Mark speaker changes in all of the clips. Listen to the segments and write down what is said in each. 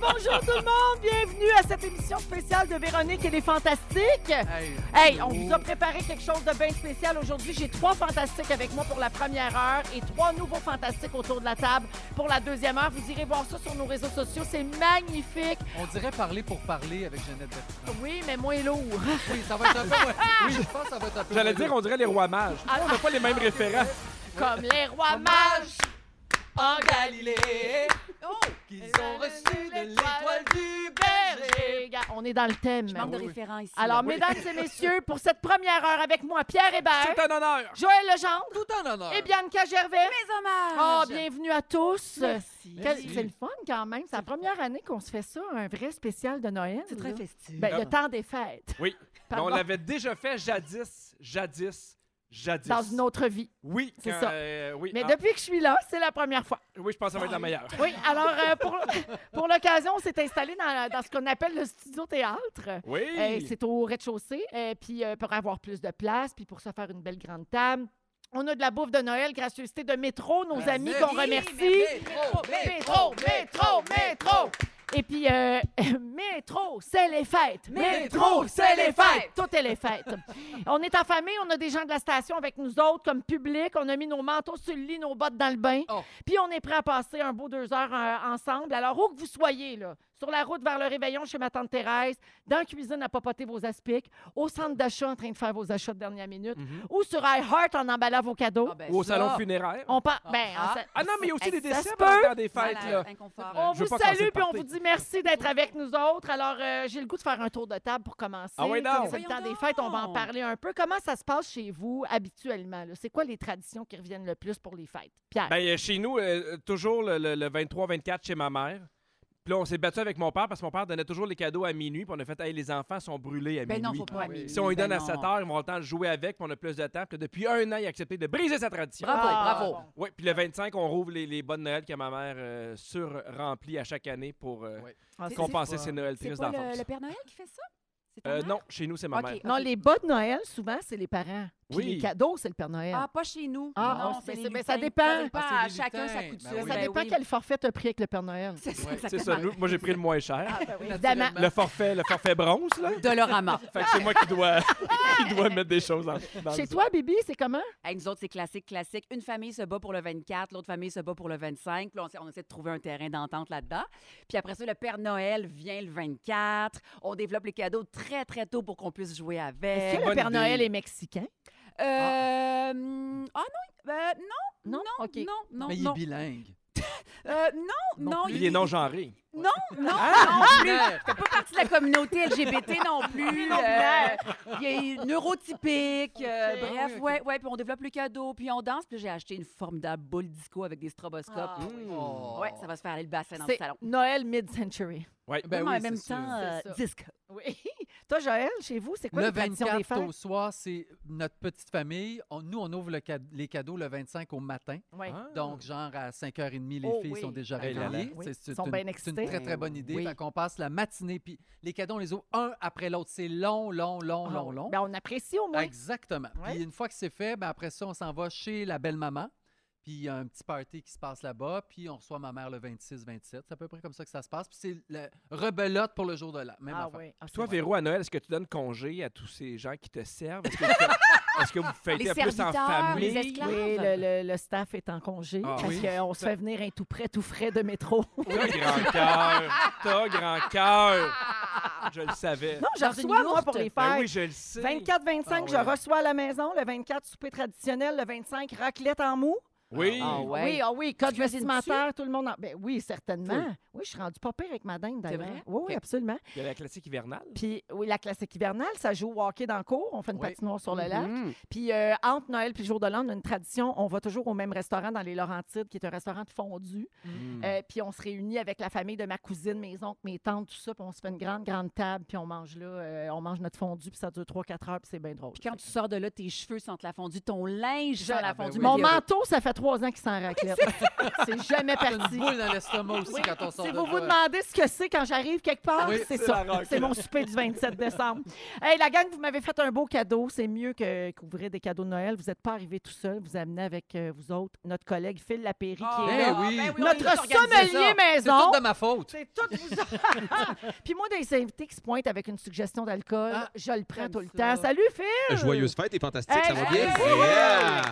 Speaker 1: Bonjour tout le monde, bienvenue à cette émission spéciale de Véronique et les Fantastiques.
Speaker 2: Hey.
Speaker 1: Hey, on vous a préparé quelque chose de bien spécial aujourd'hui. J'ai trois fantastiques avec moi pour la première heure et trois nouveaux fantastiques autour de la table pour la deuxième heure. Vous irez voir ça sur nos réseaux sociaux, c'est magnifique.
Speaker 2: On dirait parler pour parler avec Jeannette Bertrand.
Speaker 1: Oui, mais moins lourd.
Speaker 2: Oui, ça va être un peu. moins- Oui, je pense que ça va être un peu.
Speaker 3: J'allais
Speaker 2: moins
Speaker 3: dire, on dirait les rois mages.
Speaker 1: Ah.
Speaker 3: Pourquoi on n'a pas les mêmes référents.
Speaker 1: Comme les rois mages en
Speaker 2: lourd. Galilée,
Speaker 1: Oh!
Speaker 2: qu'ils ont reçu de l'étoile du berger.
Speaker 1: Berger. On est dans le thème.
Speaker 4: Je manque
Speaker 2: Ah
Speaker 4: de
Speaker 2: oui.
Speaker 4: référent ici. là.
Speaker 1: Alors, mesdames et messieurs, pour cette première heure avec moi, Pierre Hébert,
Speaker 3: C'est un honneur.
Speaker 1: Joël Legendre
Speaker 2: Tout en honneur.
Speaker 1: et Bianca Gervais.
Speaker 4: Mes hommages!
Speaker 1: Oh, bienvenue à tous.
Speaker 4: Merci.
Speaker 1: Quel-
Speaker 2: Merci.
Speaker 1: C'est le fun quand même. C'est la première année qu'on se fait ça, un vrai spécial de Noël.
Speaker 4: C'est très
Speaker 1: là.
Speaker 4: festif.
Speaker 1: Ben,
Speaker 2: Ah.
Speaker 1: le temps des fêtes.
Speaker 3: Oui. Mais
Speaker 1: Pardon.
Speaker 3: on l'avait déjà fait jadis, jadis, jadis.
Speaker 1: Dans une autre vie.
Speaker 3: Oui,
Speaker 1: C'est
Speaker 3: quand-
Speaker 1: ça.
Speaker 3: euh, oui,
Speaker 1: Mais
Speaker 3: ah,
Speaker 1: depuis que je suis là, c'est la première fois.
Speaker 3: oui, je pense que ça va être la meilleure.
Speaker 1: Oui, alors euh, pour, pour l'occasion, on s'est installé dans, dans ce qu'on appelle le studio théâtre.
Speaker 3: Oui.
Speaker 1: Euh, c'est au rez-de-chaussée, euh, puis euh, pour avoir plus de place, puis pour se faire une belle grande table. On a de la bouffe de Noël, gracieuseté de métro, nos
Speaker 2: Ah,
Speaker 1: amis
Speaker 2: merci,
Speaker 1: qu'on remercie.
Speaker 2: métro,
Speaker 1: métro, métro, métro. Et puis, euh, métro, c'est les fêtes.
Speaker 2: Métro, c'est les fêtes.
Speaker 1: Tout est les fêtes. on est en famille, on a des gens de la station avec nous autres comme public. On a mis nos manteaux sur le lit, nos bottes dans le bain.
Speaker 2: Oh.
Speaker 1: Puis on est prêt à passer un beau deux heures euh, ensemble. Alors, où que vous soyez, là, sur la route vers le réveillon chez ma tante Thérèse, dans la cuisine à papoter vos aspics, au centre d'achat en train de faire vos achats de dernière minute, ou sur iHeart en emballant vos cadeaux.
Speaker 4: Mm-hmm. Ah, ben
Speaker 3: Ou au
Speaker 4: ça.
Speaker 3: salon funéraire.
Speaker 1: On part. ben,
Speaker 4: Ah.
Speaker 1: en sa-
Speaker 3: Ah non, mais il y a aussi des
Speaker 1: Ça se
Speaker 3: décès
Speaker 1: peut.
Speaker 3: pendant le temps des fêtes.
Speaker 4: Malade,
Speaker 3: Là.
Speaker 4: inconfort.
Speaker 1: on
Speaker 3: je
Speaker 1: vous
Speaker 3: veux pas casser
Speaker 1: salue
Speaker 3: le
Speaker 1: puis on
Speaker 3: party.
Speaker 1: vous dit merci d'être avec nous autres. Alors, euh, j'ai le goût de faire un tour de table pour commencer.
Speaker 3: Ah oui, donc.
Speaker 1: Comme C'est le
Speaker 4: Voyons
Speaker 1: temps des
Speaker 4: donc.
Speaker 1: fêtes, on va en parler un peu. Comment ça se passe chez vous habituellement? là? C'est quoi les traditions qui reviennent le plus pour les fêtes? Pierre.
Speaker 3: Ben, euh, chez nous, euh, toujours le, 23-24 chez ma mère. Puis là, on s'est battu avec mon père parce que mon père donnait toujours les cadeaux à minuit. Puis on a fait, hey, les enfants sont brûlés à
Speaker 4: Ben non,
Speaker 3: minuit.
Speaker 4: faut pas.
Speaker 2: Ah oui.
Speaker 4: Amélie,
Speaker 3: Si on lui
Speaker 4: ben
Speaker 3: donne à
Speaker 4: non.
Speaker 3: 7 heures, ils vont avoir le temps de jouer avec, puis on a plus de temps. Puis là, depuis un an, il a accepté de briser sa tradition.
Speaker 4: Bravo,
Speaker 1: Ah,
Speaker 4: bravo.
Speaker 1: bon.
Speaker 3: Oui, puis le 25, on rouvre les, les bonnes Noël que ma mère euh, surremplit à chaque année pour euh,
Speaker 2: Ouais.
Speaker 1: Ah,
Speaker 4: c'est-
Speaker 3: compenser
Speaker 2: c'est-
Speaker 3: ses Noëls
Speaker 4: C'est
Speaker 3: tristes
Speaker 4: pas le,
Speaker 3: d'enfance.
Speaker 4: le Père Noël qui fait ça? C'est ta
Speaker 3: Euh,
Speaker 4: mère?
Speaker 3: non, chez nous, c'est ma
Speaker 4: Ok.
Speaker 3: mère.
Speaker 1: Non, les bas de Noël, souvent, c'est les parents. Puis
Speaker 3: Oui.
Speaker 1: les cadeaux, c'est le Père Noël.
Speaker 4: Ah, pas chez nous.
Speaker 1: Ah,
Speaker 4: non,
Speaker 1: on-
Speaker 4: c'est
Speaker 1: mais
Speaker 4: les
Speaker 1: c'est- mais ça
Speaker 4: lutins.
Speaker 1: dépend.
Speaker 4: Ça dépend
Speaker 2: Ah, c'est
Speaker 4: à
Speaker 2: les
Speaker 4: chacun sa
Speaker 2: lutins.
Speaker 4: couture.
Speaker 2: Ben oui.
Speaker 1: ça
Speaker 2: Ben
Speaker 1: dépend quel forfait t'as pris avec le Père Noël.
Speaker 4: C'est ça,
Speaker 2: Ouais,
Speaker 3: C'est ça.
Speaker 4: exactement.
Speaker 3: nous- moi, j'ai pris le moins
Speaker 1: Ah,
Speaker 3: cher.
Speaker 1: ben Évidemment.
Speaker 3: Le forfait, le forfait bronze, là.
Speaker 4: Dolorama.
Speaker 3: Fait que c'est moi qui dois, qui dois mettre des choses en, dans
Speaker 1: Chez
Speaker 3: le-
Speaker 1: toi, Bibi, c'est comment?
Speaker 4: Hey, nous autres, c'est classique, classique. Une famille se bat pour le 24, l'autre famille se bat pour le 25. Puis là, on, s'est- on essaie de trouver un terrain d'entente là-dedans. Puis après ça, le Père Noël vient le 24. On développe les cadeaux très, très tôt pour qu'on puisse jouer
Speaker 1: Est-ce
Speaker 4: avec.
Speaker 1: que le
Speaker 3: bonne
Speaker 1: Père
Speaker 3: idée.
Speaker 1: Noël est mexicain?
Speaker 4: Euh, hum, Ah non, euh, non,
Speaker 1: Non?
Speaker 4: non,
Speaker 1: OK.
Speaker 4: non, non,
Speaker 2: Mais il est
Speaker 4: non.
Speaker 2: bilingue.
Speaker 4: Euh, non, non,
Speaker 3: Il est non-genré.
Speaker 4: Non, non,
Speaker 1: Ah!
Speaker 4: non plus. Fait pas partie de la communauté LGBT non plus.
Speaker 1: binaire.
Speaker 4: Euh, il est neurotypique. euh,
Speaker 1: Ok.
Speaker 4: bref,
Speaker 2: Ah oui,
Speaker 4: ouais, ouais. Puis on développe le cadeau, puis on danse. Puis j'ai acheté une formidable boule disco avec des stroboscopes. Mmh.
Speaker 1: Ah,
Speaker 2: Oh.
Speaker 4: Ouais, ça va se faire aller le bassin dans le
Speaker 1: C'est
Speaker 4: salon.
Speaker 1: Noël mid-century.
Speaker 3: Ouais.
Speaker 2: Ben
Speaker 4: Mais
Speaker 2: oui,
Speaker 4: en même
Speaker 2: c'est sûr.
Speaker 4: temps, euh,
Speaker 1: C'est ça.
Speaker 4: disque.
Speaker 1: Oui. Toi, Joël, chez vous, c'est quoi
Speaker 2: le
Speaker 1: les traditions des
Speaker 2: 24
Speaker 1: fêtes?
Speaker 2: au soir, c'est notre petite famille. On- nous, on ouvre le cad- les cadeaux le 25 au matin.
Speaker 1: Ouais.
Speaker 3: Ah.
Speaker 2: Donc, genre, à 5h30, les
Speaker 1: Oh
Speaker 2: filles
Speaker 1: oui.
Speaker 2: sont déjà
Speaker 3: Hey là là.
Speaker 2: réveillées.
Speaker 1: Oui.
Speaker 2: C'est- C'est
Speaker 1: Ils sont
Speaker 2: une,
Speaker 1: bien
Speaker 2: c'est une
Speaker 1: excités.
Speaker 2: très, très bonne idée.
Speaker 4: Oui.
Speaker 2: Fait qu'on passe la matinée, puis les cadeaux, on les ouvre un après l'autre. C'est long, long, long,
Speaker 1: Ah
Speaker 2: long,
Speaker 1: oui.
Speaker 2: long.
Speaker 1: Ben, on apprécie au moins.
Speaker 2: Exactement.
Speaker 1: Ouais.
Speaker 2: Puis une fois que c'est fait, ben après ça, on s'en va chez la belle-maman. Puis il y a un petit party qui se passe là-bas. Puis on reçoit ma mère le 26-27. C'est à peu près comme ça que ça se passe. Puis c'est la rebelote pour le jour de l'an. Même
Speaker 1: Ah
Speaker 2: affaire.
Speaker 1: oui. Ah, c'est
Speaker 3: Toi,
Speaker 1: vrai.
Speaker 3: Véro, à Noël, est-ce que tu donnes congé à tous ces gens qui te servent? Est-ce que vous faites- est-ce que vous fêtez
Speaker 4: Les
Speaker 3: plus en
Speaker 4: serviteurs,
Speaker 3: famille?
Speaker 4: les esclaves.
Speaker 1: Oui, le, le- le staff est en congé
Speaker 3: Ah
Speaker 1: parce
Speaker 2: oui.
Speaker 1: qu'on se fait venir un tout prêt, tout frais de métro.
Speaker 3: T'as grand cœur! T'as grand cœur! Je le savais.
Speaker 1: non, je
Speaker 4: Dans une
Speaker 1: reçois, moi,
Speaker 4: yourte.
Speaker 1: pour les fêtes.
Speaker 3: Ben oui, je le sais.
Speaker 1: 24-25,
Speaker 2: Ah ouais.
Speaker 1: je reçois à la maison. Le 24, souper traditionnel. Le 25, raclette en mou.
Speaker 3: Oui.
Speaker 4: Ah ouais.
Speaker 1: Oui, ah oui, code
Speaker 4: Tu cuisines-tu?
Speaker 1: vestimentaire, tout le monde. En... Ben oui, certainement. Oui. je suis rendue pas pire avec ma dinde, d'ailleurs.
Speaker 4: vrai?
Speaker 1: Oui, oui,
Speaker 4: Ok.
Speaker 1: absolument.
Speaker 3: Il y a la classique hivernale.
Speaker 1: Puis oui, la classique hivernale, ça joue au hockey dans le cours. On fait une
Speaker 2: Oui. Mhm.
Speaker 1: patinoire sur le lac. Puis euh, entre Noël puis le jour de l'an, on a une tradition. On va toujours au même restaurant dans les Laurentides, qui est un restaurant de fondue.
Speaker 2: Mhm.
Speaker 3: Mm.
Speaker 1: Euh, puis on se réunit avec la famille de ma cousine, mes oncles, mes tantes, tout ça. Puis on se fait une grande, grande table. Puis on mange là, euh, on mange notre fondue. Puis ça dure 3-4 heures. Puis c'est bien drôle.
Speaker 4: Puis quand tu sors de là, tes cheveux sentent la fondue, ton linge sent la
Speaker 2: Ah ben
Speaker 4: fondue.
Speaker 2: oui.
Speaker 1: Mon
Speaker 4: Mathéo.
Speaker 1: manteau, ça fait trois ans qu'ils sont en raclette. c'est jamais
Speaker 2: Une
Speaker 1: parti.
Speaker 2: boule dans l'estomac aussi
Speaker 1: Oui.
Speaker 2: quand on sort
Speaker 1: Si
Speaker 2: de
Speaker 1: vous
Speaker 2: là.
Speaker 1: vous demandez ce que c'est quand j'arrive quelque part,
Speaker 2: Oui,
Speaker 1: c'est
Speaker 3: c'est
Speaker 1: ça.
Speaker 3: la raclette.
Speaker 1: C'est mon souper du 27 décembre. Hey, la gang, vous m'avez fait un beau cadeau. C'est mieux que qu'ouvrir des cadeaux de Noël. Vous n'êtes pas arrivé tout seul. Vous amenez avec euh, vous autres notre collègue Phil Lapéry qui est
Speaker 2: ben
Speaker 1: là.
Speaker 2: oui.
Speaker 4: on
Speaker 1: Notre
Speaker 4: est organisé.
Speaker 1: sommelier
Speaker 2: C'est
Speaker 1: maison.
Speaker 2: tout de ma faute.
Speaker 1: C'est tout vous Puis moi, des invités qui se pointent avec une suggestion d'alcool,
Speaker 2: Ah,
Speaker 1: je le prends
Speaker 4: j'aime
Speaker 1: tout le
Speaker 4: ça.
Speaker 1: temps. Salut Phil!
Speaker 5: Joyeuse fête et fantastique, ça va
Speaker 1: Hey,
Speaker 5: bien?
Speaker 1: hey,
Speaker 5: Yeah!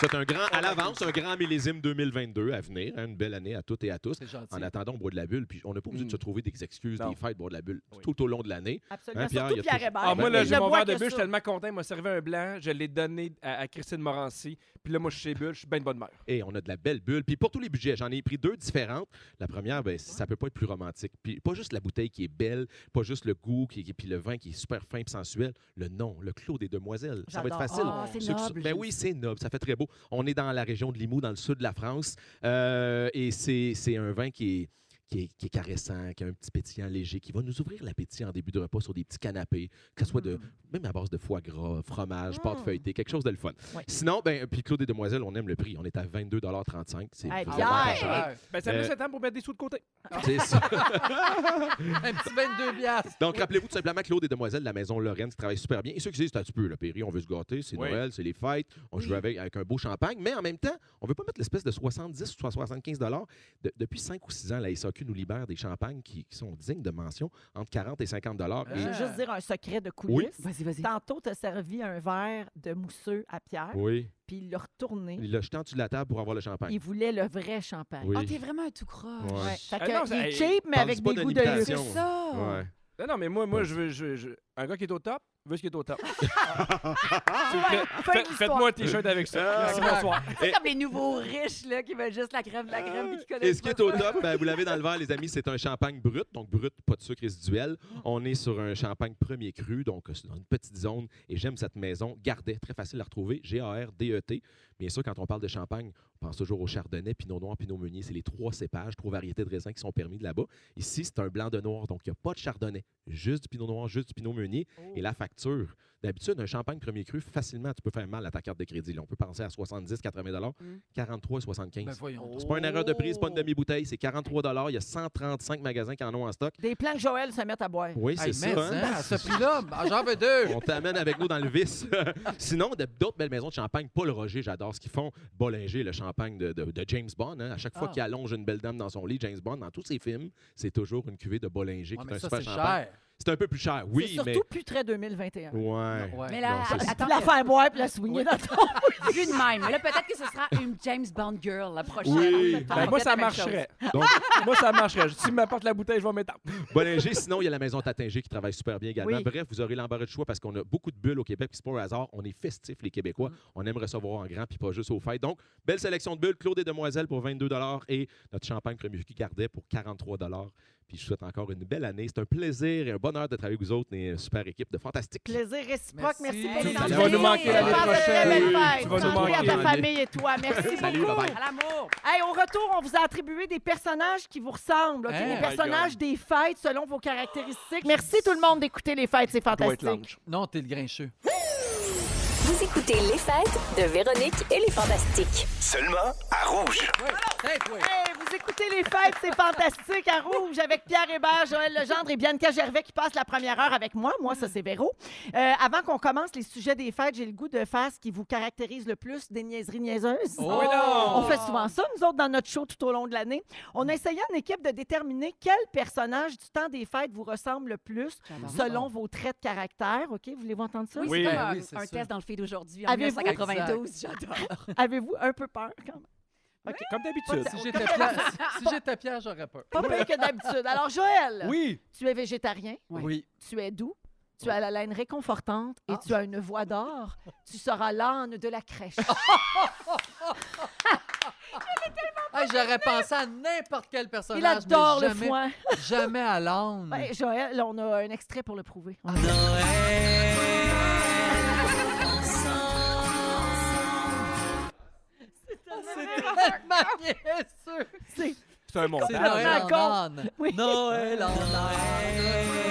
Speaker 5: C'est un grand, à l'avance, un grand millésime 2022 à venir. hein, Une belle année à toutes et à tous.
Speaker 2: C'est gentil. Mm.
Speaker 5: En attendant, on boit de la bulle, puis on n'a pas besoin de se trouver des excuses,
Speaker 3: Non.
Speaker 5: des fêtes, boire de la bulle
Speaker 2: Oui.
Speaker 5: tout au long de l'année.
Speaker 1: Absolument.
Speaker 5: Hein, Pierre,
Speaker 1: Surtout
Speaker 5: il y a
Speaker 1: Pierre
Speaker 5: toujours-
Speaker 1: Hébert.
Speaker 3: Ah, moi, là,
Speaker 1: Il
Speaker 3: j'ai
Speaker 1: ne
Speaker 3: mon
Speaker 1: boit
Speaker 3: verre de
Speaker 1: que
Speaker 3: bulle, je
Speaker 1: ça.
Speaker 3: suis tellement content. Il m'a servi un blanc, je l'ai donné à, à Christine Morancy. Puis là, moi, je suis chez Bulle, je suis bien de bonne mère.
Speaker 5: Et on a de la belle bulle. Puis pour tous les budgets, j'en ai pris deux différentes. La première, ben, ça peut pas être plus romantique. Puis pas juste la bouteille qui est belle, pas juste le goût, qui, qui- puis le vin qui est super fin et sensuel. Le nom, le clos des demoiselles. Ça va être
Speaker 1: J'adore.
Speaker 5: facile.
Speaker 1: Ah,
Speaker 4: c'est
Speaker 5: Ceux qui sont-
Speaker 4: noble.
Speaker 5: Ben oui, c'est noble. Ça fait très beau. On est dans la région de Limoux, dans le sud de la France. Euh, et c'est c'est un vin qui est. Qui est, qui est caressant, qui a un petit pétillant léger, qui va nous ouvrir l'appétit en début de repas sur des petits canapés, que ce soit de, même à base de foie gras, fromage, pâte
Speaker 1: Mm.
Speaker 5: feuilletée, quelque chose de le fun.
Speaker 1: Ouais.
Speaker 5: Sinon, ben, puis Claude et Demoiselles, on aime le prix. On est à 22,35 C'est
Speaker 1: Hey,
Speaker 5: vraiment
Speaker 1: Pierre!
Speaker 5: pas
Speaker 2: Ah,
Speaker 5: cher.
Speaker 2: cher.
Speaker 3: Ben, ça me
Speaker 5: Euh,
Speaker 3: laisse le temps pour mettre des sous de côté.
Speaker 5: C'est ça.
Speaker 2: Un petit 22 piastres.
Speaker 5: Donc, rappelez-vous tout simplement Claude et Demoiselles de la Maison Lorraine qui travaille super bien. Et ceux qui disent, Ah, tu peux, le Péri, on veut se gâter, c'est
Speaker 3: Oui.
Speaker 5: Noël, c'est les fêtes, on
Speaker 1: Oui.
Speaker 5: joue avec, avec un beau champagne. Mais en même temps, on veut pas mettre l'espèce de 70 ou 75 De- Depuis 5 ou 6 ans, la SAQ nous libère des champagnes qui, qui sont dignes de mention entre 40 et 50
Speaker 1: Je
Speaker 5: Et-
Speaker 1: veux
Speaker 2: Ah.
Speaker 1: juste dire un secret de coulisses.
Speaker 4: Vas-y, vas-y.
Speaker 1: Tantôt, tu as servi un verre de mousseux à Pierre,
Speaker 5: Oui.
Speaker 1: puis il l'a retourné.
Speaker 5: Il l'a jeté en dessous de la table pour avoir le champagne.
Speaker 1: Il voulait le vrai champagne.
Speaker 5: Oui.
Speaker 4: Ah, t'es vraiment un tout croche.
Speaker 5: Ouais.
Speaker 1: Ouais. Fait
Speaker 3: Ah
Speaker 1: que
Speaker 3: non,
Speaker 1: il est
Speaker 3: c'est-
Speaker 1: cheap, mais
Speaker 5: Parle
Speaker 1: avec
Speaker 5: pas
Speaker 1: des
Speaker 5: d'une
Speaker 1: goûts de luxe.
Speaker 5: imitation.
Speaker 4: C'est ça.
Speaker 5: Ouais.
Speaker 3: Non, non, mais moi, moi
Speaker 5: Ouais.
Speaker 3: je veux. je- je- Un gars qui est au top veut ce qui est au top.
Speaker 1: Ah, ouais, fin de
Speaker 3: Faites-
Speaker 1: l'histoire.
Speaker 3: Faites-moi un t-shirt avec ça. Merci, bonsoir.
Speaker 4: C'est comme les nouveaux riches là, qui veulent juste la crème de la
Speaker 1: Ah,
Speaker 4: crème et qui connaissent
Speaker 5: Et ce qui
Speaker 4: pas
Speaker 5: est au
Speaker 4: ça.
Speaker 5: top, ben, vous l'avez dans le verre, les amis, c'est un champagne brut, donc brut, pas de sucre résiduel. On est sur un champagne premier cru, donc euh, c'est dans une petite zone. Et j'aime cette maison. Gardet, très facile à retrouver. G-A-R-D-E-T. E Bien sûr, quand on parle de champagne, on pense toujours au chardonnay, pinot noir, pinot meunier. C'est les trois cépages, trois variétés de raisins qui sont permis de là-bas. Ici, c'est un blanc de noir, donc il n'y a pas de chardonnay. Juste du pinot noir, juste du pinot meunier. Et la facture. D'habitude, un champagne premier cru, facilement, tu peux faire mal à ta carte de crédit. Là, on peut penser à 70, 80
Speaker 4: Mm.
Speaker 5: 43, 75.
Speaker 2: Ben voyons. Oh!
Speaker 5: C'est pas une erreur de prix, c'est pas une demi-bouteille, c'est 43 Il y a 135 magasins qui en ont en stock.
Speaker 1: Des plans que Joël se mette à boire.
Speaker 5: Oui, c'est
Speaker 2: Hey,
Speaker 5: ça.
Speaker 2: mais,
Speaker 5: hein?
Speaker 2: hein, à ce prix-là, ah, j'en veux deux.
Speaker 5: On t'amène avec nous dans le vice. Sinon, de- d'autres belles maisons de champagne. Paul Roger, j'adore ce qu'ils font. Bollinger, le champagne de, de- de James Bond. hein. À chaque fois
Speaker 2: Ah.
Speaker 5: qu'il allonge une belle dame dans son lit, James Bond, dans tous ses films, c'est toujours une cuvée de Bollinger
Speaker 2: Ouais,
Speaker 5: qui est
Speaker 2: mais
Speaker 5: un
Speaker 2: ça,
Speaker 5: super
Speaker 2: c'est
Speaker 5: champagne.
Speaker 2: cher.
Speaker 5: C'est un peu plus cher, oui,
Speaker 1: c'est surtout
Speaker 5: mais.
Speaker 1: plus très 2021.
Speaker 5: Ouais.
Speaker 2: Ouais.
Speaker 4: Mais là,
Speaker 5: Non, ça,
Speaker 4: att-
Speaker 5: c'est-
Speaker 1: Tu
Speaker 4: attends,
Speaker 1: la faire boire puis la soigner
Speaker 2: Oui.
Speaker 1: dans ton...
Speaker 4: vu de même. Mais là, peut-être que ce sera une James Bond girl la prochaine.
Speaker 5: Oui.
Speaker 4: On fait
Speaker 3: Ben,
Speaker 4: la
Speaker 3: moi, ça
Speaker 4: même
Speaker 3: marcherait.
Speaker 5: Donc-
Speaker 3: moi, ça marcherait. Si tu m'apportes la bouteille, je vais m'étendre.
Speaker 5: Bollinger, sinon, il y a la maison Tattinger qui travaille super bien également.
Speaker 1: Oui.
Speaker 5: Bref, vous aurez l'embarras du choix parce qu'on a beaucoup de bulles au Québec, puis c'est pas un hasard. On est festifs, les Québécois.
Speaker 1: Mm.
Speaker 5: On aime recevoir en grand, puis pas juste aux fêtes. Donc, belle sélection de bulles. Claude et Demoiselles pour 22 et notre champagne premier qui gardait pour 43 Puis je vous souhaite encore une belle année. C'est un plaisir et un bonheur de travailler avec vous autres. et une super équipe de fantastique.
Speaker 1: Plaisir réciproque. Merci,
Speaker 2: Merci.
Speaker 1: pour les
Speaker 2: Tu
Speaker 1: invités.
Speaker 3: vas nous manquer
Speaker 1: Je
Speaker 3: l'année
Speaker 1: passe de très
Speaker 3: prochaine.
Speaker 1: belles
Speaker 3: Oui,
Speaker 1: fêtes.
Speaker 3: tu vas nous
Speaker 1: Santé à ta
Speaker 5: manquer.
Speaker 1: famille et toi. Merci
Speaker 5: Salut,
Speaker 1: beaucoup.
Speaker 5: bye-bye.
Speaker 4: chose. À l'amour.
Speaker 1: Hey, au retour, on vous a attribué des personnages qui vous ressemblent, OK?
Speaker 2: Hey,
Speaker 1: des
Speaker 2: my
Speaker 1: personnages
Speaker 3: God.
Speaker 1: des fêtes selon vos caractéristiques. Merci tout le monde d'écouter les fêtes, c'est
Speaker 3: Doit être
Speaker 1: fantastique.
Speaker 3: l'ange.
Speaker 2: Non, t'es le grincheux.
Speaker 6: Vous écoutez Les Fêtes de Véronique et les Fantastiques.
Speaker 7: Seulement à Rouge.
Speaker 2: Tête, oui.
Speaker 1: Hey, vous écoutez les fêtes, c'est fantastique à Rouge avec Pierre Hébert, Joël Legendre et Bianca Gervais qui passent la première heure avec moi. Moi, ça, c'est Véro. Euh, avant qu'on commence les sujets des fêtes, j'ai le goût de faire ce qui vous caractérise le plus, des niaiseries niaiseuses.
Speaker 2: Oh, oui,
Speaker 1: On
Speaker 2: non.
Speaker 1: fait souvent ça, nous autres, dans notre show tout au long de l'année. On a essayé en équipe de déterminer quel personnage du temps des fêtes vous ressemble le plus
Speaker 4: J'adore ça.
Speaker 1: selon vos traits de caractère. OK, voulez-vous entendre ça?
Speaker 4: Oui,
Speaker 3: Oui,
Speaker 4: c'est
Speaker 2: ben
Speaker 4: comme un,
Speaker 2: oui, c'est
Speaker 4: un
Speaker 2: ça.
Speaker 4: test dans le feed d'aujourd'hui en
Speaker 1: Avez-vous-
Speaker 4: 1992. J'adore.
Speaker 1: Avez-vous un peu peur quand même?
Speaker 3: OK, Comme d'habitude.
Speaker 2: Si j'étais Pierre, si j'étais Pierre, j'aurais peur.
Speaker 1: Pas pire que d'habitude. Alors, Joël,
Speaker 2: Oui.
Speaker 1: tu es végétarien,
Speaker 4: Ouais.
Speaker 2: Oui.
Speaker 1: tu es doux, tu as la laine réconfortante et
Speaker 2: Ah.
Speaker 1: tu as une voix d'or. tu seras l'âne de la crèche.
Speaker 2: Hey, j'aurais pensé à n'importe quel personnage.
Speaker 1: Il adore
Speaker 2: mais
Speaker 1: le
Speaker 2: jamais- Hmm.
Speaker 1: foin.
Speaker 2: Jamais à l'âne.
Speaker 1: Ouais, Joël, on a un extrait pour le prouver. On a-
Speaker 2: Tellement niaiseux.
Speaker 1: C'est-
Speaker 3: C'est un
Speaker 2: C'est
Speaker 3: montage.
Speaker 2: Noël
Speaker 1: raconte.
Speaker 2: en âne.
Speaker 1: Oui.
Speaker 2: Noël en âne.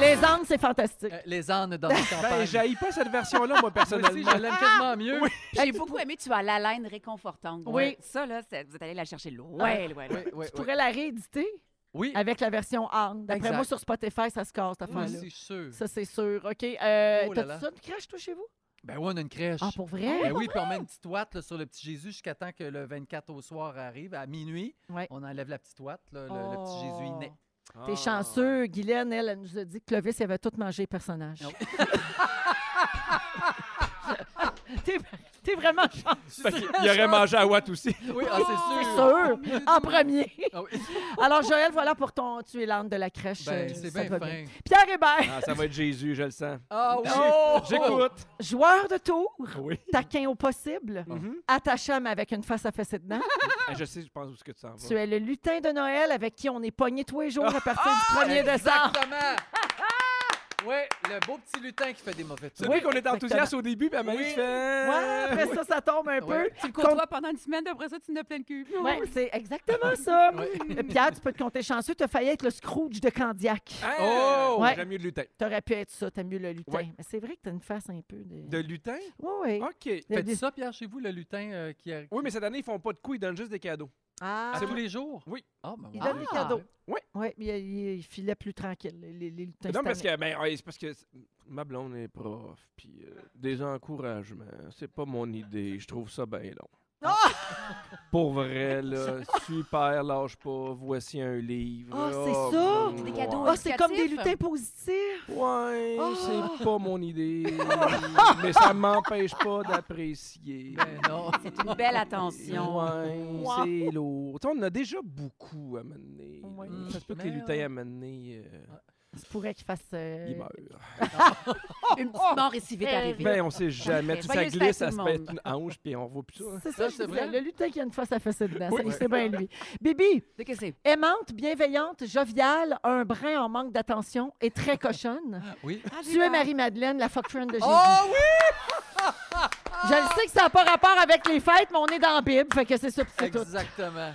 Speaker 1: Les Andes, c'est fantastique.
Speaker 2: Euh, les ânes dans les
Speaker 3: Ben,
Speaker 2: campagnes.
Speaker 3: j'haïs pas cette version-là, moi,
Speaker 2: Moi aussi,
Speaker 3: personnellement.
Speaker 2: je l'aime quasiment mieux.
Speaker 4: J'ai beaucoup aimé, tu as la laine réconfortante.
Speaker 1: Oui.
Speaker 4: Ça, là, c'est- vous êtes allé la chercher loin, loin, loin.
Speaker 2: Oui, oui,
Speaker 1: Ah, Tu
Speaker 2: oui.
Speaker 1: pourrais la rééditer
Speaker 2: Oui,
Speaker 1: avec la version Anne. D'après
Speaker 2: Exact.
Speaker 1: moi, sur Spotify, ça se casse, cette
Speaker 2: moi
Speaker 1: affaire-là.
Speaker 2: aussi, je suis sûr.
Speaker 1: Ça, c'est sûr. OK. Euh,
Speaker 2: Oh là là.
Speaker 1: T'as-tu ça, une crèche, toi, chez vous?
Speaker 2: Ben oui, on a une crèche.
Speaker 1: Ah, pour vrai?
Speaker 2: Ben oui, puis on met une petite ouate là, sur le petit Jésus jusqu'à temps que le 24 au soir arrive, à minuit.
Speaker 1: Ouais. Oh.
Speaker 2: On enlève la petite ouate, là, le, le petit Jésus il naît.
Speaker 3: Ah.
Speaker 1: T'es chanceux. Guylaine, elle, elle nous a dit que Clovis avait tout mangé personnage.
Speaker 2: Non.
Speaker 1: T'es t'es vraiment chanceux.
Speaker 3: Il aurait mangé à Watt aussi.
Speaker 2: Oui, ah, c'est
Speaker 1: C'est
Speaker 2: sûr.
Speaker 1: sûr. En premier.
Speaker 2: Ah oui.
Speaker 1: Alors, Joël, voilà pour ton. Tu es l'âne de la crèche.
Speaker 2: Ben,
Speaker 1: euh,
Speaker 2: c'est
Speaker 1: ça
Speaker 2: bien
Speaker 1: va
Speaker 2: fin.
Speaker 1: Pierre Hébert,
Speaker 3: Ah, ça va être Jésus, je le sens.
Speaker 2: Ah oui.
Speaker 3: Oh! J'écoute.
Speaker 1: joueur de tour,
Speaker 3: Oui.
Speaker 1: taquin au possible,
Speaker 3: Mhm.
Speaker 1: attachable avec une face à fessée dedans.
Speaker 2: Oh.
Speaker 3: Eh, Je sais, je pense où ce que tu s'en vas.
Speaker 1: Tu es le lutin de Noël avec qui on est pogné tous les jours à partir du 1er
Speaker 3: Ah,
Speaker 2: Ah,
Speaker 1: décembre.
Speaker 2: Exactement. Oui, le beau petit lutin qui fait des mauvais
Speaker 3: C'est vrai
Speaker 2: trucs.
Speaker 3: qu'on est enthousiaste au début, puis hein? à Marie, je fais.
Speaker 1: Ouais, après ça, ça tombe un
Speaker 2: Ouais.
Speaker 1: peu.
Speaker 4: Tu le côtoies pendant une semaine, puis après ça, tu n'as plein le cul.
Speaker 1: Ouais, c'est exactement ça.
Speaker 2: Ouais.
Speaker 1: Euh, Pierre, tu peux te compter chanceux, tu as failli être le Scrooge de Candiac.
Speaker 3: Ah,
Speaker 2: Oh!
Speaker 1: Ouais.
Speaker 3: J'aime mieux le lutin.
Speaker 1: T'aurais pu être ça, t'as mieux le lutin.
Speaker 3: Ouais.
Speaker 1: Mais c'est vrai que t'as une face un peu de.
Speaker 3: De lutin?
Speaker 1: Oui, oui.
Speaker 3: OK.
Speaker 2: Faites ça, Pierre, chez vous, le lutin euh, qui arrive
Speaker 3: Oui, mais cette année, ils font pas de coups, ils donnent juste des cadeaux.
Speaker 1: Ah,
Speaker 2: tous les jours?
Speaker 3: Oui.
Speaker 2: Ah, ben,
Speaker 1: il
Speaker 2: ouais.
Speaker 1: donne des cadeaux.
Speaker 3: Ah, Ouais.
Speaker 1: Oui, mais il, il- il filait plus tranquille, les, les- les lutins.
Speaker 3: Non,
Speaker 1: cette
Speaker 3: parce
Speaker 1: année.
Speaker 3: que, ben, ouais, c'est parce que ma blonde est prof, puis euh, des encouragements, c'est pas mon idée. Je trouve ça bien long.
Speaker 1: Ah!
Speaker 3: Pour vrai, là, super, lâche pas, voici un livre.
Speaker 1: Ah, c'est
Speaker 2: ben
Speaker 1: ça?
Speaker 3: mm,
Speaker 4: Des cadeaux
Speaker 1: Ah,
Speaker 3: ouais.
Speaker 1: c'est comme des
Speaker 4: éducatifs.
Speaker 1: lutins positifs.
Speaker 3: Ouais,
Speaker 1: Ah.
Speaker 3: c'est pas mon idée, mais ça m'empêche pas d'apprécier.
Speaker 2: Ben non.
Speaker 4: C'est une belle attention.
Speaker 3: Ouais,
Speaker 1: Wow.
Speaker 3: c'est lourd. Tu sais, on en a déjà beaucoup à mener.
Speaker 1: Ouais.
Speaker 3: Ça se peut que les
Speaker 2: Mais,
Speaker 3: lutins
Speaker 2: euh,
Speaker 3: à mener, euh,
Speaker 1: Tu pourrais qu'ils fassent. euh, Ah,
Speaker 3: ils meurent.
Speaker 4: Une petite mort ici vite
Speaker 1: Eh,
Speaker 4: arrivée.
Speaker 3: Ben, on sait jamais.
Speaker 4: Parfait.
Speaker 3: Ça
Speaker 4: Joyeuses
Speaker 3: glisse,
Speaker 4: fêtes,
Speaker 3: ça
Speaker 4: tout
Speaker 3: se
Speaker 4: le
Speaker 3: pète
Speaker 4: monde.
Speaker 3: une hanche, puis on voit plus ça.
Speaker 1: C'est ça,
Speaker 2: Ça,
Speaker 1: je
Speaker 2: c'est
Speaker 1: disais,
Speaker 2: vrai.
Speaker 1: Le lutin qui a une face à fessée dedans.
Speaker 3: Oui.
Speaker 1: Ça, il sait bien, lui. Bibi,
Speaker 4: C'est que c'est.
Speaker 1: aimante, bienveillante, joviale, un brin en manque d'attention et très cochonne.
Speaker 2: Oui.
Speaker 1: Tu es Marie-Madeleine, la fuck friend de Jésus.
Speaker 2: Oh oui!
Speaker 1: Je le sais que ça n'a pas rapport avec les fêtes, mais on est dans la Bible, fait que c'est ça, puis c'est tout.
Speaker 2: Exactement.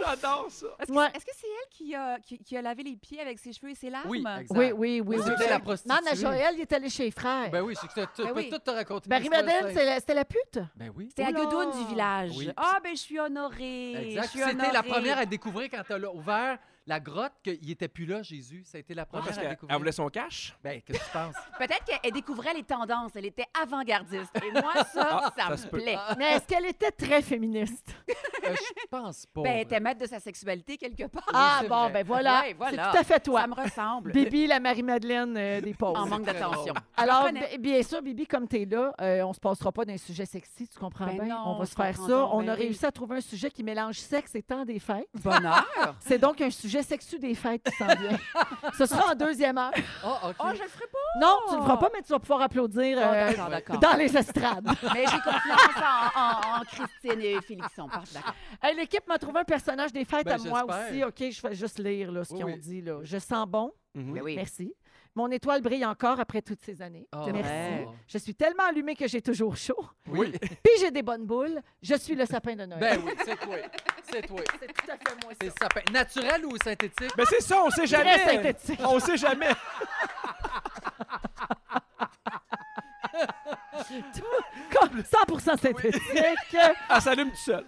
Speaker 3: J'adore ça.
Speaker 4: Est-ce que
Speaker 1: Ouais.
Speaker 4: est-ce que c'est elle qui a, qui, qui a lavé les pieds avec ses cheveux et ses larmes?
Speaker 2: Oui, exact.
Speaker 1: Oui, oui, oui. oui.
Speaker 2: C'était la prostituée.
Speaker 1: Non, mais Joël, il est allé chez les frères.
Speaker 2: Ben oui, c'est que tu
Speaker 4: Ben
Speaker 2: peux
Speaker 4: oui.
Speaker 2: tout te raconter.
Speaker 1: Marie-Madeleine, c'est la- c'était la pute.
Speaker 2: Ben oui.
Speaker 4: C'était la
Speaker 1: Oula.
Speaker 4: guedoune du village.
Speaker 2: Oui.
Speaker 4: Ah, ben, je suis honorée.
Speaker 2: Exact.
Speaker 4: Je suis
Speaker 2: C'était la
Speaker 4: honorée.
Speaker 2: première à découvrir quand elle a ouvert la grotte qu'il n'était plus là, Jésus. Ça a été la
Speaker 3: Ouais,
Speaker 2: première
Speaker 3: parce
Speaker 2: à
Speaker 3: qu'elle elle
Speaker 2: découvrir.
Speaker 3: voulait son cash.
Speaker 2: Ben, qu'est-ce que tu penses?
Speaker 4: Peut-être qu'elle découvrait les tendances. Elle était avant-gardiste. Et moi, ça,
Speaker 3: Ah,
Speaker 4: ça,
Speaker 3: ça se
Speaker 4: me
Speaker 3: peut.
Speaker 4: plaît.
Speaker 1: Mais est-ce qu'elle était très féministe?
Speaker 2: Euh, je pense pas.
Speaker 4: Ben, elle était maître de sa sexualité quelque part.
Speaker 1: Ah,
Speaker 2: c'est
Speaker 1: bon,
Speaker 2: vrai.
Speaker 1: ben voilà.
Speaker 4: Ouais, voilà.
Speaker 1: C'est tout à fait toi.
Speaker 4: Ça me ressemble.
Speaker 1: Bibi, la Marie-Madeleine euh,
Speaker 4: En
Speaker 1: des pauvres.
Speaker 4: manque
Speaker 2: très
Speaker 4: d'attention.
Speaker 2: drôle.
Speaker 1: Alors,
Speaker 4: reconnais.
Speaker 1: bi- bien sûr, Bibi, comme tu es là, euh, on se passera pas d'un sujet sexy, tu comprends
Speaker 4: Ben
Speaker 1: bien?
Speaker 4: non,
Speaker 1: on va
Speaker 4: je
Speaker 1: se faire
Speaker 4: comprends
Speaker 1: ça.
Speaker 4: donc,
Speaker 1: On
Speaker 4: ben
Speaker 1: a
Speaker 4: oui.
Speaker 1: réussi à trouver un sujet qui mélange sexe et temps des fêtes.
Speaker 4: Bonheur.
Speaker 1: C'est donc un sujet sexu des fêtes qui s'en vient. Ce sera en deuxième heure.
Speaker 2: Ah, OK.
Speaker 4: Oh, je le ferai pas.
Speaker 1: Non, tu ne le feras pas, mais tu vas pouvoir applaudir
Speaker 4: Ah,
Speaker 1: euh,
Speaker 4: d'accord, d'accord.
Speaker 1: dans les estrades.
Speaker 2: Ben,
Speaker 4: Mais j'ai confiance en, en- en Christine et Félixon. Par- d'accord.
Speaker 1: Hey, L'équipe m'a trouvé un personnage des fêtes
Speaker 2: Ben,
Speaker 1: à moi aussi.
Speaker 2: j'espère.
Speaker 1: OK, je vais juste lire là, ce
Speaker 2: Oui,
Speaker 1: qu'ils ont
Speaker 2: oui.
Speaker 1: dit. Là. Je sens bon.
Speaker 3: Mhm.
Speaker 4: Mais Ben oui.
Speaker 1: Merci. Mon étoile brille encore après toutes ces années.
Speaker 2: Ah,
Speaker 1: Merci.
Speaker 4: ouais.
Speaker 1: Je suis tellement allumée que j'ai toujours chaud.
Speaker 2: Oui.
Speaker 1: Puis j'ai des bonnes boules. Je suis le sapin de Noël.
Speaker 2: Ben oui, c'est toi. C'est toi.
Speaker 1: C'est tout à fait moi.
Speaker 2: C'est ça. Fait- Naturel ou synthétique?
Speaker 3: Mais Ben, c'est ça, on sait jamais.
Speaker 1: Très synthétique.
Speaker 3: On sait jamais.
Speaker 1: Comme 100% synthétique. Ah,
Speaker 3: Elle s'allume Ah, tout seul.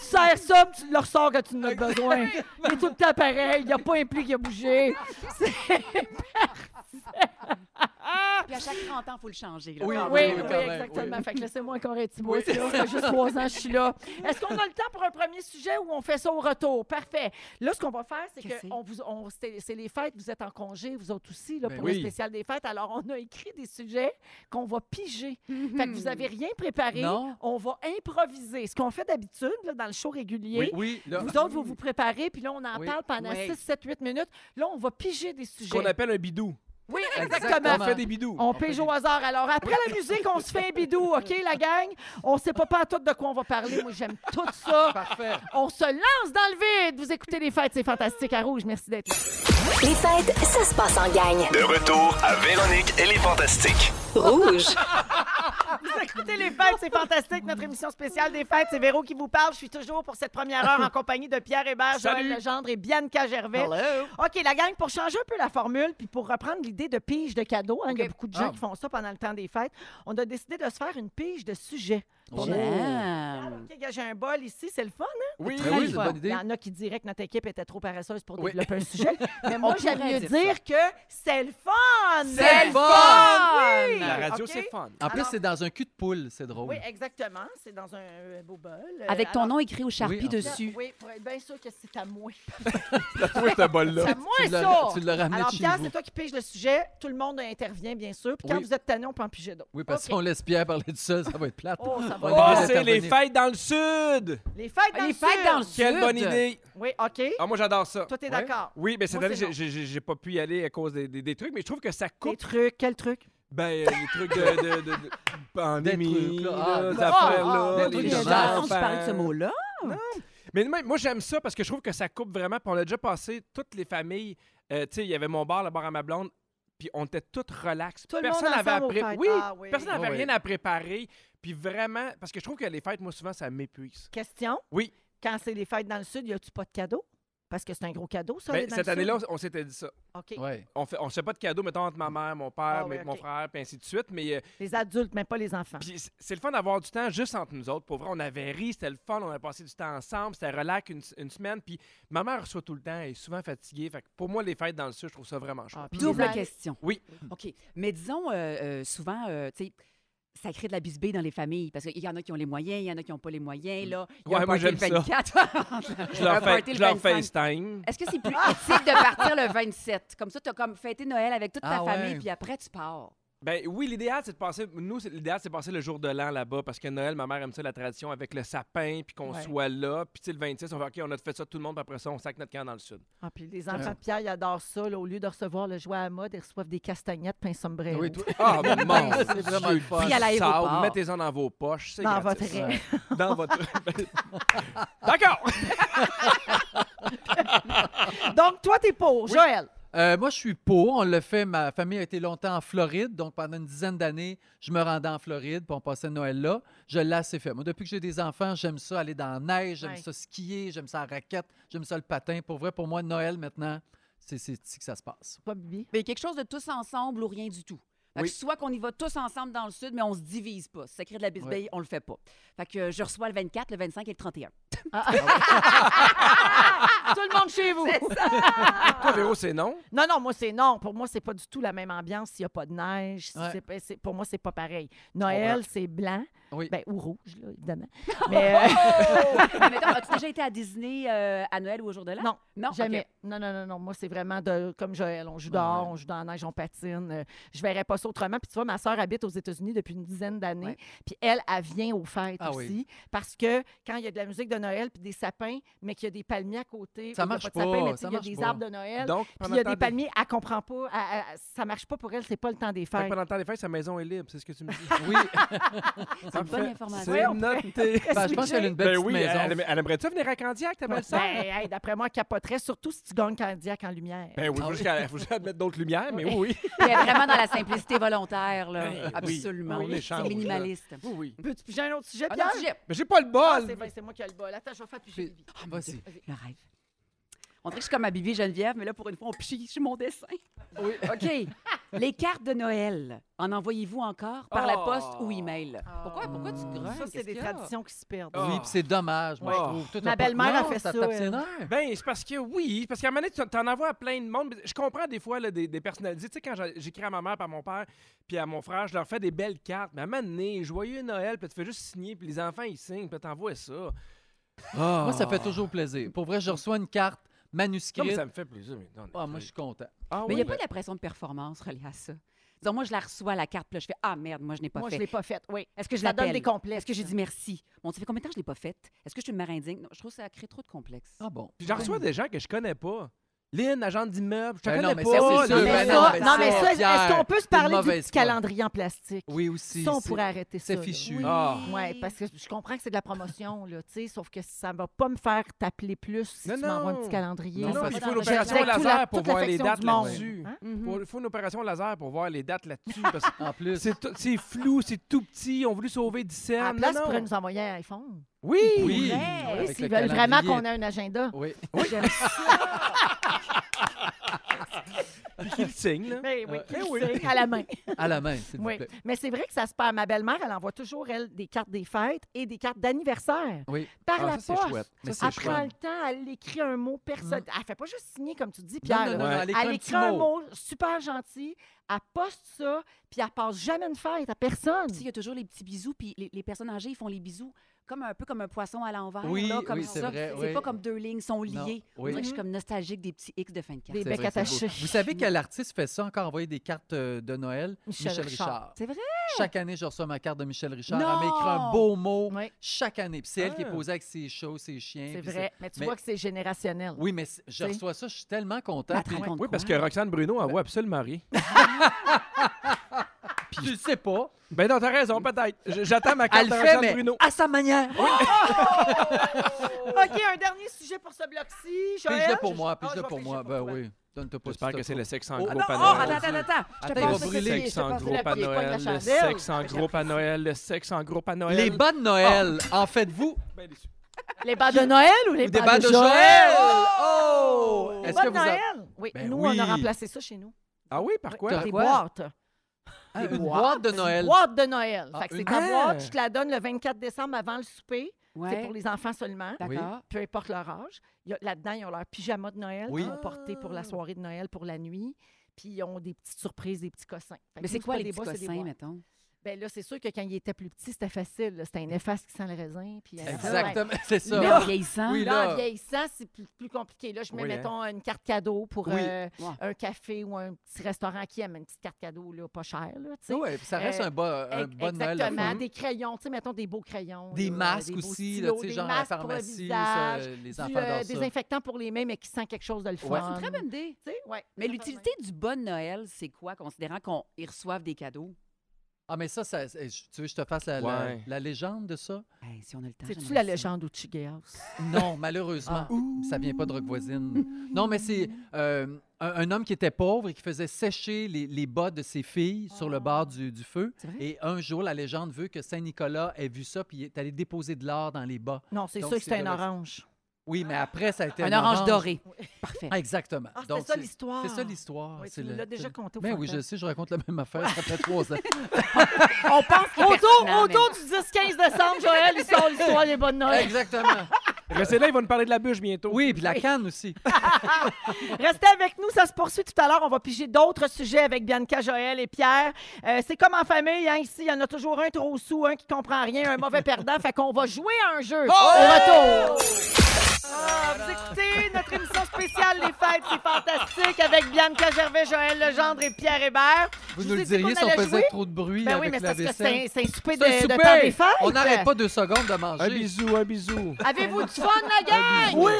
Speaker 1: tu sers ça, puis tu le ressors quand tu en as besoin. Il est tout le temps pareil. Il n'y a pas un pli qui a bougé.
Speaker 4: Puis à chaque 30 ans, il faut le changer. là, Ah, ben
Speaker 2: Oui,
Speaker 4: quand
Speaker 1: Oui,
Speaker 4: même.
Speaker 1: oui,
Speaker 2: oui, Ah, ben, quand même,
Speaker 1: Ah! exactement.
Speaker 2: oui.
Speaker 1: Fait que
Speaker 4: Euh,
Speaker 1: laissez-moi encore un petit bout. là. Ça fait juste trois ans, je suis là. Est-ce qu'on a le temps pour un premier sujet ou on fait ça au retour? Parfait. Là, ce qu'on va faire, c'est
Speaker 4: Qu'est-ce
Speaker 1: que on vous- on- c'est c'est les fêtes, vous êtes en congé, vous autres aussi, là,
Speaker 2: Ben
Speaker 1: pour le
Speaker 3: oui.
Speaker 1: spécial des fêtes. Alors, on a écrit des sujets qu'on va piger.
Speaker 2: Mm-hmm.
Speaker 1: Fait que vous n'avez rien préparé.
Speaker 2: Non.
Speaker 1: On va improviser. Ce qu'on fait d'habitude là, dans le show régulier.
Speaker 2: Oui, oui. là.
Speaker 1: Vous autres, vous vous préparez, puis là, on en
Speaker 2: Oui.
Speaker 1: parle pendant
Speaker 4: Oui.
Speaker 1: 6, 7, 8 minutes. Là, on va piger des
Speaker 3: Ce
Speaker 1: sujets.
Speaker 3: qu'on appelle un bidou.
Speaker 1: Oui,
Speaker 2: Exactement.
Speaker 3: On fait des bidous.
Speaker 1: on
Speaker 2: fait
Speaker 1: pige
Speaker 2: des-
Speaker 1: au hasard. Alors, après la musique, on se fait un bidou, OK, la gang? On sait pas pas tout de quoi on va parler. Moi, j'aime tout ça.
Speaker 2: Parfait.
Speaker 1: On se lance dans le vide. Vous écoutez les fêtes, c'est fantastique à rouge. Merci d'être là.
Speaker 6: Les fêtes, ça se passe en gang.
Speaker 7: De retour à Véronique et les Fantastiques.
Speaker 6: Rouge.
Speaker 4: Vous
Speaker 1: Écoutez les fêtes, c'est fantastique. Notre émission spéciale des fêtes, c'est Véro qui vous parle. Je suis toujours pour cette première heure en compagnie de Pierre Hébert, Joël
Speaker 3: Salut.
Speaker 1: Legendre et Bianca Gervais. OK, la gang, pour changer un peu la formule, puis pour reprendre l'idée de pige de cadeaux, hein, il y a
Speaker 4: OK.
Speaker 1: beaucoup de gens
Speaker 2: Ah.
Speaker 1: qui font ça pendant le temps des fêtes, on a décidé de se faire une pige de sujets.
Speaker 2: Oh.
Speaker 4: J'aime.
Speaker 1: OK, gars, j'ai un bol ici, c'est le fun, hein?
Speaker 2: Oui,
Speaker 4: Très
Speaker 2: ben oui,
Speaker 4: le
Speaker 2: c'est une
Speaker 4: fun.
Speaker 2: bonne
Speaker 1: Il
Speaker 2: idée.
Speaker 1: y en a qui diraient que notre équipe était trop paresseuse pour
Speaker 2: Oui.
Speaker 1: développer un sujet. Mais moi,
Speaker 4: On
Speaker 1: j'aime
Speaker 4: pourrait
Speaker 1: mieux
Speaker 4: dire
Speaker 1: dire que c'est le fun!
Speaker 2: C'est le
Speaker 4: fun!
Speaker 1: Oui!
Speaker 3: La radio,
Speaker 1: OK?
Speaker 3: c'est fun.
Speaker 2: En plus,
Speaker 1: Alors-
Speaker 2: c'est dans un cul de poule, c'est drôle.
Speaker 1: Oui, exactement. C'est dans un euh, beau bol. Euh,
Speaker 4: Avec ton
Speaker 1: alors-
Speaker 4: nom écrit au Sharpie
Speaker 2: en fait.
Speaker 4: dessus.
Speaker 1: Oui, pour être bien sûr que c'est à moi.
Speaker 3: Toi, ta bolle-là.
Speaker 1: C'est à moi,
Speaker 2: tu l'as-
Speaker 1: ça!
Speaker 2: tu l'as ramené
Speaker 1: Alors,
Speaker 2: de chez
Speaker 1: Pierre,
Speaker 2: vous.
Speaker 1: c'est toi qui pige le sujet. Tout le monde intervient, bien sûr. Puis quand
Speaker 2: Oui.
Speaker 1: vous êtes tanné, on peut en piger d'autres.
Speaker 2: Oui, parce
Speaker 1: OK.
Speaker 2: qu'on laisse Pierre parler du sol, ça va être plate.
Speaker 1: Oh, ça
Speaker 2: On
Speaker 1: va être-
Speaker 2: est obligé
Speaker 3: Passer Ah, les
Speaker 2: d'intervenir.
Speaker 3: fêtes dans le sud!
Speaker 1: Les fêtes
Speaker 4: Ah,
Speaker 1: dans
Speaker 4: les
Speaker 1: le
Speaker 4: fêtes
Speaker 1: sud.
Speaker 4: dans le sud.
Speaker 3: Quelle bonne idée!
Speaker 1: Oui, OK.
Speaker 3: Ah, moi, j'adore ça.
Speaker 1: Toi, t'es
Speaker 2: Ouais.
Speaker 1: d'accord.
Speaker 3: Oui, mais cette
Speaker 1: Moi,
Speaker 3: année,
Speaker 1: c'est
Speaker 3: j'ai- j'ai j'ai- j'ai pas pu y aller à cause des, des- des trucs, mais je trouve que ça
Speaker 1: Des
Speaker 3: coupe.
Speaker 1: trucs, quel truc?
Speaker 3: Ben, euh, les trucs de, de, de, de pandémie,
Speaker 2: Des trucs, là.
Speaker 3: là,
Speaker 2: Ah,
Speaker 3: des
Speaker 1: ah,
Speaker 3: affaires,
Speaker 1: ah,
Speaker 3: là,
Speaker 2: des
Speaker 3: les
Speaker 2: trucs
Speaker 3: gens,
Speaker 2: de
Speaker 4: genre,
Speaker 2: genre,
Speaker 4: tu parlais de ce
Speaker 3: enfants.
Speaker 4: mot-là?
Speaker 3: ben, Mais même- moi, j'aime ça parce que je trouve que ça coupe vraiment. Puis on l'a déjà passé, toutes les familles. euh, tu sais, il y avait mon bar, le bar à ma blonde, puis on était toutes relax.
Speaker 1: Tout le
Speaker 3: personne
Speaker 1: monde
Speaker 3: n'avait
Speaker 1: ensemble aux
Speaker 3: à pré-
Speaker 1: fêtes.
Speaker 3: Oui,
Speaker 1: Ah, oui.
Speaker 3: personne n'avait
Speaker 2: Ah, oui.
Speaker 3: rien à préparer. Puis vraiment, parce que je trouve que les fêtes, moi, souvent, ça m'épuise.
Speaker 1: Question.
Speaker 3: Oui.
Speaker 1: Quand c'est les fêtes dans le sud, y a-tu pas de cadeau? Parce que c'est un gros cadeau, ça. les-
Speaker 3: Ben,
Speaker 1: dans
Speaker 3: cette
Speaker 1: le sud.
Speaker 3: année-là, on, on s'était dit ça.
Speaker 1: OK.
Speaker 2: Ouais.
Speaker 3: On fait, on se fait pas de cadeaux, mettons, entre ma mère, mon père,
Speaker 1: Ah,
Speaker 3: mes-
Speaker 1: oui,
Speaker 3: mon
Speaker 1: ok.
Speaker 3: frère, puis ainsi de suite. Mais euh,
Speaker 1: Les adultes, mais pas les enfants.
Speaker 3: Puis c- c'est le fun d'avoir du temps juste entre nous autres. Pour vrai, on avait ri, c'était le fun, on a passé du temps ensemble, c'était relax une, s- une semaine. Puis ma mère reçoit tout le temps, elle est souvent fatiguée. Fait que pour moi, les fêtes dans le sud, je trouve ça vraiment chouette.
Speaker 1: Ah, puis les
Speaker 4: Double
Speaker 1: années-
Speaker 4: question.
Speaker 3: Oui.
Speaker 4: OK. Mais disons, euh, euh, souvent, euh, tu sais, ça crée de la bisbée dans les familles parce qu'il y en a qui ont les moyens, il y en a qui n'ont pas les
Speaker 1: Mm.
Speaker 4: moyens. Là. Il y a
Speaker 3: Ouais,
Speaker 4: un
Speaker 3: moi,
Speaker 4: party
Speaker 3: j'aime
Speaker 4: le
Speaker 3: ça.
Speaker 4: 24.
Speaker 3: je leur,
Speaker 4: Un
Speaker 3: fais,
Speaker 4: party le
Speaker 3: je leur
Speaker 4: 25.
Speaker 3: FaceTime.
Speaker 4: Est-ce que c'est plus éthique de partir le 27? Comme ça, tu as comme fêté Noël avec toute ta
Speaker 2: Ah ouais.
Speaker 4: famille, puis après, tu pars.
Speaker 3: Ben oui, l'idéal, c'est de passer. Nous, c'est- l'idéal, c'est de passer le jour de l'an là-bas parce que Noël, ma mère aime ça, la tradition avec le sapin, puis qu'on
Speaker 1: Ouais.
Speaker 3: soit là. Puis tu sais, le 26, on fait OK, on a fait ça tout le monde, puis après ça, on sac notre camp dans le sud.
Speaker 1: Ah, puis les enfants de Pierre, ils adorent ça. là. Au lieu de recevoir le jouet à mode, ils reçoivent des castagnettes pain sombrero.
Speaker 2: Oui, toi.
Speaker 3: Ah, mon
Speaker 2: C'est vraiment le fun.
Speaker 4: Pris à l'aéroport.
Speaker 3: sable, Mettez-en dans vos poches. c'est
Speaker 1: Dans
Speaker 3: gratis.
Speaker 1: votre raie.
Speaker 3: Dans votre. D'accord!
Speaker 1: Donc, toi, t'es pour. Joël.
Speaker 2: Euh, moi, je suis pour. On le fait. Ma famille a été longtemps en Floride. Donc, pendant une dizaine d'années, je me rendais en Floride puis on passait Noël là. Je l'ai assez fait. Moi, depuis que j'ai des enfants, j'aime ça aller dans la neige, j'aime
Speaker 1: Ouais.
Speaker 2: ça skier, j'aime ça en raquette, j'aime ça le patin. Pour vrai, pour moi, Noël maintenant, c'est c'est ici que ça se passe.
Speaker 1: Toi, Bibi.
Speaker 4: Mais quelque chose de tous ensemble ou rien du tout. Fait que
Speaker 2: Oui.
Speaker 4: soit qu'on y va tous ensemble dans le sud, mais on se divise pas. Si ça crée de la bisbille, on le fait pas. Fait que euh, je reçois le 24, le 25 et le 31.
Speaker 1: Tout le monde chez vous.
Speaker 3: Toi, Véro, c'est non?
Speaker 1: Non, non, moi, c'est non. Pour moi, c'est pas du tout la même ambiance s'il n'y a pas de neige. si
Speaker 2: Ouais.
Speaker 1: c'est pas- c'est- pour moi, c'est pas pareil. Noël, c'est blanc.
Speaker 2: Oui.
Speaker 1: Ben, ou rouge, là, évidemment.
Speaker 2: Eh
Speaker 1: Mais euh,
Speaker 4: Oh! Mais mettons, as-tu déjà été à Disney euh, à Noël ou au jour de l'an?
Speaker 1: non,
Speaker 4: Non,
Speaker 1: jamais.
Speaker 4: OK.
Speaker 1: Non, non, non, non. Moi, c'est vraiment de, comme Joël. On joue dehors,
Speaker 2: ouais.
Speaker 1: on joue dans la neige, on patine. Euh, je verrais pas ça autrement. Puis tu vois, ma sœur habite aux États-Unis depuis une dizaine d'années.
Speaker 4: Ouais.
Speaker 1: Puis elle, elle vient aux fêtes
Speaker 2: Ah oui.
Speaker 1: aussi. Parce que quand il y a de la musique de Noël puis des sapins, mais qu'il y a des palmiers à côté,
Speaker 2: Ça
Speaker 1: ou il y a
Speaker 2: marche
Speaker 1: pas. de sapins,
Speaker 2: pas,
Speaker 1: mais tu sais,
Speaker 2: ça
Speaker 1: il y a
Speaker 2: marche
Speaker 1: des
Speaker 2: pas.
Speaker 1: arbres de Noël.
Speaker 3: Donc,
Speaker 1: Puis
Speaker 3: pendant
Speaker 1: il y a
Speaker 3: le temps
Speaker 1: des palmiers, elle comprend pas. elle- elle- ça marche pas pour elle, c'est pas le temps des
Speaker 3: Fait que
Speaker 1: fêtes.
Speaker 3: pendant le temps des fêtes, sa maison est libre, c'est ce que tu me dis.
Speaker 2: Oui,
Speaker 4: C'est une bonne
Speaker 3: Parfait.
Speaker 4: information.
Speaker 3: C'est
Speaker 1: on
Speaker 3: noté.
Speaker 2: Ben, je pense qu'elle a une belle
Speaker 3: Ben
Speaker 2: petite
Speaker 3: oui,
Speaker 2: maison.
Speaker 3: elle, elle aimerait-tu venir à Candiac, ta belle-sœur?
Speaker 1: Ben, hey, d'après moi, elle capoterait, surtout si tu gagnes Candiac en lumière.
Speaker 3: Ben oui,
Speaker 2: Ah
Speaker 3: faut
Speaker 2: oui.
Speaker 3: juste qu'elle- faut juste qu'elle mette d'autres lumières, mais Eh oui. oui.
Speaker 4: Mais vraiment dans la simplicité volontaire, là.
Speaker 3: Ben, oui.
Speaker 4: Absolument.
Speaker 3: Oui, on
Speaker 4: c'est
Speaker 3: échange, là.
Speaker 4: minimaliste.
Speaker 3: Oui, oui.
Speaker 1: Peux-tu piger un autre sujet,
Speaker 4: Ah,
Speaker 1: Pierre?
Speaker 4: non, j'ai-
Speaker 3: Mais j'ai pas le
Speaker 1: Ah,
Speaker 3: bol!
Speaker 1: c'est vrai, c'est moi qui ai le bol. Attends, je vais faire piger
Speaker 2: Puis-
Speaker 1: Bibi.
Speaker 3: ah,
Speaker 2: vas-y.
Speaker 4: Le rêve. On dirait que je suis comme ma Bibi Geneviève, mais là, pour une fois, on piche sur mon dessin.
Speaker 2: Oui.
Speaker 4: OK. Les cartes de Noël, en envoyez-vous encore par la
Speaker 3: Oh.
Speaker 4: poste ou email?
Speaker 1: Ah.
Speaker 4: Pourquoi, pourquoi tu grognes?
Speaker 1: Ça, c'est
Speaker 4: Qu'est-ce
Speaker 1: des
Speaker 4: qu'il y a?
Speaker 1: traditions qui se perdent.
Speaker 3: Ah.
Speaker 2: Oui, puis c'est dommage, moi,
Speaker 3: Ouais.
Speaker 2: je trouve. Toi,
Speaker 1: Ma
Speaker 2: t'as pas-
Speaker 1: belle-mère a
Speaker 2: Non,
Speaker 1: fait ça,
Speaker 2: tape
Speaker 1: elle.
Speaker 2: ses nerfs.
Speaker 3: Oh. Ben, c'est parce que oui, parce qu'à un moment donné, tu- t'en envoies à plein de monde. Je comprends des fois là, des, des personnalités. Tu sais, quand j'a- j'écris à ma mère, puis à mon père, puis à mon frère, je leur fais des belles cartes. Mais à un moment donné, joyeux Noël, puis tu fais juste signer, puis les enfants, ils signent, puis t'envoies ça. Ah.
Speaker 2: Moi, ça fait toujours plaisir. Pour vrai, je reçois une carte
Speaker 3: Non, mais
Speaker 2: manuscrite.
Speaker 3: ça me fait plaisir. mais non,
Speaker 2: Ah, moi, je suis content.
Speaker 3: Ah
Speaker 4: Mais
Speaker 3: oui?
Speaker 4: il n'y a pas de la pression de performance reliée à ça. Disons, moi, je la reçois, la carte, puis là, je fais Ah merde, moi, je n'ai pas
Speaker 1: Moi, je
Speaker 4: fait.
Speaker 1: l'ai pas faite, oui.
Speaker 4: Est-ce que je
Speaker 1: Ça donne
Speaker 4: l'appelle?
Speaker 1: des complexes.
Speaker 4: Est-ce que j'ai dit merci? Bon, ça fait combien de temps que je ne l'ai pas faite? Est-ce que je suis une mère indigne? Non, je trouve que ça crée trop de complexes.
Speaker 2: Ah bon.
Speaker 3: Puis j'en reçois des gens que je connais pas. Lynn, agent d'immeuble, je te
Speaker 2: Ben non,
Speaker 3: connais
Speaker 2: mais
Speaker 3: pas.
Speaker 2: ça, c'est
Speaker 3: là.
Speaker 2: sûr,
Speaker 1: mais
Speaker 2: ben
Speaker 1: ça-
Speaker 2: non,
Speaker 1: non,
Speaker 2: mais
Speaker 1: mais
Speaker 2: ça,
Speaker 1: ça, est-ce
Speaker 2: Pierre,
Speaker 1: qu'on peut se
Speaker 2: t'es une
Speaker 1: parler du
Speaker 2: mauvaise
Speaker 1: petit calendrier en plastique?
Speaker 2: Oui, aussi.
Speaker 1: ça, on
Speaker 2: c'est-
Speaker 1: pourrait arrêter ça.
Speaker 2: c'est
Speaker 1: là.
Speaker 2: fichu.
Speaker 1: Oui.
Speaker 3: Ah.
Speaker 1: Ouais, parce que je comprends que c'est de la promotion, là, tu sais, sauf que ça va pas me faire t'appeler plus si
Speaker 3: Non,
Speaker 1: tu m'envoies un
Speaker 3: non.
Speaker 1: petit calendrier.
Speaker 2: Non,
Speaker 3: Non,
Speaker 2: parce
Speaker 3: il
Speaker 2: que
Speaker 3: faut une
Speaker 2: dans-
Speaker 3: opération
Speaker 1: avec tout la-
Speaker 3: laser pour
Speaker 1: toute la
Speaker 3: voir les
Speaker 1: section
Speaker 3: dates
Speaker 1: du monde.
Speaker 3: là-dessus.
Speaker 1: Hein?
Speaker 3: Il faut- faut une opération laser pour voir les dates là-dessus. parce que
Speaker 2: En plus.
Speaker 3: c'est tout- C'est flou, c'est tout petit, on voulu sauver 10 cents.
Speaker 1: À la
Speaker 3: Non,
Speaker 1: place,
Speaker 3: non.
Speaker 1: ils pourraient nous envoyer un iPhone.
Speaker 3: Oui!
Speaker 2: Oui.
Speaker 1: Oui,
Speaker 2: Avec
Speaker 1: s'ils
Speaker 2: le
Speaker 1: veulent vraiment
Speaker 2: calendrier.
Speaker 1: qu'on ait un agenda.
Speaker 2: Oui.
Speaker 1: J'aime ça.
Speaker 3: Puis qui le signe, là? Ah, eh
Speaker 1: Mais Ben oui,
Speaker 2: Euh,
Speaker 1: qui le signe à la main.
Speaker 2: À la main, s'il vous
Speaker 1: Oui.
Speaker 2: plaît.
Speaker 1: Mais c'est vrai que ça se perd. Ma belle-mère, elle envoie toujours, elle, des cartes des fêtes et des cartes d'anniversaire
Speaker 2: Oui.
Speaker 1: par
Speaker 3: Ah,
Speaker 1: la
Speaker 3: ça, c'est
Speaker 1: poste.
Speaker 3: chouette.
Speaker 2: Mais
Speaker 1: Elle
Speaker 2: c'est
Speaker 1: prend
Speaker 2: chouette. Mm.
Speaker 1: le temps, elle écrit un mot personnel. Elle fait pas juste signer, comme tu dis, Pierre.
Speaker 2: Non, non,
Speaker 1: là.
Speaker 2: non,
Speaker 3: Ouais.
Speaker 2: elle écrit
Speaker 1: Elle
Speaker 2: un
Speaker 1: écrit
Speaker 2: petit
Speaker 1: un
Speaker 2: mot.
Speaker 1: mot super gentil, elle poste ça, puis elle passe jamais une fête à personne.
Speaker 4: Tu sais, il y a toujours les petits bisous, puis les, les personnes âgées, ils font les bisous comme un peu comme un poisson à l'envers.
Speaker 2: Oui,
Speaker 4: là, comme
Speaker 2: oui, c'est
Speaker 4: ça.
Speaker 2: vrai,
Speaker 4: C'est
Speaker 2: oui.
Speaker 4: pas comme deux lignes, ils sont liés.
Speaker 2: Non,
Speaker 4: On
Speaker 2: oui.
Speaker 4: dirait que je suis comme nostalgique des petits X de fin de carte.
Speaker 1: Mhm. Des
Speaker 2: C'est
Speaker 1: becs
Speaker 2: vrai que c'est
Speaker 1: attachés.
Speaker 2: beau. Vous savez quel artiste fait ça encore, envoyer des cartes euh, de Noël?
Speaker 1: Michel Richard.
Speaker 4: C'est vrai?
Speaker 2: Chaque année, je reçois ma carte de Michel Richard.
Speaker 4: Non!
Speaker 2: Elle m'écrit un beau mot
Speaker 1: Oui.
Speaker 2: chaque année. Puis c'est elle qui est
Speaker 3: Ah.
Speaker 2: posée avec ses shows, ses chiens.
Speaker 1: C'est
Speaker 2: Eh, puis
Speaker 1: vrai, mais tu
Speaker 2: mais-
Speaker 1: vois que c'est générationnel.
Speaker 2: Oui, mais c'est- je
Speaker 1: T'sais.
Speaker 2: reçois ça, je suis tellement
Speaker 4: Ben,
Speaker 2: content.
Speaker 4: te
Speaker 2: Puis-
Speaker 4: raconte
Speaker 3: Oui, parce que
Speaker 4: quoi?
Speaker 3: Roxane Bruno envoie absolument rien.
Speaker 2: Tu le sais pas.
Speaker 3: Ben non, t'as raison, peut-être. J- J'attends ma carte
Speaker 2: Elle
Speaker 3: de
Speaker 2: le fait,
Speaker 3: Roxane
Speaker 2: mais
Speaker 3: Bruno.
Speaker 2: à sa manière.
Speaker 1: Oh! OK, un dernier sujet pour ce bloc-ci.
Speaker 2: Pige-le pour moi,
Speaker 1: Ah, je
Speaker 2: pige-le
Speaker 1: vais
Speaker 2: pour
Speaker 1: piger
Speaker 2: moi.
Speaker 1: pour
Speaker 2: Ben
Speaker 1: toi.
Speaker 2: oui. Donne-toi pas
Speaker 3: J'espère
Speaker 2: tu te
Speaker 3: que c'est
Speaker 2: trompes.
Speaker 3: le sexe en
Speaker 2: Oh,
Speaker 3: gros
Speaker 2: non,
Speaker 3: à
Speaker 2: oh,
Speaker 3: Noël.
Speaker 2: attends, attends,
Speaker 4: attends.
Speaker 3: Ah,
Speaker 2: Attends,
Speaker 4: te
Speaker 2: il va
Speaker 4: passe ça,
Speaker 2: brûler.
Speaker 4: Sophie, je te
Speaker 3: Sexe en
Speaker 4: passe ça.
Speaker 3: groupe à
Speaker 1: pied, pogne la
Speaker 3: Noël, le
Speaker 1: chandelle.
Speaker 3: sexe en groupe à Noël, le sexe en groupe à Noël.
Speaker 2: Les bas de Noël, en faites-vous
Speaker 3: Ben, déçu.
Speaker 1: Les bas de Noël ou les
Speaker 2: ou des
Speaker 1: bas,
Speaker 2: bas de Noël? Oh!
Speaker 1: Les
Speaker 2: Est-ce
Speaker 1: bas
Speaker 2: que
Speaker 1: de
Speaker 2: vous avez
Speaker 1: Noël? Oui,
Speaker 2: Ben
Speaker 1: nous,
Speaker 2: oui.
Speaker 1: on a remplacé ça chez nous.
Speaker 3: Ah oui, par quoi?
Speaker 2: T'as-
Speaker 1: Des
Speaker 2: quoi?
Speaker 1: boîtes.
Speaker 2: Ah, une boîte de Noël?
Speaker 1: Boîte de Noël.
Speaker 2: Ah,
Speaker 1: fait que
Speaker 2: une-
Speaker 1: c'est ta
Speaker 3: Ah!
Speaker 1: boîte, je te la donne le 24 décembre avant le souper. C'est
Speaker 4: Ouais.
Speaker 1: pour les enfants seulement.
Speaker 4: D'accord.
Speaker 1: peu importe leur âge. Il y a- Là-dedans, ils ont leur pyjama de Noël
Speaker 2: Oui. Ah.
Speaker 1: qu'ils ont porté pour la soirée de Noël, pour la nuit. Puis ils ont des petites surprises, des petits cossins. Fait que
Speaker 4: Mais
Speaker 1: nous,
Speaker 4: c'est quoi
Speaker 1: pas
Speaker 4: les
Speaker 1: des
Speaker 4: petits
Speaker 1: bas, c'est des
Speaker 4: cossins,
Speaker 1: bois.
Speaker 4: mettons?
Speaker 1: Ben là, c'est sûr que quand ils étaient plus petits, c'était facile. là. C'était un efface qui sent le raisin. Puis euh, ouais.
Speaker 2: Exactement, c'est
Speaker 4: Mais
Speaker 2: ça.
Speaker 4: en vieillissant?
Speaker 2: Oui,
Speaker 1: Là,
Speaker 2: là.
Speaker 1: en vieillissant, c'est plus, plus compliqué. Là, je mets,
Speaker 3: Oui, hein.
Speaker 1: mettons, une carte cadeau pour
Speaker 2: Oui.
Speaker 1: euh,
Speaker 4: Ouais.
Speaker 1: un café ou un petit restaurant qui aime une petite carte cadeau, là, pas chère, là, tu sais.
Speaker 2: Ouais, puis ça reste
Speaker 1: Euh,
Speaker 2: un bas, un
Speaker 1: Ex-
Speaker 2: bas de Noël.
Speaker 1: Exactement,
Speaker 2: de fou.
Speaker 1: des crayons, tu sais, mettons des beaux crayons.
Speaker 2: Des
Speaker 1: là,
Speaker 2: masques
Speaker 1: beaux
Speaker 2: aussi, là,
Speaker 1: stylos,
Speaker 2: tu sais,
Speaker 1: des
Speaker 2: genre à la
Speaker 1: masques pour le
Speaker 2: pharmacie, ça,
Speaker 1: visage,
Speaker 2: les
Speaker 1: du,
Speaker 2: enfants
Speaker 1: euh,
Speaker 2: adorent ça.
Speaker 1: désinfectant pour les mains, mais qui sent quelque chose de le fun.
Speaker 2: Ouais,
Speaker 4: C'est une très bonne idée.
Speaker 1: Tu sais, ouais,
Speaker 4: Mais
Speaker 1: ça,
Speaker 4: l'utilité du bon Noël, c'est quoi, considérant qu'on y reçoive des cadeaux?
Speaker 2: Ah, mais ça, ça c'est- je- tu veux que je te fasse la, la-
Speaker 3: Ouais.
Speaker 2: la légende de ça?
Speaker 4: Hey, si on a le temps,
Speaker 1: C'est-tu
Speaker 4: j'aimerais
Speaker 1: la
Speaker 4: ça.
Speaker 1: légende au Chigay House?
Speaker 2: Non, malheureusement.
Speaker 1: Ah.
Speaker 2: Ça vient pas de Rock Voisine. Non, mais c'est euh, un, un homme qui était pauvre et qui faisait sécher les, les bas de ses filles sur
Speaker 1: Ah.
Speaker 2: le bord du, du feu.
Speaker 4: C'est vrai?
Speaker 2: Et un jour, la légende veut que Saint-Nicolas ait vu ça puis il est allé déposer de l'or dans les bas.
Speaker 1: Non, c'est
Speaker 2: Donc,
Speaker 1: sûr que
Speaker 2: c'est
Speaker 1: c'était un
Speaker 2: de-
Speaker 1: orange.
Speaker 2: Oui, mais après, ça a été
Speaker 4: Un
Speaker 2: un
Speaker 4: orange doré. Parfait.
Speaker 2: Ah, Exactement.
Speaker 1: Ah,
Speaker 2: Donc,
Speaker 1: c'est ça l'histoire.
Speaker 2: C'est ça l'histoire.
Speaker 1: Oui,
Speaker 2: c'est
Speaker 1: tu nous
Speaker 2: le-
Speaker 1: l'as
Speaker 2: c'est
Speaker 1: déjà
Speaker 2: le-
Speaker 1: conté au
Speaker 2: Ben oui,
Speaker 1: frontal.
Speaker 2: je sais, je raconte la même affaire. Ça fait trois ans.
Speaker 1: On pense
Speaker 4: est pertinent,
Speaker 1: autour, autour du 10-15 décembre, Joël, ils sont l'histoire des bonnes Noël.
Speaker 2: Exactement.
Speaker 3: Restez là, ils vont nous parler de la bûche bientôt.
Speaker 2: Oui, puis la canne aussi.
Speaker 1: Restez avec nous, ça se poursuit tout à l'heure. On va piger d'autres sujets avec Bianca, Joël et Pierre. Euh, c'est comme en famille, hein, ici, il y en a toujours un trop sous, un qui comprend rien, un mauvais perdant. fait qu'on va jouer à un jeu
Speaker 3: Oh!
Speaker 1: au retour. Ah, vous écoutez notre émission spéciale Les Fêtes, c'est fantastique avec Bianca Gervais, Joël Legendre et Pierre Hébert.
Speaker 2: Vous
Speaker 1: Je
Speaker 2: nous
Speaker 1: ai
Speaker 2: le
Speaker 1: dit qu'on
Speaker 2: diriez si on
Speaker 1: allait
Speaker 2: faisait
Speaker 1: jouer.
Speaker 2: trop de bruit
Speaker 1: Ben oui,
Speaker 2: avec
Speaker 1: mais c'est
Speaker 2: la
Speaker 1: parce que c'est un,
Speaker 2: vaisselle.
Speaker 1: c'est un souper de,
Speaker 2: C'est un
Speaker 1: de
Speaker 2: souper.
Speaker 1: temps des fêtes.
Speaker 2: On n'arrête pas deux secondes de manger.
Speaker 3: Un bisou, un bisou.
Speaker 1: Avez-vous du fun, la gang?
Speaker 3: Oui!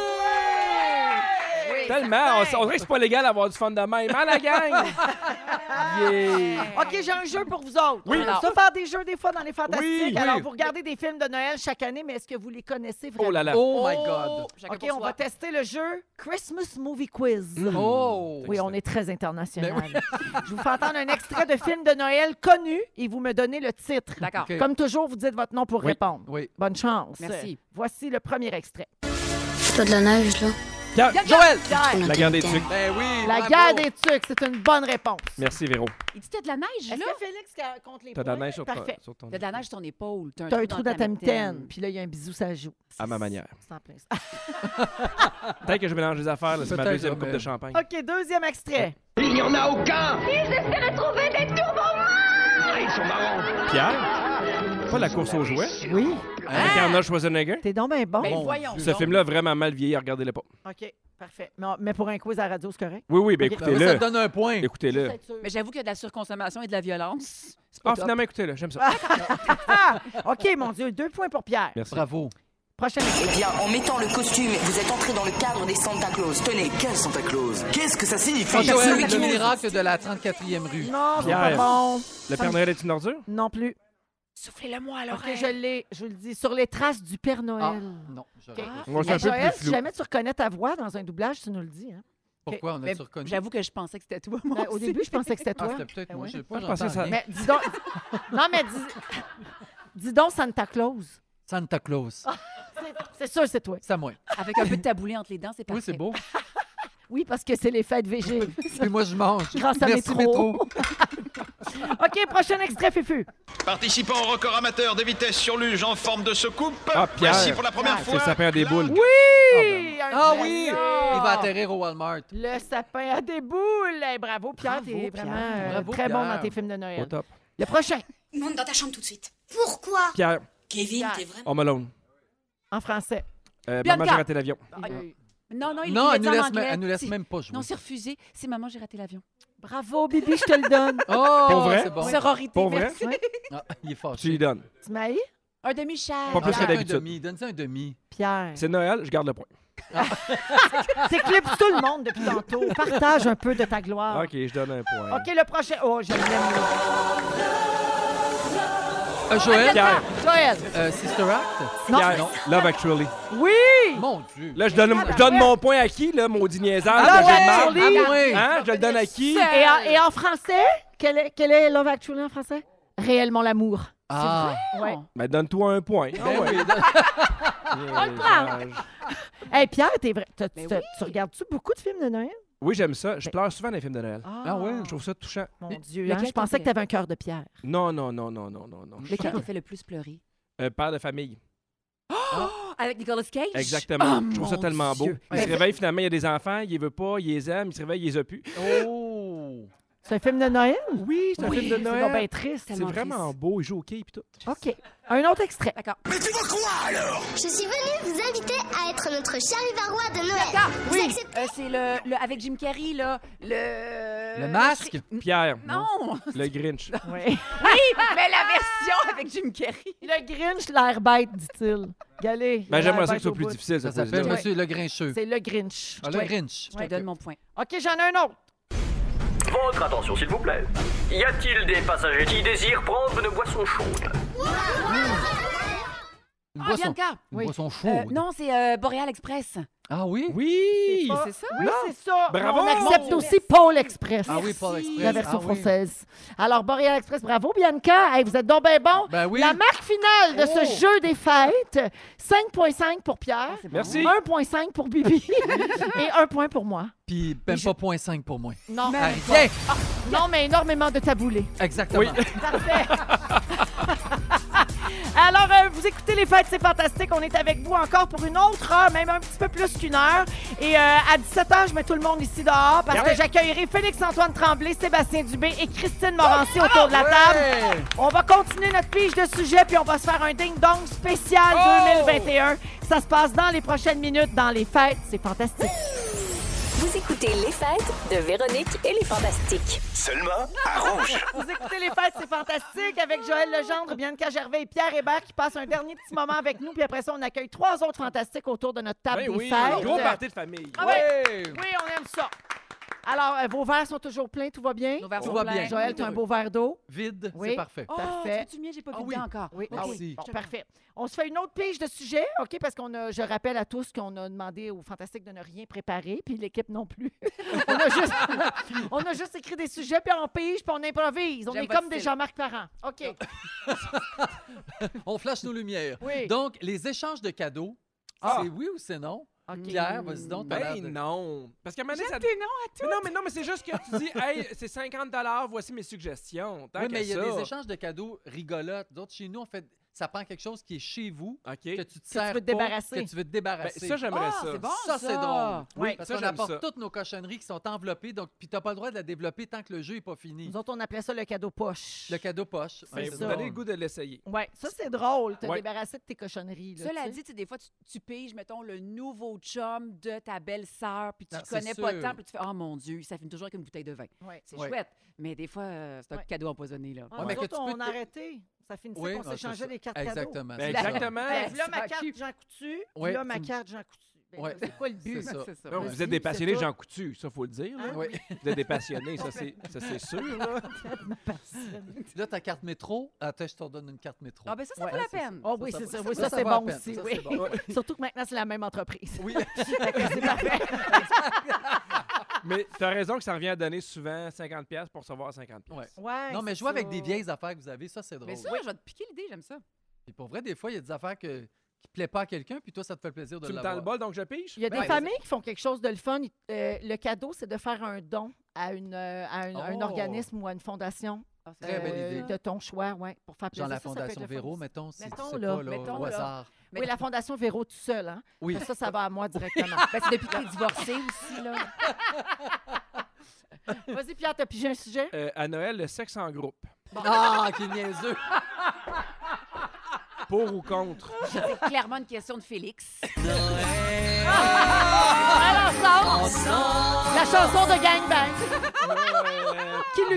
Speaker 1: Oui,
Speaker 3: Tellement,
Speaker 1: certain.
Speaker 3: on, on dirait que c'est pas légal d'avoir du fun de même. Hein, la gang? yeah!
Speaker 1: OK, j'ai un jeu pour vous autres.
Speaker 3: Oui.
Speaker 1: On aime ça faire des jeux des fois dans les fantastiques.
Speaker 3: Oui.
Speaker 1: Alors,
Speaker 2: Oui.
Speaker 1: vous regardez des films de Noël chaque année, mais est-ce que vous les connaissez vraiment?
Speaker 3: Oh là là.
Speaker 2: Oh my God.
Speaker 1: OK, on va tester le jeu Christmas Movie Quiz.
Speaker 3: Mm.
Speaker 2: Oh.
Speaker 1: Oui, on est très international.
Speaker 2: Ben
Speaker 1: Je vous fais entendre un extrait de film de Noël connu et vous me donnez le titre.
Speaker 4: D'accord.
Speaker 2: Ok.
Speaker 1: Comme toujours, vous dites votre nom pour
Speaker 3: Oui.
Speaker 1: répondre.
Speaker 2: Oui.
Speaker 1: Bonne chance.
Speaker 4: Merci.
Speaker 1: Voici le premier extrait.
Speaker 7: C'est pas de la neige, là.
Speaker 3: Ga-
Speaker 2: Joël.
Speaker 1: Pierre,
Speaker 7: On
Speaker 3: La
Speaker 7: a
Speaker 3: guerre
Speaker 7: tout le
Speaker 3: des
Speaker 7: temps.
Speaker 3: trucs.
Speaker 2: Ben oui.
Speaker 1: La
Speaker 2: bravo.
Speaker 1: guerre des tucs, c'est une bonne réponse.
Speaker 3: Merci, Véro.
Speaker 4: Il dit, t'as de la neige,
Speaker 1: Est-ce
Speaker 4: là?
Speaker 1: que Félix ca- compte les
Speaker 3: T'as de la
Speaker 1: points?
Speaker 3: neige sur, ton-
Speaker 1: Parfait.
Speaker 3: sur ton
Speaker 4: T'as de la neige sur ton épaule. T'as
Speaker 1: T'as un trou dans ta mitaine,
Speaker 4: mitaine.
Speaker 1: puis là, il y a un bisou, ça joue.
Speaker 3: À ma manière.
Speaker 1: C'est en plein ça.
Speaker 3: Peut-être que je mélange les affaires, là, c'est ma
Speaker 2: Peut-être
Speaker 3: deuxième
Speaker 2: jamais.
Speaker 3: coupe de champagne.
Speaker 1: OK, deuxième extrait.
Speaker 3: Pierre? Pas la course aux jouets? Oui. Avec Arnold Schwarzenegger?
Speaker 1: T'es donc bien bon.
Speaker 4: Ben
Speaker 2: Mon
Speaker 4: voyons
Speaker 3: Ce
Speaker 4: donc.
Speaker 3: film-là a vraiment mal vieilli, regardez-le pas.
Speaker 1: OK, parfait. Mais, mais pour un quiz à la radio, c'est correct?
Speaker 3: Oui, oui, ben
Speaker 1: Ok.
Speaker 2: Ben oui, ça
Speaker 3: écoutez-le.
Speaker 2: te donne un point.
Speaker 3: Écoutez-le.
Speaker 1: Peut-être sûr.
Speaker 4: Mais j'avoue qu'il y a de la surconsommation et de la violence. C'est pas
Speaker 3: Ah,
Speaker 4: top.
Speaker 3: finalement, écoutez-le, j'aime ça.
Speaker 1: Ah! OK, mon Dieu, deux points pour Pierre.
Speaker 3: Merci.
Speaker 2: Bravo.
Speaker 1: Prochaine
Speaker 8: Eh bien, en mettant le costume, vous êtes entré dans le cadre des Santa Claus. Tenez.
Speaker 9: Quel Santa Claus Qu'est-ce que ça signifie
Speaker 2: Joël, le miracle de la 34e rue.
Speaker 1: Oh, Non, Ah, c'est pas
Speaker 3: Pierre.
Speaker 1: bon.
Speaker 3: Le Père Noël est une ordure?
Speaker 1: Non plus.
Speaker 4: Soufflez-le-moi alors.
Speaker 1: Alors que je l'ai, je vous le dis, sur les traces du Père
Speaker 2: Ah,
Speaker 1: Noël.
Speaker 2: non. je-
Speaker 1: OK.
Speaker 3: Moi, c'est
Speaker 1: Mais
Speaker 3: un peu
Speaker 1: Joël,
Speaker 3: plus
Speaker 1: si
Speaker 3: flou.
Speaker 1: jamais tu reconnais ta voix dans un doublage, tu nous le dis. Hein?
Speaker 2: Pourquoi on
Speaker 4: Mais
Speaker 2: a surconnu?
Speaker 4: J'avoue que je pensais que c'était toi, moi.
Speaker 1: Ben, au
Speaker 4: aussi.
Speaker 1: début, je pensais que c'était
Speaker 2: Ah,
Speaker 1: toi.
Speaker 2: c'était peut-être
Speaker 1: Ben
Speaker 2: moi.
Speaker 1: oui.
Speaker 2: Je sais pas,
Speaker 3: Je pensais
Speaker 2: j'entends
Speaker 3: ça-
Speaker 2: rien.
Speaker 1: mais dis donc. non, mais dis, dis donc Santa Claus.
Speaker 2: Santa Claus.
Speaker 1: C'est- C'est sûr, c'est toi.
Speaker 2: C'est à moi.
Speaker 4: Avec un peu de taboulé entre les dents, c'est parfait.
Speaker 2: Oui, c'est beau.
Speaker 1: Oui, parce que c'est les fêtes VG.
Speaker 2: Puis moi, je mange.
Speaker 1: Grâce à
Speaker 2: Merci,
Speaker 1: Métro.
Speaker 2: Métro.
Speaker 1: OK, prochain extrait, Fufu.
Speaker 9: Participant au record amateur de vitesse sur luge en forme de soucoupe,
Speaker 3: Ah, Pierre.
Speaker 9: voici pour la première
Speaker 3: C'est le
Speaker 9: fois
Speaker 3: sapin à des boules.
Speaker 1: Oui! un
Speaker 2: Ah oui!
Speaker 1: plaisir.
Speaker 2: Il va atterrir au Walmart.
Speaker 1: Le sapin à des boules. Eh, bravo, Pierre.
Speaker 4: Bravo,
Speaker 1: T'es
Speaker 4: Pierre.
Speaker 1: vraiment euh,
Speaker 2: Bravo,
Speaker 1: très bon
Speaker 2: Pierre.
Speaker 1: dans tes films de
Speaker 3: Au
Speaker 1: Noël.
Speaker 3: top.
Speaker 1: Le prochain,
Speaker 7: Monte dans ta chambre tout de suite. Pourquoi
Speaker 3: Pierre,
Speaker 8: Kevin,
Speaker 1: Pierre.
Speaker 8: t'es vraiment.
Speaker 3: Home Alone.
Speaker 1: en français.
Speaker 3: Euh,
Speaker 4: Bianca.
Speaker 3: maman, j'ai raté l'avion.
Speaker 1: Ah,
Speaker 4: Ah,
Speaker 1: Il-
Speaker 4: Non, non, il
Speaker 2: Non, elle
Speaker 4: il l'a
Speaker 2: nous,
Speaker 4: dit en
Speaker 2: laisse,
Speaker 4: anglais.
Speaker 2: même- elle nous laisse
Speaker 4: Si.
Speaker 2: même pas jouer.
Speaker 4: Non, c'est refusé. C'est maman, j'ai raté l'avion.
Speaker 1: Bravo, Bibi, je te le donne.
Speaker 2: oh,
Speaker 3: Pour vrai?
Speaker 2: c'est bon.
Speaker 4: Sororité.
Speaker 3: Pour vrai?
Speaker 4: merci.
Speaker 2: Ah, il est fort.
Speaker 3: Tu lui donnes.
Speaker 1: Tu m'as eu?
Speaker 4: Un demi-char.
Speaker 3: Pas plus que
Speaker 1: Pierre.
Speaker 2: un
Speaker 3: d'habitude.
Speaker 2: demi. Donne-lui un demi.
Speaker 1: Pierre.
Speaker 3: C'est Noël, je garde le point.
Speaker 1: T'éclipses tout le monde depuis tantôt. Partage un peu de ta gloire.
Speaker 3: Ok, je donne un
Speaker 2: Ah,
Speaker 3: point.
Speaker 1: OK, le prochain. Oh, je l'aime.
Speaker 2: Euh, Joël,
Speaker 3: Pierre,
Speaker 1: Joël.
Speaker 2: euh, Sister Act?
Speaker 1: Non.
Speaker 3: Pierre, Love Actually.
Speaker 1: Oui!
Speaker 2: Mon Dieu.
Speaker 3: Là, je donne,
Speaker 1: Mais
Speaker 3: je donne
Speaker 1: tabarouette.
Speaker 3: mon point à qui, là, maudit niaisage?
Speaker 1: Ah,
Speaker 3: là, je
Speaker 1: ouais,
Speaker 3: le demande.
Speaker 1: Jolie.
Speaker 2: Ah, ouais.
Speaker 3: Hein? Je le donne à qui?
Speaker 4: Seul.
Speaker 1: Et en, et en français, quel est, quel est Love Actually en français? Réellement l'amour.
Speaker 2: Ah.
Speaker 1: Ouais.
Speaker 3: Ben, donne-toi un point. Ah
Speaker 2: Ben
Speaker 3: ouais.
Speaker 2: oui,
Speaker 3: Niaisage.
Speaker 1: Hey, Pierre, t'es vrai. t'as- Tu,
Speaker 4: Mais
Speaker 1: te- tu regardes-tu beaucoup de films de Noël?
Speaker 3: Oui, j'aime ça. Je pleure souvent dans les films de Noël.
Speaker 2: Ah ouais?
Speaker 3: Je trouve ça touchant.
Speaker 1: Mon
Speaker 2: Mais-
Speaker 1: Dieu,
Speaker 4: lequel
Speaker 1: hein, je pensais
Speaker 4: t'aimerais?
Speaker 1: que t'avais un cœur de pierre.
Speaker 3: Non, non, non, non, non, non, non.
Speaker 4: Lequel qui a fait le plus pleurer?
Speaker 3: Euh, père de famille.
Speaker 4: Avec Nicolas Cage?
Speaker 3: Exactement.
Speaker 4: Oh,
Speaker 3: je trouve ça
Speaker 4: mon
Speaker 3: tellement beau.
Speaker 4: Dieu.
Speaker 3: Il se réveille finalement, il y a des enfants, il les veut pas, il les aime, il se réveille, il les a plus.
Speaker 2: Oh.
Speaker 1: C'est un film de Noël?
Speaker 3: Oui, c'est un
Speaker 4: Oui,
Speaker 3: film de
Speaker 4: c'est
Speaker 1: C'est donc bien
Speaker 3: Noël.
Speaker 1: triste.
Speaker 3: C'est vraiment beau, il joue au quai puis tout.
Speaker 1: OK. Un autre extrait.
Speaker 4: D'accord.
Speaker 7: Je suis venue vous inviter à être notre charivarois de Noël.
Speaker 4: D'accord.
Speaker 7: Vous
Speaker 4: Oui.
Speaker 7: acceptez?
Speaker 4: Euh, c'est le, le- Avec Jim Carrey, là. Le.
Speaker 2: Le masque?
Speaker 3: Pierre.
Speaker 4: Non!
Speaker 3: Le Grinch.
Speaker 1: Oui.
Speaker 4: Mais la version avec Jim Carrey.
Speaker 1: Le Grinch, l'air bête, dit-il. Galé.
Speaker 3: Ben,
Speaker 1: l'air
Speaker 3: j'aimerais
Speaker 1: bête
Speaker 3: ça que ce soit
Speaker 1: au
Speaker 3: plus
Speaker 1: bout.
Speaker 3: difficile,
Speaker 2: Ça
Speaker 3: cette fois-là.
Speaker 2: s'appelle
Speaker 1: Ouais.
Speaker 2: Monsieur le Grincheux.
Speaker 1: C'est le Grinch.
Speaker 2: Ah, le Grinch.
Speaker 4: Je te donne mon point.
Speaker 1: OK, j'en ai un autre.
Speaker 10: Votre attention, s'il vous plaît. Y a-t-il des passagers qui désirent prendre une boisson chaude
Speaker 2: Une
Speaker 4: Ah,
Speaker 2: boisson,
Speaker 4: Bianca!
Speaker 2: une
Speaker 1: Oui.
Speaker 2: boisson
Speaker 4: Euh,
Speaker 2: chaude.
Speaker 4: non, c'est euh, Boreal Express.
Speaker 2: Ah oui?
Speaker 3: Oui!
Speaker 1: Ah,
Speaker 4: c'est ça?
Speaker 1: Oui, c'est ça.
Speaker 3: Bravo!
Speaker 1: On accepte aussi Paul Express.
Speaker 2: Ah oui, Paul Express.
Speaker 1: La
Speaker 2: Ah
Speaker 1: version
Speaker 2: oui.
Speaker 1: française. Alors, Boreal Express, bravo, Bianca. Hey, vous êtes donc bien bon.
Speaker 2: Ben oui.
Speaker 1: La marque finale de
Speaker 2: Oh. Ah,
Speaker 1: ce jeu des fêtes, 5,5 pour Pierre,
Speaker 3: Merci.
Speaker 1: 1,5 pour Bibi et 1 point pour moi.
Speaker 2: Puis même pas 0.5 pour moi.
Speaker 1: Non,
Speaker 2: Ah, rien.
Speaker 1: non mais énormément de taboulés.
Speaker 2: Exactement.
Speaker 3: Oui.
Speaker 1: Parfait. Alors, euh, vous écoutez les fêtes, c'est fantastique. On est avec vous encore pour une autre heure, même un petit peu plus qu'une heure. Et euh, à 17h, je mets tout le monde ici dehors parce que j'accueillerai Félix-Antoine Tremblay, Sébastien Dubé et Christine Morancy autour de la table. On va continuer notre pige de sujet, puis on va se faire un ding-dong spécial 2021. Ça se passe dans les prochaines minutes, dans les fêtes. C'est fantastique.
Speaker 6: Vous écoutez Les Fêtes de Véronique et les Fantastiques.
Speaker 9: seulement à rouge.
Speaker 1: Vous écoutez les fêtes, c'est fantastique avec Joël Legendre, Bianca Gervais et Pierre Hébert qui passent un dernier petit moment avec nous. Puis après ça, on accueille trois autres fantastiques autour de notre table
Speaker 3: Ben
Speaker 1: des
Speaker 3: oui,
Speaker 1: fêtes.
Speaker 3: gros party de famille.
Speaker 1: Ah ouais. Oui, on aime ça. Alors, euh, vos verres sont toujours pleins, tout va bien?
Speaker 4: Nos verres
Speaker 2: Tout
Speaker 4: sont
Speaker 2: va
Speaker 4: pleins.
Speaker 2: bien.
Speaker 1: Joël, tu as un beau verre d'eau.
Speaker 2: Vide,
Speaker 1: Oui.
Speaker 2: c'est parfait.
Speaker 4: Oh,
Speaker 1: Parfait.
Speaker 4: tu mien, j'ai pas
Speaker 2: Ah
Speaker 4: vu
Speaker 2: oui.
Speaker 4: dedans encore.
Speaker 1: Oui,
Speaker 2: Ah
Speaker 1: ah
Speaker 2: oui.
Speaker 1: oui. Bon, parfait. On se fait une autre pige de sujet, OK? Parce qu'on a, je rappelle à tous qu'on a demandé aux Fantastiques de ne rien préparer, puis l'équipe non plus. on, a juste, on a juste écrit des sujets, puis on pige, puis on improvise. On
Speaker 4: J'aime
Speaker 1: est
Speaker 4: votre
Speaker 1: comme des
Speaker 4: style.
Speaker 1: Jean-Marc Parent. OK.
Speaker 2: On flash nos lumières.
Speaker 1: Oui.
Speaker 2: Donc, les échanges de cadeaux,
Speaker 3: Ah.
Speaker 2: c'est oui ou c'est non?
Speaker 1: OK.
Speaker 2: Pierre, vas-y donc. t'as l'air
Speaker 3: Ben
Speaker 2: de-
Speaker 3: non. Parce qu'à un moment donné, ça... Mais non, mais non, mais c'est juste que tu dis, hey, c'est 50 voici mes suggestions. Tant
Speaker 2: Oui,
Speaker 3: qu'à
Speaker 2: mais il y a
Speaker 3: ça.
Speaker 2: des échanges de cadeaux rigolotes. D'autres, chez nous, on fait... Ça prend quelque chose qui est chez vous, que
Speaker 3: OK.
Speaker 2: tu te sers
Speaker 1: veux
Speaker 2: pas,
Speaker 1: te débarrasser.
Speaker 2: que tu veux te
Speaker 3: Ben,
Speaker 2: débarrasser.
Speaker 3: ça, j'aimerais
Speaker 4: Ah,
Speaker 3: ça.
Speaker 4: c'est bon.
Speaker 2: ça, c'est
Speaker 4: ça.
Speaker 2: drôle.
Speaker 3: Oui,
Speaker 2: Parce
Speaker 3: ça,
Speaker 2: qu'on
Speaker 3: j'aime
Speaker 2: apporte
Speaker 3: ça.
Speaker 2: toutes nos cochonneries qui sont enveloppées, donc puis t'as pas le droit de la développer tant que le jeu est pas fini.
Speaker 1: Nous autres, on appelait ça le cadeau poche.
Speaker 2: Le cadeau poche.
Speaker 1: C'est
Speaker 2: Ouais,
Speaker 3: Ben,
Speaker 1: ça.
Speaker 3: vous avez le goût de l'essayer.
Speaker 1: Oui, ça, c'est drôle. Te
Speaker 3: Ouais.
Speaker 1: débarrasser de tes cochonneries. Là,
Speaker 4: Cela
Speaker 1: tu sais.
Speaker 4: dit, tu sais, des fois, tu, tu piges, mettons, le nouveau chum de ta belle-sœur, puis tu
Speaker 2: Non,
Speaker 4: te
Speaker 2: c'est
Speaker 4: connais pas
Speaker 2: sûr.
Speaker 4: tant, puis tu fais « Oh mon Dieu, ça finit toujours avec une bouteille de vin. »
Speaker 1: Ouais.
Speaker 4: C'est
Speaker 2: Ouais.
Speaker 4: chouette, mais des fois, euh, c'est un
Speaker 1: Ouais.
Speaker 4: cadeau empoisonné, là.
Speaker 1: Ah,
Speaker 2: Ouais,
Speaker 1: nous
Speaker 2: mais que
Speaker 1: autres,
Speaker 2: tu peux
Speaker 1: on
Speaker 2: te-
Speaker 1: a arrêté. Ça finissait
Speaker 2: Oui,
Speaker 1: qu'on
Speaker 2: ouais, c'est
Speaker 1: s'échangeait
Speaker 2: ça.
Speaker 1: les cartes cadeaux.
Speaker 2: Exactement.
Speaker 3: Ben,
Speaker 2: c'est ça.
Speaker 3: exactement.
Speaker 1: Ben, voilà ma
Speaker 2: Ah,
Speaker 1: carte
Speaker 2: qui-
Speaker 1: Jean Coutu,
Speaker 2: Ouais,
Speaker 1: voilà ma
Speaker 2: tu me-
Speaker 1: carte Jean Coutu. Ben,
Speaker 2: Ouais.
Speaker 1: C'est quoi le
Speaker 2: C'est
Speaker 1: but?
Speaker 2: ça.
Speaker 4: C'est ça.
Speaker 3: Non,
Speaker 1: Ouais.
Speaker 3: vous êtes
Speaker 1: C'est
Speaker 3: des passionnés
Speaker 1: tout.
Speaker 3: Jean Coutu, ça, faut le dire. là.
Speaker 1: Hein?
Speaker 2: Oui.
Speaker 3: Vous êtes des passionnés, ça, c'est ça, c'est sûr. là.
Speaker 2: Là, ta carte métro, attends, je te redonne une carte métro.
Speaker 4: Ah, ben ça, ça
Speaker 2: Ouais,
Speaker 4: vaut la
Speaker 2: c'est ça.
Speaker 4: peine.
Speaker 1: Oh oui,
Speaker 2: Ça,
Speaker 1: c'est
Speaker 2: ça
Speaker 1: ça.
Speaker 2: va-
Speaker 1: Oui,
Speaker 2: ça,
Speaker 1: ça,
Speaker 2: ça
Speaker 1: c'est
Speaker 2: va à
Speaker 1: bon
Speaker 2: peine.
Speaker 1: aussi.
Speaker 2: Ça,
Speaker 1: oui.
Speaker 2: c'est bon.
Speaker 1: Surtout que maintenant, c'est la même entreprise.
Speaker 2: Oui.
Speaker 1: Fait que c'est parfait.
Speaker 3: Mais t'as raison que ça revient à donner souvent 50$ pour recevoir 50$.
Speaker 2: Ouais.
Speaker 1: Ouais,
Speaker 2: Non, mais
Speaker 1: c'est
Speaker 2: je vois avec
Speaker 1: ça.
Speaker 2: des vieilles affaires que vous avez, ça, c'est drôle.
Speaker 4: Mais ça, je vais te piquer l'idée, j'aime ça.
Speaker 2: Puis pour vrai, des fois, il y a des affaires que, qui ne plaît pas à quelqu'un, puis toi, ça te fait plaisir de
Speaker 3: Tu me
Speaker 2: l'avoir.
Speaker 3: tends le bol, donc je pige?
Speaker 1: Il y a des
Speaker 2: Ben,
Speaker 1: familles qui font quelque chose de le fun. Euh, le cadeau, c'est de faire un don à, une, euh, à une- un
Speaker 2: Oh.
Speaker 1: organisme ou à une fondation
Speaker 4: Ah, c'est
Speaker 2: Très
Speaker 4: vrai.
Speaker 2: belle
Speaker 1: euh,
Speaker 2: idée.
Speaker 1: de ton choix, ouais, pour faire plaisir.
Speaker 2: Genre la
Speaker 1: Ça, ça peut être
Speaker 2: Fondation
Speaker 1: le fun
Speaker 2: Véro,
Speaker 1: aussi.
Speaker 2: mettons, si
Speaker 1: Mettons,
Speaker 2: tu sais
Speaker 1: là,
Speaker 2: pas, là,
Speaker 1: mettons,
Speaker 2: au
Speaker 1: là.
Speaker 2: hasard.
Speaker 4: Mais-
Speaker 1: Oui, la Fondation Véro tout seul. Hein?
Speaker 2: Oui.
Speaker 1: Ça, ça, ça va à moi directement.
Speaker 4: Ben, c'est depuis que t'es divorcé aussi, là.
Speaker 1: Vas-y, Pierre, t'as pigé un sujet?
Speaker 3: Euh, à Noël, le sexe en groupe.
Speaker 2: Ah, qui niaiseux!
Speaker 3: Pour ou contre?
Speaker 4: C'est clairement une question de Félix. Ah!
Speaker 1: Alors, ça, la chanson de Gang Bang.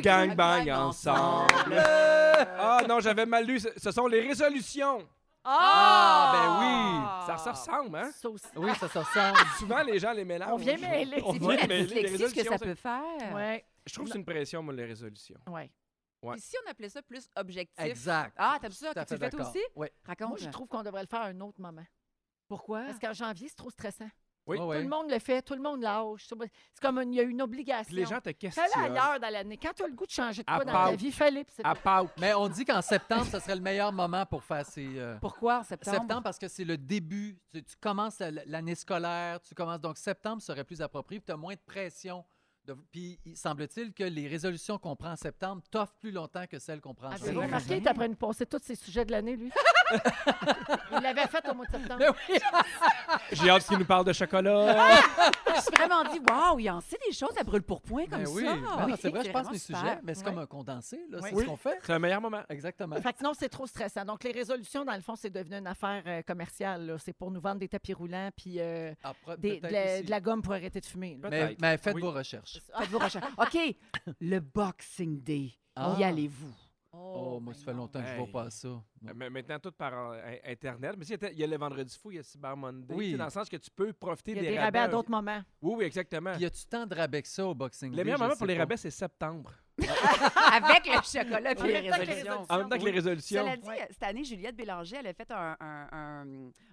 Speaker 3: Gang bang ensemble. Ah non, j'avais mal lu. Ce ce sont les résolutions. ben
Speaker 2: Ah,
Speaker 3: Ça se ressemble, hein?
Speaker 1: Ah! Ça aussi.
Speaker 2: ben oui! Oui, ça se ressemble.
Speaker 3: Souvent, les gens les mélangent.
Speaker 1: On vient mêler.
Speaker 3: On
Speaker 1: C'est
Speaker 3: vient
Speaker 4: la
Speaker 3: mêler les
Speaker 4: dyslexie, ce que
Speaker 3: résolutions.
Speaker 4: ça peut faire.
Speaker 1: Ouais,
Speaker 3: Je trouve que c'est une pression, moi, les résolutions.
Speaker 1: ouais.
Speaker 3: Ouais.
Speaker 4: Puis si on appelait ça plus objectif,
Speaker 2: Exact.
Speaker 4: Ah, t'aimes ça?
Speaker 2: Tout à
Speaker 4: Tu le fais toi
Speaker 2: d'accord.
Speaker 4: aussi?
Speaker 2: Oui.
Speaker 4: raconte.
Speaker 1: Moi, je trouve qu'on devrait le faire à un autre moment.
Speaker 4: Pourquoi?
Speaker 1: Parce qu'en janvier, c'est trop stressant.
Speaker 3: Oui.
Speaker 2: Ah
Speaker 1: Tout
Speaker 2: ouais.
Speaker 1: le monde le fait, tout le monde lâche. C'est comme une- il y a une obligation.
Speaker 3: Puis les gens te
Speaker 1: Fais-le
Speaker 3: questionnent.
Speaker 1: ailleurs dans l'année. Quand tu as le goût de changer de
Speaker 3: À
Speaker 1: quoi dans ta
Speaker 3: Pâques.
Speaker 1: vie, fais-le. puis c'est
Speaker 3: À
Speaker 1: tout.
Speaker 3: Pâques.
Speaker 2: Mais on dit qu'en septembre, ce serait le meilleur moment pour faire ces... euh,
Speaker 4: Pourquoi en septembre?
Speaker 2: Septembre, parce que c'est le début. Tu, tu commences la- l'année scolaire, tu commences. Donc, septembre serait plus approprié, puis tu as moins de pression. De- puis, il semble-t-il que les résolutions qu'on prend en septembre toffent plus longtemps que celles qu'on
Speaker 4: Ah,
Speaker 2: prend en
Speaker 1: Avez-vous
Speaker 2: janvier.
Speaker 1: remarqué qu'il t'apprenne passer tous ces sujets de l'année, lui? Il l'avait fait au mois de septembre.
Speaker 2: Ben oui,
Speaker 3: J'ai hâte qu'ils nous parlent de
Speaker 1: Ah,
Speaker 3: chocolat.
Speaker 4: Ah! Je suis vraiment dit, waouh, il en sait des choses, elle brûle pour point comme
Speaker 2: Ben
Speaker 4: ça. Ah,
Speaker 2: oui. Ben non, c'est vrai, je pense
Speaker 4: vraiment
Speaker 2: mes
Speaker 4: super.
Speaker 2: sujets, mais c'est
Speaker 4: Ouais.
Speaker 2: comme un condensé, là, c'est
Speaker 3: Oui.
Speaker 2: ce qu'on fait.
Speaker 3: C'est le meilleur moment.
Speaker 2: Exactement.
Speaker 1: Fait que non, c'est trop stressant. Donc, les résolutions, dans le fond, c'est devenu une affaire euh, commerciale. là. C'est pour nous vendre des tapis roulants puis euh,
Speaker 3: Ah,
Speaker 2: Après,
Speaker 1: des- de,
Speaker 2: peut-être
Speaker 1: la,
Speaker 2: aussi.
Speaker 1: de la gomme pour arrêter de fumer. là.
Speaker 2: mais,
Speaker 3: Peut-être.
Speaker 2: mais faites
Speaker 3: Oui.
Speaker 2: vos recherches.
Speaker 4: Faites vos recherches. OK, le Boxing Day.
Speaker 2: Ah.
Speaker 4: Y allez-vous?
Speaker 2: Oh, moi, ça fait longtemps que je ne
Speaker 3: Hey. Ben,
Speaker 2: vois pas ça. Non.
Speaker 3: Mais Maintenant, tout par euh, Internet. Mais si, il y a le Vendredi fou, il y a Cyber Monday.
Speaker 2: Oui.
Speaker 3: Tu sais, Dans le sens que tu peux profiter
Speaker 1: Il y a
Speaker 3: des,
Speaker 1: des rabais à
Speaker 3: rabais.
Speaker 1: d'autres moments.
Speaker 3: Oui, oui, exactement.
Speaker 2: Puis, y a-tu tant de rabais que ça au Boxing
Speaker 3: Le
Speaker 2: Day?
Speaker 3: meilleur
Speaker 2: Je
Speaker 3: moment
Speaker 2: sais
Speaker 3: pour les
Speaker 2: pas.
Speaker 3: rabais, c'est septembre.
Speaker 4: Avec le chocolat
Speaker 1: En
Speaker 4: puis les
Speaker 1: même temps que les
Speaker 4: résolutions.
Speaker 3: En même temps que les résolutions.
Speaker 4: Cela dit, euh, cette année, Juliette Bélanger, elle a fait un, un- un-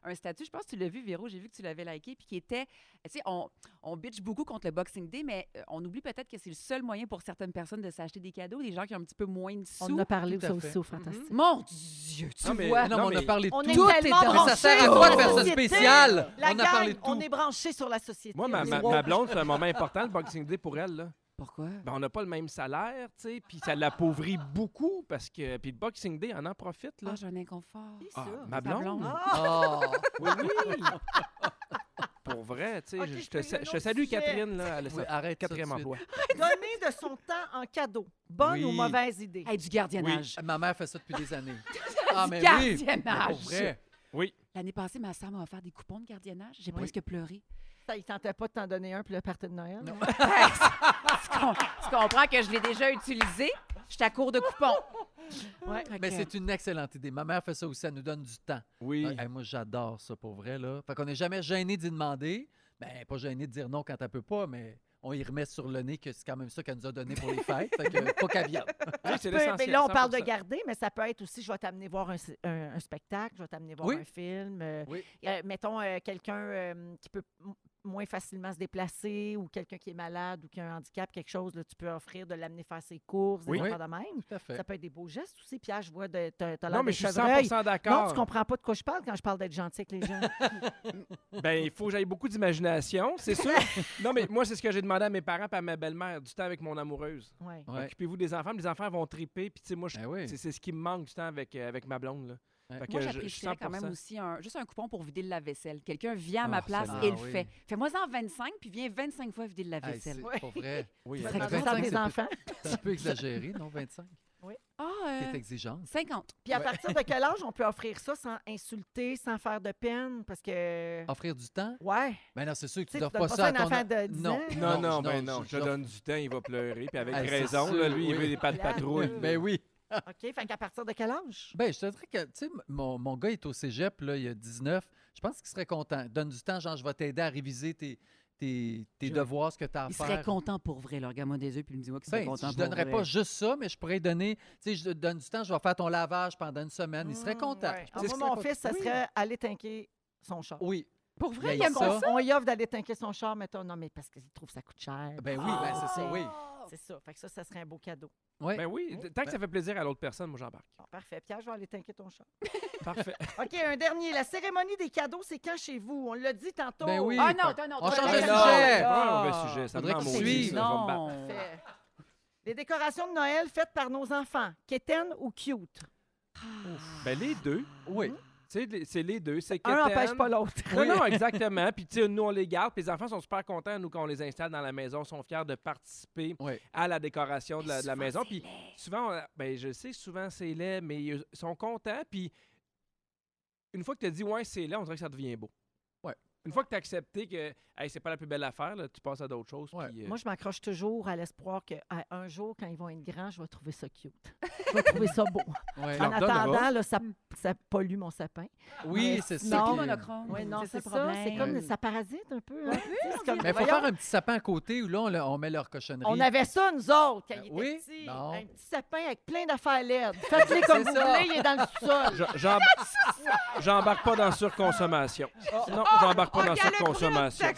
Speaker 4: un statut. Je pense que tu l'as vu, Véro, j'ai vu que tu l'avais liké, puis qui était. Tu sais, on, on bitch beaucoup contre le Boxing Day, mais euh, on oublie peut-être que c'est le seul moyen pour certaines personnes de s'acheter des cadeaux, des gens qui ont un petit peu moins de
Speaker 1: On
Speaker 4: sous. Mhm.
Speaker 1: en a parlé
Speaker 2: tout à
Speaker 1: ça
Speaker 2: fait.
Speaker 1: aussi au Fantastique.
Speaker 4: Mon Dieu, tu
Speaker 3: Non, mais-
Speaker 4: vois.
Speaker 2: Ah Non,
Speaker 3: Non,
Speaker 2: mais on a
Speaker 3: mais-
Speaker 2: parlé de
Speaker 1: On est
Speaker 2: tout.
Speaker 1: tellement
Speaker 2: Mais ça sert à
Speaker 1: branchés
Speaker 2: quoi de faire
Speaker 1: sur la
Speaker 2: ça
Speaker 1: société.
Speaker 2: spécial?
Speaker 1: La
Speaker 2: on a parlé de
Speaker 1: gang,
Speaker 2: tout.
Speaker 1: on est branché sur la société.
Speaker 3: Moi,
Speaker 1: On
Speaker 3: ma,
Speaker 1: est
Speaker 3: ma-
Speaker 1: woke.
Speaker 3: ma blonde, c'est un moment important, le Boxing Day pour elle. Là.
Speaker 4: Pourquoi?
Speaker 3: Ben, on n'a pas le même salaire, tu sais, puis ça l'appauvrit beaucoup parce que. Puis le Boxing Day, on en profite, là.
Speaker 4: Ah, j'ai un inconfort.
Speaker 1: Qui
Speaker 3: Ah,
Speaker 1: ça?
Speaker 3: ma
Speaker 4: Ta
Speaker 3: blonde?
Speaker 4: blonde. Oh.
Speaker 2: Ah.
Speaker 3: Oui, oui. Pour vrai, tu sais,
Speaker 1: Ok,
Speaker 3: je-
Speaker 1: je
Speaker 3: je,
Speaker 1: peux
Speaker 3: te,
Speaker 1: y aller
Speaker 3: sa-
Speaker 1: au
Speaker 3: je salue
Speaker 1: sujet.
Speaker 3: Catherine, là, elle a
Speaker 2: Oui,
Speaker 3: son
Speaker 2: arrête ça tout de
Speaker 3: quatrième
Speaker 2: suite.
Speaker 3: emploi.
Speaker 1: Donner de son temps en cadeau. Bonne
Speaker 2: Oui.
Speaker 1: ou mauvaise idée?
Speaker 4: Hey, du gardiennage.
Speaker 2: Ma mère fait ça depuis des années. ah,
Speaker 4: Du
Speaker 2: mais oui!
Speaker 4: gardiennage.
Speaker 2: Pour vrai.
Speaker 4: L'année passée, ma soeur m'a offert des coupons de gardiennage. J'ai
Speaker 2: Oui.
Speaker 4: presque pleuré.
Speaker 1: Ça, Il tentait pas de t'en donner un pour le party de Noël.
Speaker 2: Non.
Speaker 1: hein?
Speaker 4: Tu com- tu comprends que je l'ai déjà utilisé? Je suis à court de coupons.
Speaker 1: Ouais.
Speaker 4: Fait
Speaker 2: Mais
Speaker 4: que-
Speaker 2: c'est une excellente idée. Ma mère fait ça aussi, elle nous donne du temps.
Speaker 3: Oui.
Speaker 2: Ah, hey, moi, j'adore ça pour vrai. Là. Fait qu'on n'est jamais gêné d'y demander. Ben, pas gêné de dire non quand elle peut pas, mais on y remet sur le nez que c'est quand même ça qu'elle nous a donné pour les fêtes. fait que pas qu'elle vienne.
Speaker 3: Oui, c'est
Speaker 1: Peu- mais
Speaker 3: l'essentiel,
Speaker 1: là, on parle de
Speaker 3: 100%.
Speaker 1: garder, mais ça peut être aussi, je vais t'amener voir un, un- un spectacle, je vais t'amener voir
Speaker 2: Oui.
Speaker 1: un film. euh,
Speaker 2: Oui.
Speaker 1: euh, mettons, euh, quelqu'un euh, qui peut m- moins facilement se déplacer ou quelqu'un qui est malade ou qui a un handicap, quelque chose, là, tu peux offrir de l'amener faire ses courses, des
Speaker 2: Oui.
Speaker 1: affaires de même.
Speaker 2: Tout à fait.
Speaker 1: Ça peut être des beaux gestes aussi. Pierre, je vois, de- t'as t'as l'air
Speaker 3: Non,
Speaker 1: d'un
Speaker 3: mais je suis
Speaker 1: chevreuil.
Speaker 3: 100
Speaker 1: Non, tu
Speaker 3: d'accord.
Speaker 1: comprends pas de quoi je parle quand je parle d'être gentil avec les gens.
Speaker 3: Ben, il faut que j'aille beaucoup d'imagination, c'est sûr. non, mais moi, c'est ce que j'ai demandé à mes parents et à ma belle-mère, du temps avec mon amoureuse.
Speaker 1: Ouais.
Speaker 2: Ouais.
Speaker 3: Occupez-vous des enfants, mais les enfants vont triper. Puis, tu sais, moi, je-
Speaker 2: Ben oui.
Speaker 3: c'est c'est ce qui me manque du temps avec, euh, avec ma blonde. Là.
Speaker 2: Ouais.
Speaker 3: Fait que
Speaker 4: Moi,
Speaker 3: je- je
Speaker 4: j'apprécierais quand
Speaker 3: 100%.
Speaker 4: même aussi un, juste un coupon pour vider le lave-vaisselle. Quelqu'un vient à ma
Speaker 2: Ah,
Speaker 4: place
Speaker 2: Seigneur.
Speaker 4: et le
Speaker 2: Ah oui.
Speaker 4: fait. Fais-moi en 25, puis viens 25 fois vider le
Speaker 2: Hey,
Speaker 4: lave-vaisselle.
Speaker 2: c'est pour vrai.
Speaker 3: Oui,
Speaker 1: Tu vas
Speaker 2: Fait que
Speaker 1: demander ça à
Speaker 2: 25,
Speaker 1: tes
Speaker 2: c'est plus-
Speaker 1: enfants.
Speaker 2: C'est un peu exagéré, non? 25?
Speaker 4: Ah, euh,
Speaker 2: C'est exigeant.
Speaker 4: 50.
Speaker 1: Puis à
Speaker 2: Ouais.
Speaker 1: partir de quel âge on peut offrir ça sans insulter, sans faire de peine? Parce que.
Speaker 2: Offrir du temps?
Speaker 1: Ouais.
Speaker 2: Ben non, c'est sûr que
Speaker 1: Tu sais,
Speaker 2: tu n'offres
Speaker 1: tu donnes
Speaker 2: pas
Speaker 1: pas
Speaker 2: ça,
Speaker 1: ça à
Speaker 2: à
Speaker 1: un
Speaker 2: ton
Speaker 1: enfant de 10 ans.
Speaker 3: Non, non, ben
Speaker 2: je-
Speaker 3: non, je
Speaker 2: l'offre-
Speaker 3: donne du temps, il va pleurer, puis avec
Speaker 2: Ah, c'est
Speaker 3: raison,
Speaker 2: sûr,
Speaker 3: là, lui, il
Speaker 2: oui.
Speaker 3: veut des pas de patrouille.
Speaker 2: Ben oui.
Speaker 1: OK, fait qu'à partir de quel âge?
Speaker 2: Ben, je te dirais que, tu sais, m- mon, mon gars est au cégep, là, il a 19. Je pense qu'il serait content. Donne du temps, genre, je vais t'aider à réviser tes, tes, tes
Speaker 4: Je-
Speaker 2: devoirs, ce que tu as à
Speaker 4: Il
Speaker 2: faire.
Speaker 4: serait content pour vrai. là. Regarde-moi des yeux puis il me dis-moi qu'il serait
Speaker 2: Ben,
Speaker 4: content
Speaker 2: je
Speaker 4: pour
Speaker 2: donnerais
Speaker 4: vrai.
Speaker 2: pas juste ça, mais je pourrais donner. Tu sais, je te donne du temps, je vais faire ton lavage pendant une semaine. Il serait
Speaker 1: Hmm,
Speaker 2: content.
Speaker 1: ouais.
Speaker 2: Je pense
Speaker 1: Ah, moi,
Speaker 2: qu'il serait
Speaker 1: mon
Speaker 2: content.
Speaker 1: fils, ça
Speaker 2: Oui.
Speaker 1: serait aller tinker son char.
Speaker 2: Oui.
Speaker 1: Pour
Speaker 2: Il
Speaker 1: vrai,
Speaker 2: aime
Speaker 1: il aime
Speaker 2: ça.
Speaker 1: ça. On y offre d'aller tinker son char, mettons. Non, mais parce qu'il trouve que ça coûte cher. Ah!
Speaker 2: Ben oui, ben, c'est ça, oui.
Speaker 1: C'est ça. Fait que ça, ça serait un beau cadeau.
Speaker 2: Ouais.
Speaker 3: Ben oui, tant que ça fait plaisir à l'autre personne, moi j'embarque.
Speaker 1: Bon, parfait. Pierre, je vais aller t'inquiéter ton chat.
Speaker 3: Parfait.
Speaker 1: OK, un dernier. La cérémonie des cadeaux, c'est quand chez vous? On l'a dit tantôt.
Speaker 2: Ben oui.
Speaker 4: Ah non, t'as un autre.
Speaker 2: On change
Speaker 1: de
Speaker 2: de
Speaker 1: sujet.
Speaker 2: sujet.
Speaker 1: Ah.
Speaker 3: Ouais, mauvais sujet. Ça me
Speaker 2: Faudrait
Speaker 3: rend
Speaker 2: qu'il
Speaker 3: maudit,
Speaker 2: suive.
Speaker 3: ça, je vais me battre.
Speaker 4: Non.
Speaker 1: Parfait. Les décorations de Noël faites par nos enfants, quétaines ou cute?
Speaker 3: Ben les deux.
Speaker 2: Oui.
Speaker 3: Tu sais, les- c'est les deux. C'est
Speaker 1: Un
Speaker 3: quétaine.
Speaker 1: n'empêche pas l'autre.
Speaker 3: Non, non, exactement. Puis, tu sais, nous, on les garde. Puis, les enfants sont super contents, nous, quand on les installe dans la maison. Ils sont fiers de participer
Speaker 2: Oui.
Speaker 3: à la décoration de la, de la maison. Puis, souvent, on- ben, je sais, souvent, c'est laid, mais ils sont contents. Puis, une fois que tu as dit, ouais, c'est laid, on dirait que ça devient beau.
Speaker 2: Ouais.
Speaker 3: Une fois que tu as accepté que, hey, c'est pas la plus belle affaire, là, tu passes à d'autres choses.
Speaker 2: Ouais.
Speaker 3: puis, euh,
Speaker 1: Moi, je m'accroche toujours à l'espoir qu'un jour, quand ils vont être grands, je vais trouver ça cute. Je vais trouver ça beau.
Speaker 2: Ouais.
Speaker 1: En
Speaker 3: leur donneras.
Speaker 1: attendant, là, ça, ça pollue mon sapin.
Speaker 2: Oui,
Speaker 1: Mais
Speaker 2: c'est
Speaker 1: sinon-
Speaker 2: ça.
Speaker 1: Non,
Speaker 2: qui est-
Speaker 4: monochrome.
Speaker 1: Oui, non, c'est
Speaker 4: le
Speaker 1: ça.
Speaker 4: problème.
Speaker 1: C'est comme ça parasite un peu. hein. Tu sais, c'est comme-
Speaker 2: Mais il faut
Speaker 1: Voyons,
Speaker 2: faire un petit sapin à côté où là, on, le- on met leur cochonnerie.
Speaker 1: On avait ça, nous autres, quand
Speaker 2: Ben
Speaker 1: il
Speaker 2: oui,
Speaker 1: était petit.
Speaker 2: non.
Speaker 1: Un petit sapin avec plein d'affaires laides. Faites-les comme
Speaker 2: C'est
Speaker 1: vous
Speaker 2: ça.
Speaker 1: voulez, il est dans le sous-sol.
Speaker 3: je- j'em- J'embarque pas dans surconsommation.
Speaker 1: Oh,
Speaker 3: Non, j'embarque pas dans surconsommation.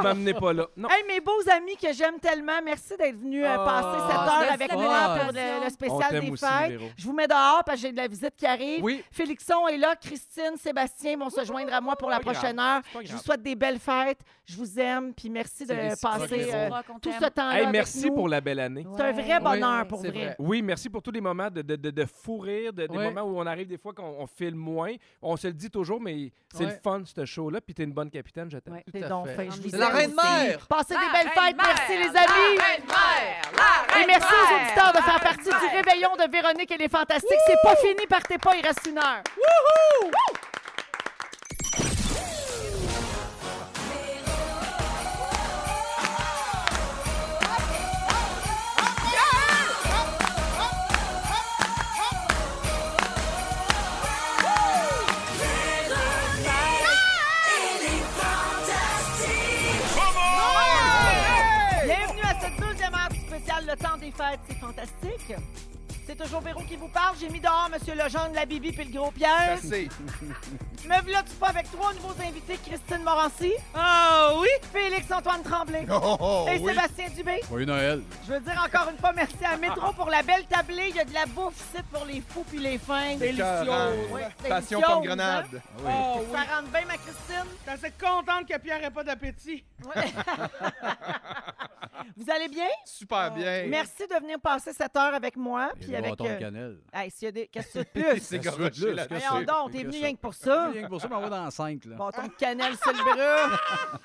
Speaker 3: M'amenez pas là. Non.
Speaker 1: Hey, mes beaux amis que j'aime tellement, merci d'être venus euh,
Speaker 3: Oh,
Speaker 1: passer cette
Speaker 2: merci
Speaker 1: heure
Speaker 2: d'être
Speaker 1: avec
Speaker 2: venus.
Speaker 1: moi
Speaker 2: Oh.
Speaker 1: pour le, le
Speaker 3: On
Speaker 1: spécial
Speaker 3: t'aime
Speaker 1: des
Speaker 3: aussi,
Speaker 1: fêtes.
Speaker 3: Véro.
Speaker 1: Je vous mets dehors parce que j'ai de la visite qui arrive.
Speaker 2: Oui.
Speaker 1: Félixon est là, Christine, Sébastien vont se joindre à moi pour la
Speaker 3: Pas grave,
Speaker 1: prochaine heure.
Speaker 3: c'est pas
Speaker 1: Je vous
Speaker 3: grave.
Speaker 1: souhaite des belles fêtes. Je vous aime, puis merci
Speaker 2: C'est
Speaker 1: de
Speaker 2: réciproque,
Speaker 1: passer
Speaker 2: Véro.
Speaker 1: euh, tout ce temps-là.
Speaker 3: Hey,
Speaker 1: avec
Speaker 3: merci
Speaker 1: nous.
Speaker 3: pour la belle année.
Speaker 1: C'est un vrai bonheur
Speaker 4: Oui,
Speaker 1: pour
Speaker 2: c'est
Speaker 1: vrai.
Speaker 2: vrai.
Speaker 3: Oui, merci pour tous les moments de, de, de, de fou rire, de- des
Speaker 2: Ouais.
Speaker 3: moments où on arrive des fois qu'on on filme moins. On se le dit toujours, mais c'est
Speaker 2: Ouais.
Speaker 3: le fun, ce show-là. Puis t'es une bonne capitaine, je t'aime.
Speaker 4: Ouais.
Speaker 2: Tout à
Speaker 1: C'est donc
Speaker 2: fait.
Speaker 1: fin. Je vous
Speaker 2: C'est la
Speaker 1: aime
Speaker 2: reine
Speaker 1: aussi.
Speaker 2: mère.
Speaker 1: Passez des belles fêtes. Merci, les amis. Et merci aux
Speaker 4: reine-mère,
Speaker 1: auditeurs de faire partie du réveillon de Véronique et les Fantastiques. C'est pas fini, partez pas, il reste une heure. Bienvenue à cette deuxième heure spéciale Le temps des fêtes, c'est fantastique. C'est toujours Véro qui vous parle. J'ai mis dehors M. Lejeune, la Bibi puis le gros Pierre.
Speaker 2: Merci.
Speaker 1: Me voilà tu pas avec trois nouveaux invités, Christine Morancy. Ah oui! Félix-Antoine Tremblay. et Sébastien Dubé.
Speaker 2: Joyeux Noël.
Speaker 1: Je veux dire encore une fois merci à Métro pour la belle tablée. Il y a de la bouffe ici pour les fous puis les fins. Ouais,
Speaker 11: Passion
Speaker 1: délicieuse,
Speaker 11: pomme grenade. Ah
Speaker 2: Ah
Speaker 1: hein? Ça rentre bien, ma Christine. Ah
Speaker 12: T'es assez contente que Pierre n'ait pas d'appétit.
Speaker 1: Vous allez bien?
Speaker 4: Ah.
Speaker 11: Super bien.
Speaker 1: Merci de venir passer cette heure avec moi. Puis avec. euh,
Speaker 12: cannelle.
Speaker 1: hey, s'il y a des. Qu'est-ce que tu veux de plus?
Speaker 11: C'est gorgé là.
Speaker 1: Voyons donc, t'es venu rien que pour ça.
Speaker 12: Rien que pour ça, on va dans 5. Là.
Speaker 1: Bon, ton cannelle sur le bras.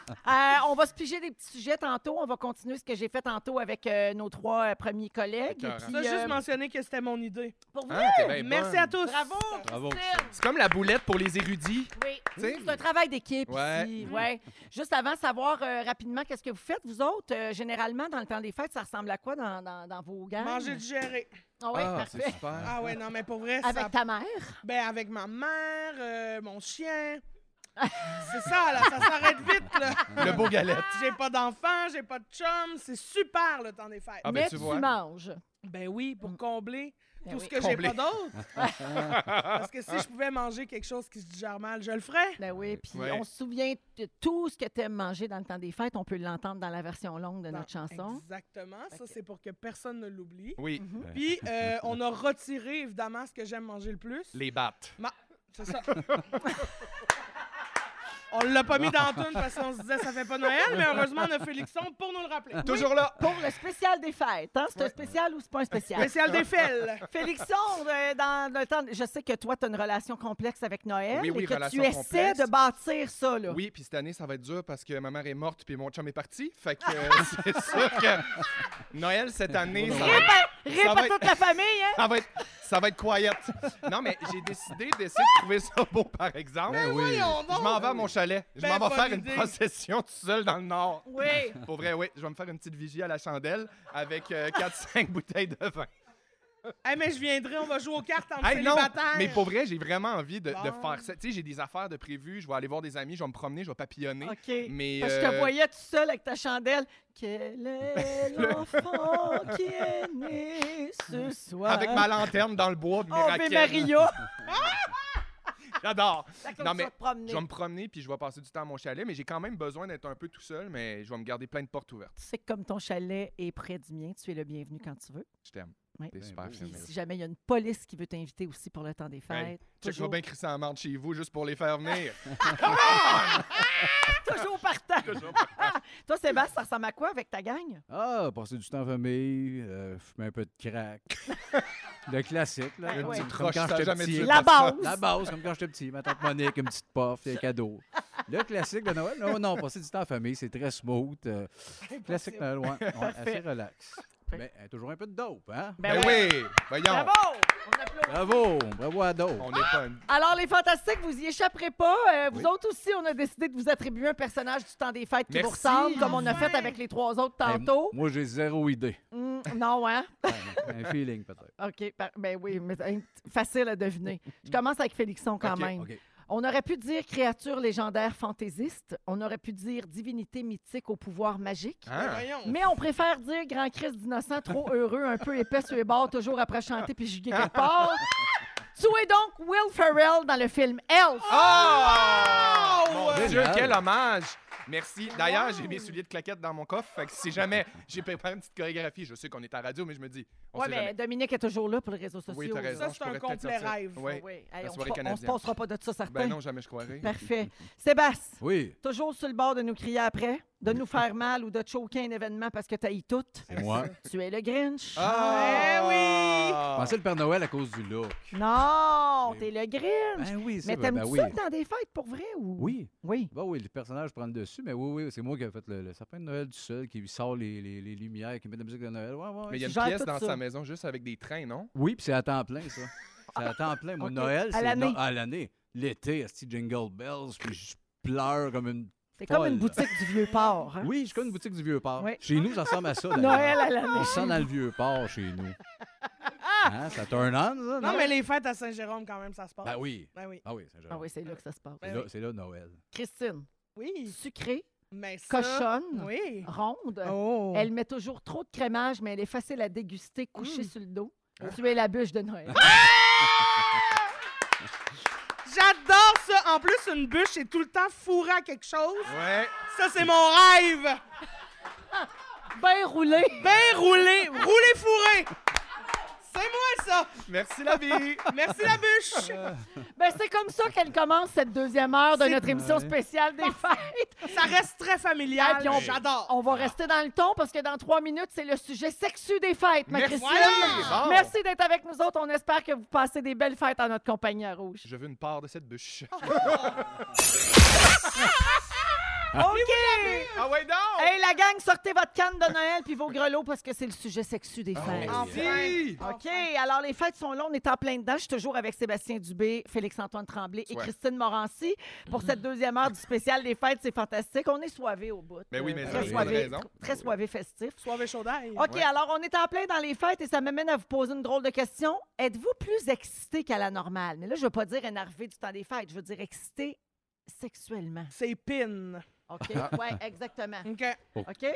Speaker 1: Euh, on va se piger des petits sujets tantôt. On va continuer ce que j'ai fait tantôt avec euh, nos trois euh, premiers collègues.
Speaker 11: Écœurant.
Speaker 1: Puis,
Speaker 12: Tu as juste
Speaker 1: euh,
Speaker 12: mentionné que c'était mon idée.
Speaker 1: pour vous,
Speaker 11: Hein, t'es bien
Speaker 12: Merci
Speaker 11: bonne.
Speaker 12: à tous.
Speaker 1: bravo,
Speaker 12: Bravo,
Speaker 1: Christine.
Speaker 11: C'est comme la boulette pour les érudits.
Speaker 1: Oui,
Speaker 11: T'sais,
Speaker 1: c'est un travail d'équipe
Speaker 11: Ouais.
Speaker 1: ici. Ouais. Juste avant, savoir euh, rapidement qu'est-ce que vous faites, vous autres, euh, généralement, dans le temps des fêtes, ça ressemble à quoi dans, dans- dans vos gangs?
Speaker 12: Manger digéré.
Speaker 1: Ah oui, parfait.
Speaker 11: super.
Speaker 12: Ah ouais, non, mais pour vrai, ça...
Speaker 1: Avec ta mère.
Speaker 12: Ben, avec ma mère, euh, mon chien. C'est ça, là, ça s'arrête vite, là.
Speaker 11: Le beau galette.
Speaker 12: J'ai pas d'enfant, j'ai pas de chum. C'est super, le temps des fêtes.
Speaker 11: Ah, ben,
Speaker 1: mais tu,
Speaker 11: tu vois.
Speaker 1: manges.
Speaker 12: Ben oui, pour combler
Speaker 1: Ben
Speaker 12: tout
Speaker 1: oui.
Speaker 12: ce que j'ai
Speaker 11: Combler.
Speaker 12: pas d'autre. Parce que si je pouvais manger quelque chose qui se digère mal, je le ferais.
Speaker 1: Ben oui, puis
Speaker 11: Ouais.
Speaker 1: on se souvient de tout ce que tu aimes manger dans le temps des fêtes. On peut l'entendre dans la version longue de
Speaker 12: Dans-
Speaker 1: notre chanson. Mhm.
Speaker 12: Exactement. Ça,
Speaker 1: Ok.
Speaker 12: c'est pour que personne ne l'oublie.
Speaker 11: Oui,
Speaker 12: Puis, euh, on a retiré, évidemment, ce que j'aime manger le plus.
Speaker 11: les battes.
Speaker 12: C'est ça. on l'a pas mis dans la toune parce qu'on se disait ça fait pas Noël, mais heureusement, on a Félixon pour nous le rappeler.
Speaker 11: Toujours là.
Speaker 1: Pour le spécial des fêtes, hein? c'est un spécial ou c'est pas un spécial?
Speaker 12: Spécial des fels.
Speaker 1: Félixon, euh, dans le temps, je sais que toi, tu as une relation complexe avec Noël
Speaker 11: Oui, oui,
Speaker 1: et que tu
Speaker 11: relation
Speaker 1: essaies
Speaker 11: complexe.
Speaker 1: de bâtir ça. Là.
Speaker 11: Oui, puis cette année, ça va être dur parce que ma mère est morte puis mon chum est parti. Fait que euh, c'est sûr que Noël cette année, ça va être-
Speaker 1: Rip
Speaker 11: Ça
Speaker 1: à
Speaker 11: va être-
Speaker 1: toute la famille, hein?
Speaker 11: ça va être, ça va être quiet. Non, mais j'ai décidé d'essayer de trouver ça beau, par exemple.
Speaker 1: Ben
Speaker 12: Voyons
Speaker 11: Ben Je
Speaker 12: donc.
Speaker 11: m'en vais à mon chalet. Je
Speaker 12: Ben,
Speaker 11: m'en vais
Speaker 12: bonne
Speaker 11: faire une
Speaker 12: idée.
Speaker 11: procession tout seul dans le Nord.
Speaker 1: Oui.
Speaker 11: euh, Pour vrai, oui. Je vais me faire une petite vigie à la chandelle avec 4-5 bouteilles de vin.
Speaker 12: Hey, mais je viendrai, on va jouer aux cartes en
Speaker 11: Hey, non,
Speaker 12: célibataire.
Speaker 11: mais pour vrai, j'ai vraiment envie de, de
Speaker 12: Bon.
Speaker 11: faire ça. Tu sais, j'ai des affaires de prévues, je vais aller voir des amis, je vais me promener, je vais papillonner.
Speaker 1: OK.
Speaker 11: Mais,
Speaker 1: Parce que je te
Speaker 11: euh,
Speaker 1: voyais tout seul avec ta chandelle. Quel est l'enfant qui est né ce soir?
Speaker 11: Avec ma lanterne dans le bois, de mes
Speaker 1: Oh, mais
Speaker 11: raquettes.
Speaker 1: Maria!
Speaker 11: J'adore.
Speaker 1: Fait que
Speaker 11: Non,
Speaker 1: tu
Speaker 11: mais
Speaker 1: vas te promener.
Speaker 11: je vais me promener puis je vais passer du temps à mon chalet, mais j'ai quand même besoin d'être un peu tout seul, mais je vais me garder plein de portes ouvertes.
Speaker 1: Tu sais que comme ton chalet est près du mien, tu es le bienvenu quand tu veux.
Speaker 11: Je t'aime.
Speaker 1: Ben Oui.
Speaker 11: T'es super
Speaker 1: Puis
Speaker 11: fine.
Speaker 1: si jamais il y a une police qui veut t'inviter aussi pour le temps des
Speaker 11: Hey,
Speaker 1: fêtes,
Speaker 11: check, je vais
Speaker 1: toujours,
Speaker 11: bien crisser en marde chez vous juste pour les faire venir.
Speaker 1: toujours partant. Toi, Sébastien, ça ressemble à quoi avec ta gang?
Speaker 13: Ah, passer du temps en famille, euh, fumer un peu de crack. le classique, là.
Speaker 1: Ben
Speaker 13: comme
Speaker 1: ouais.
Speaker 13: comme
Speaker 1: Croche,
Speaker 13: quand
Speaker 1: ça a
Speaker 13: j'étais
Speaker 1: jamais
Speaker 13: petit.
Speaker 1: tué La personne. base.
Speaker 13: La base, comme quand j'étais petit. Ma tante Monique, une petite puff, des cadeaux. Le classique de Noël. Non, non, passer du temps en famille, c'est très smooth. euh, classique de Noël, ouais, ouais, assez
Speaker 1: Parfait.
Speaker 13: relax. Mais euh, toujours un peu de dope, hein?
Speaker 1: Ben Ben oui. oui,
Speaker 13: voyons.
Speaker 1: Bravo! On applaudit.
Speaker 13: Bravo, bravo à dope.
Speaker 11: On n'est pas une
Speaker 1: Alors, les fantastiques, vous y échapperez pas. Euh, vous
Speaker 13: Oui.
Speaker 1: autres aussi, on a décidé de vous attribuer un personnage du temps des fêtes qui vous
Speaker 13: Merci.
Speaker 1: ressemble, comme on a fait avec les trois autres Ah,
Speaker 13: Ben,
Speaker 1: tantôt.
Speaker 13: Moi, j'ai zéro idée.
Speaker 1: Hum, non, hein?
Speaker 13: Un feeling, peut-être.
Speaker 1: OK. par- Ben oui, mais euh, facile à deviner. Je commence avec Félixon quand
Speaker 13: OK,
Speaker 1: même.
Speaker 13: OK.
Speaker 1: On aurait pu dire créature légendaire fantaisiste. On aurait pu dire divinité mythique au pouvoir magique.
Speaker 12: Ah. Voyons.
Speaker 1: Mais on préfère dire grand Christ d'innocent, trop heureux, un peu épais sur les bords, toujours après chanter puis juguer quelque part. Tuez donc Will Ferrell dans le film Elf.
Speaker 13: Ah!
Speaker 11: Mon
Speaker 1: Génial.
Speaker 11: Dieu, quel hommage!
Speaker 1: Ah,
Speaker 11: Merci. D'ailleurs, j'ai mes souliers de claquettes dans mon coffre. Fait que si jamais j'ai préparé une petite chorégraphie, je sais qu'on est à radio, mais je me dis, on
Speaker 1: Oui,
Speaker 11: sait
Speaker 1: mais
Speaker 11: jamais.
Speaker 1: Dominique est toujours là pour les réseaux sociaux.
Speaker 11: Oui, t'as raison. je pourrais peut-être sortir. Oui,
Speaker 1: Oui.
Speaker 11: la
Speaker 1: Hey, on
Speaker 11: soirée
Speaker 1: se- on se
Speaker 11: canadienne.
Speaker 1: passera pas de ça, certain.
Speaker 11: Ben non, jamais je croirais.
Speaker 1: Parfait. Sébastien,
Speaker 13: Oui.
Speaker 1: toujours sur le bord de nous crier après, de nous faire mal ou de te choquer un événement parce que t'as eu tout.
Speaker 13: C'est moi.
Speaker 1: Tu es le Grinch.
Speaker 13: Ah!
Speaker 1: Eh oui!
Speaker 13: Je Pensais le Père Noël à cause du look.
Speaker 1: Non, t'es le Grinch.
Speaker 13: Ben oui, c'est
Speaker 1: Mais
Speaker 13: vrai,
Speaker 1: t'aimes-tu
Speaker 13: ben oui.
Speaker 1: ça dans des fêtes pour vrai ou?
Speaker 13: Oui.
Speaker 1: Oui.
Speaker 13: Bah oui, le personnage prend le dessus, mais oui, oui, c'est moi qui ai fait le, le sapin de Noël du seul, qui lui sort les, les- les lumières, qui met de la musique de Noël. Ouais, ouais, ouais.
Speaker 11: Mais il y a une pièce dans sa maison juste avec des trains, non?
Speaker 13: Oui, puis c'est à temps plein, ça. C'est à temps plein. Moi,
Speaker 11: Ok.
Speaker 13: Noël,
Speaker 11: À
Speaker 13: c'est
Speaker 11: l'année.
Speaker 13: no- à l'année. L'été, c'est Jingle Bells, puis je pleure comme une.
Speaker 1: C'est comme
Speaker 13: folle.
Speaker 1: une boutique du vieux port. hein?
Speaker 13: Oui, je connais une boutique du vieux port.
Speaker 1: Oui.
Speaker 13: Chez nous, ça ressemble à ça. d'ailleurs.
Speaker 1: Noël à l'année.
Speaker 13: On sent dans le vieux port chez nous. Hein, ça turn on, ça? Non,
Speaker 12: Non, mais les fêtes à Saint-Jérôme, quand même, ça se passe.
Speaker 13: Ben oui.
Speaker 12: Ben oui.
Speaker 13: Ah oui, Saint-Jérôme.
Speaker 1: Ah oui, c'est là que ça se passe.
Speaker 13: C'est là- C'est là, Noël.
Speaker 1: Christine.
Speaker 12: Oui.
Speaker 1: Sucrée.
Speaker 12: Mais ça-
Speaker 1: Cochonne.
Speaker 12: Oui.
Speaker 1: Ronde.
Speaker 12: Oh.
Speaker 1: Elle met toujours trop de crémage, mais elle est facile à déguster, couchée sur le dos.
Speaker 12: Ah.
Speaker 1: Tu es la bûche de Noël.
Speaker 12: J'adore ça. En plus, une bûche, c'est tout le temps fourré à quelque chose.
Speaker 11: Ouais.
Speaker 12: Ça, c'est mon rêve.
Speaker 1: Ben roulé.
Speaker 12: Ben roulé. Roulé fourré. C'est moi, ça.
Speaker 11: Merci la vie.
Speaker 12: Merci la bûche.
Speaker 1: Ben, c'est comme ça qu'elle commence cette deuxième heure de
Speaker 12: C'est-
Speaker 1: notre émission
Speaker 12: Ouais.
Speaker 1: spéciale des fêtes.
Speaker 12: Ça reste très familial,
Speaker 1: puis on-
Speaker 12: j'adore.
Speaker 1: On va rester dans le ton parce que dans trois minutes, c'est le sujet sexu des fêtes, ma
Speaker 11: Merci.
Speaker 1: Christine.
Speaker 11: Voilà. Bon.
Speaker 1: Merci d'être avec nous autres. On espère que vous passez des belles fêtes en notre compagnie à Rouge.
Speaker 11: Je veux une part de cette bûche.
Speaker 1: Oh, OK!
Speaker 11: Ah ouais, donc!
Speaker 1: Hey, la gang, sortez votre canne de Noël puis vos grelots parce que c'est le sujet sexu des
Speaker 11: Ah,
Speaker 1: fêtes.
Speaker 11: merci.
Speaker 1: OK, alors les fêtes sont là, on est en plein dedans. Je suis toujours avec Sébastien Dubé, Félix-Antoine Tremblay et
Speaker 11: Ouais.
Speaker 1: Christine Morancy pour cette deuxième heure du spécial des fêtes. C'est fantastique. On est soivé au bout.
Speaker 11: Ben oui, mais
Speaker 1: très
Speaker 11: ça,
Speaker 1: soivé,
Speaker 11: vous avez raison.
Speaker 1: tr- Très soivé festif.
Speaker 12: Soivé chaud
Speaker 1: OK, alors on est en plein dans les fêtes et ça m'amène à vous poser une drôle de question. Êtes-vous plus excité qu'à la normale? Mais là, je veux pas dire énervé du temps des fêtes, je veux dire excité sexuellement.
Speaker 12: C'est pin.
Speaker 1: OK,
Speaker 11: Ah.
Speaker 1: ouais, exactement.
Speaker 12: OK.
Speaker 13: Oh.
Speaker 1: OK?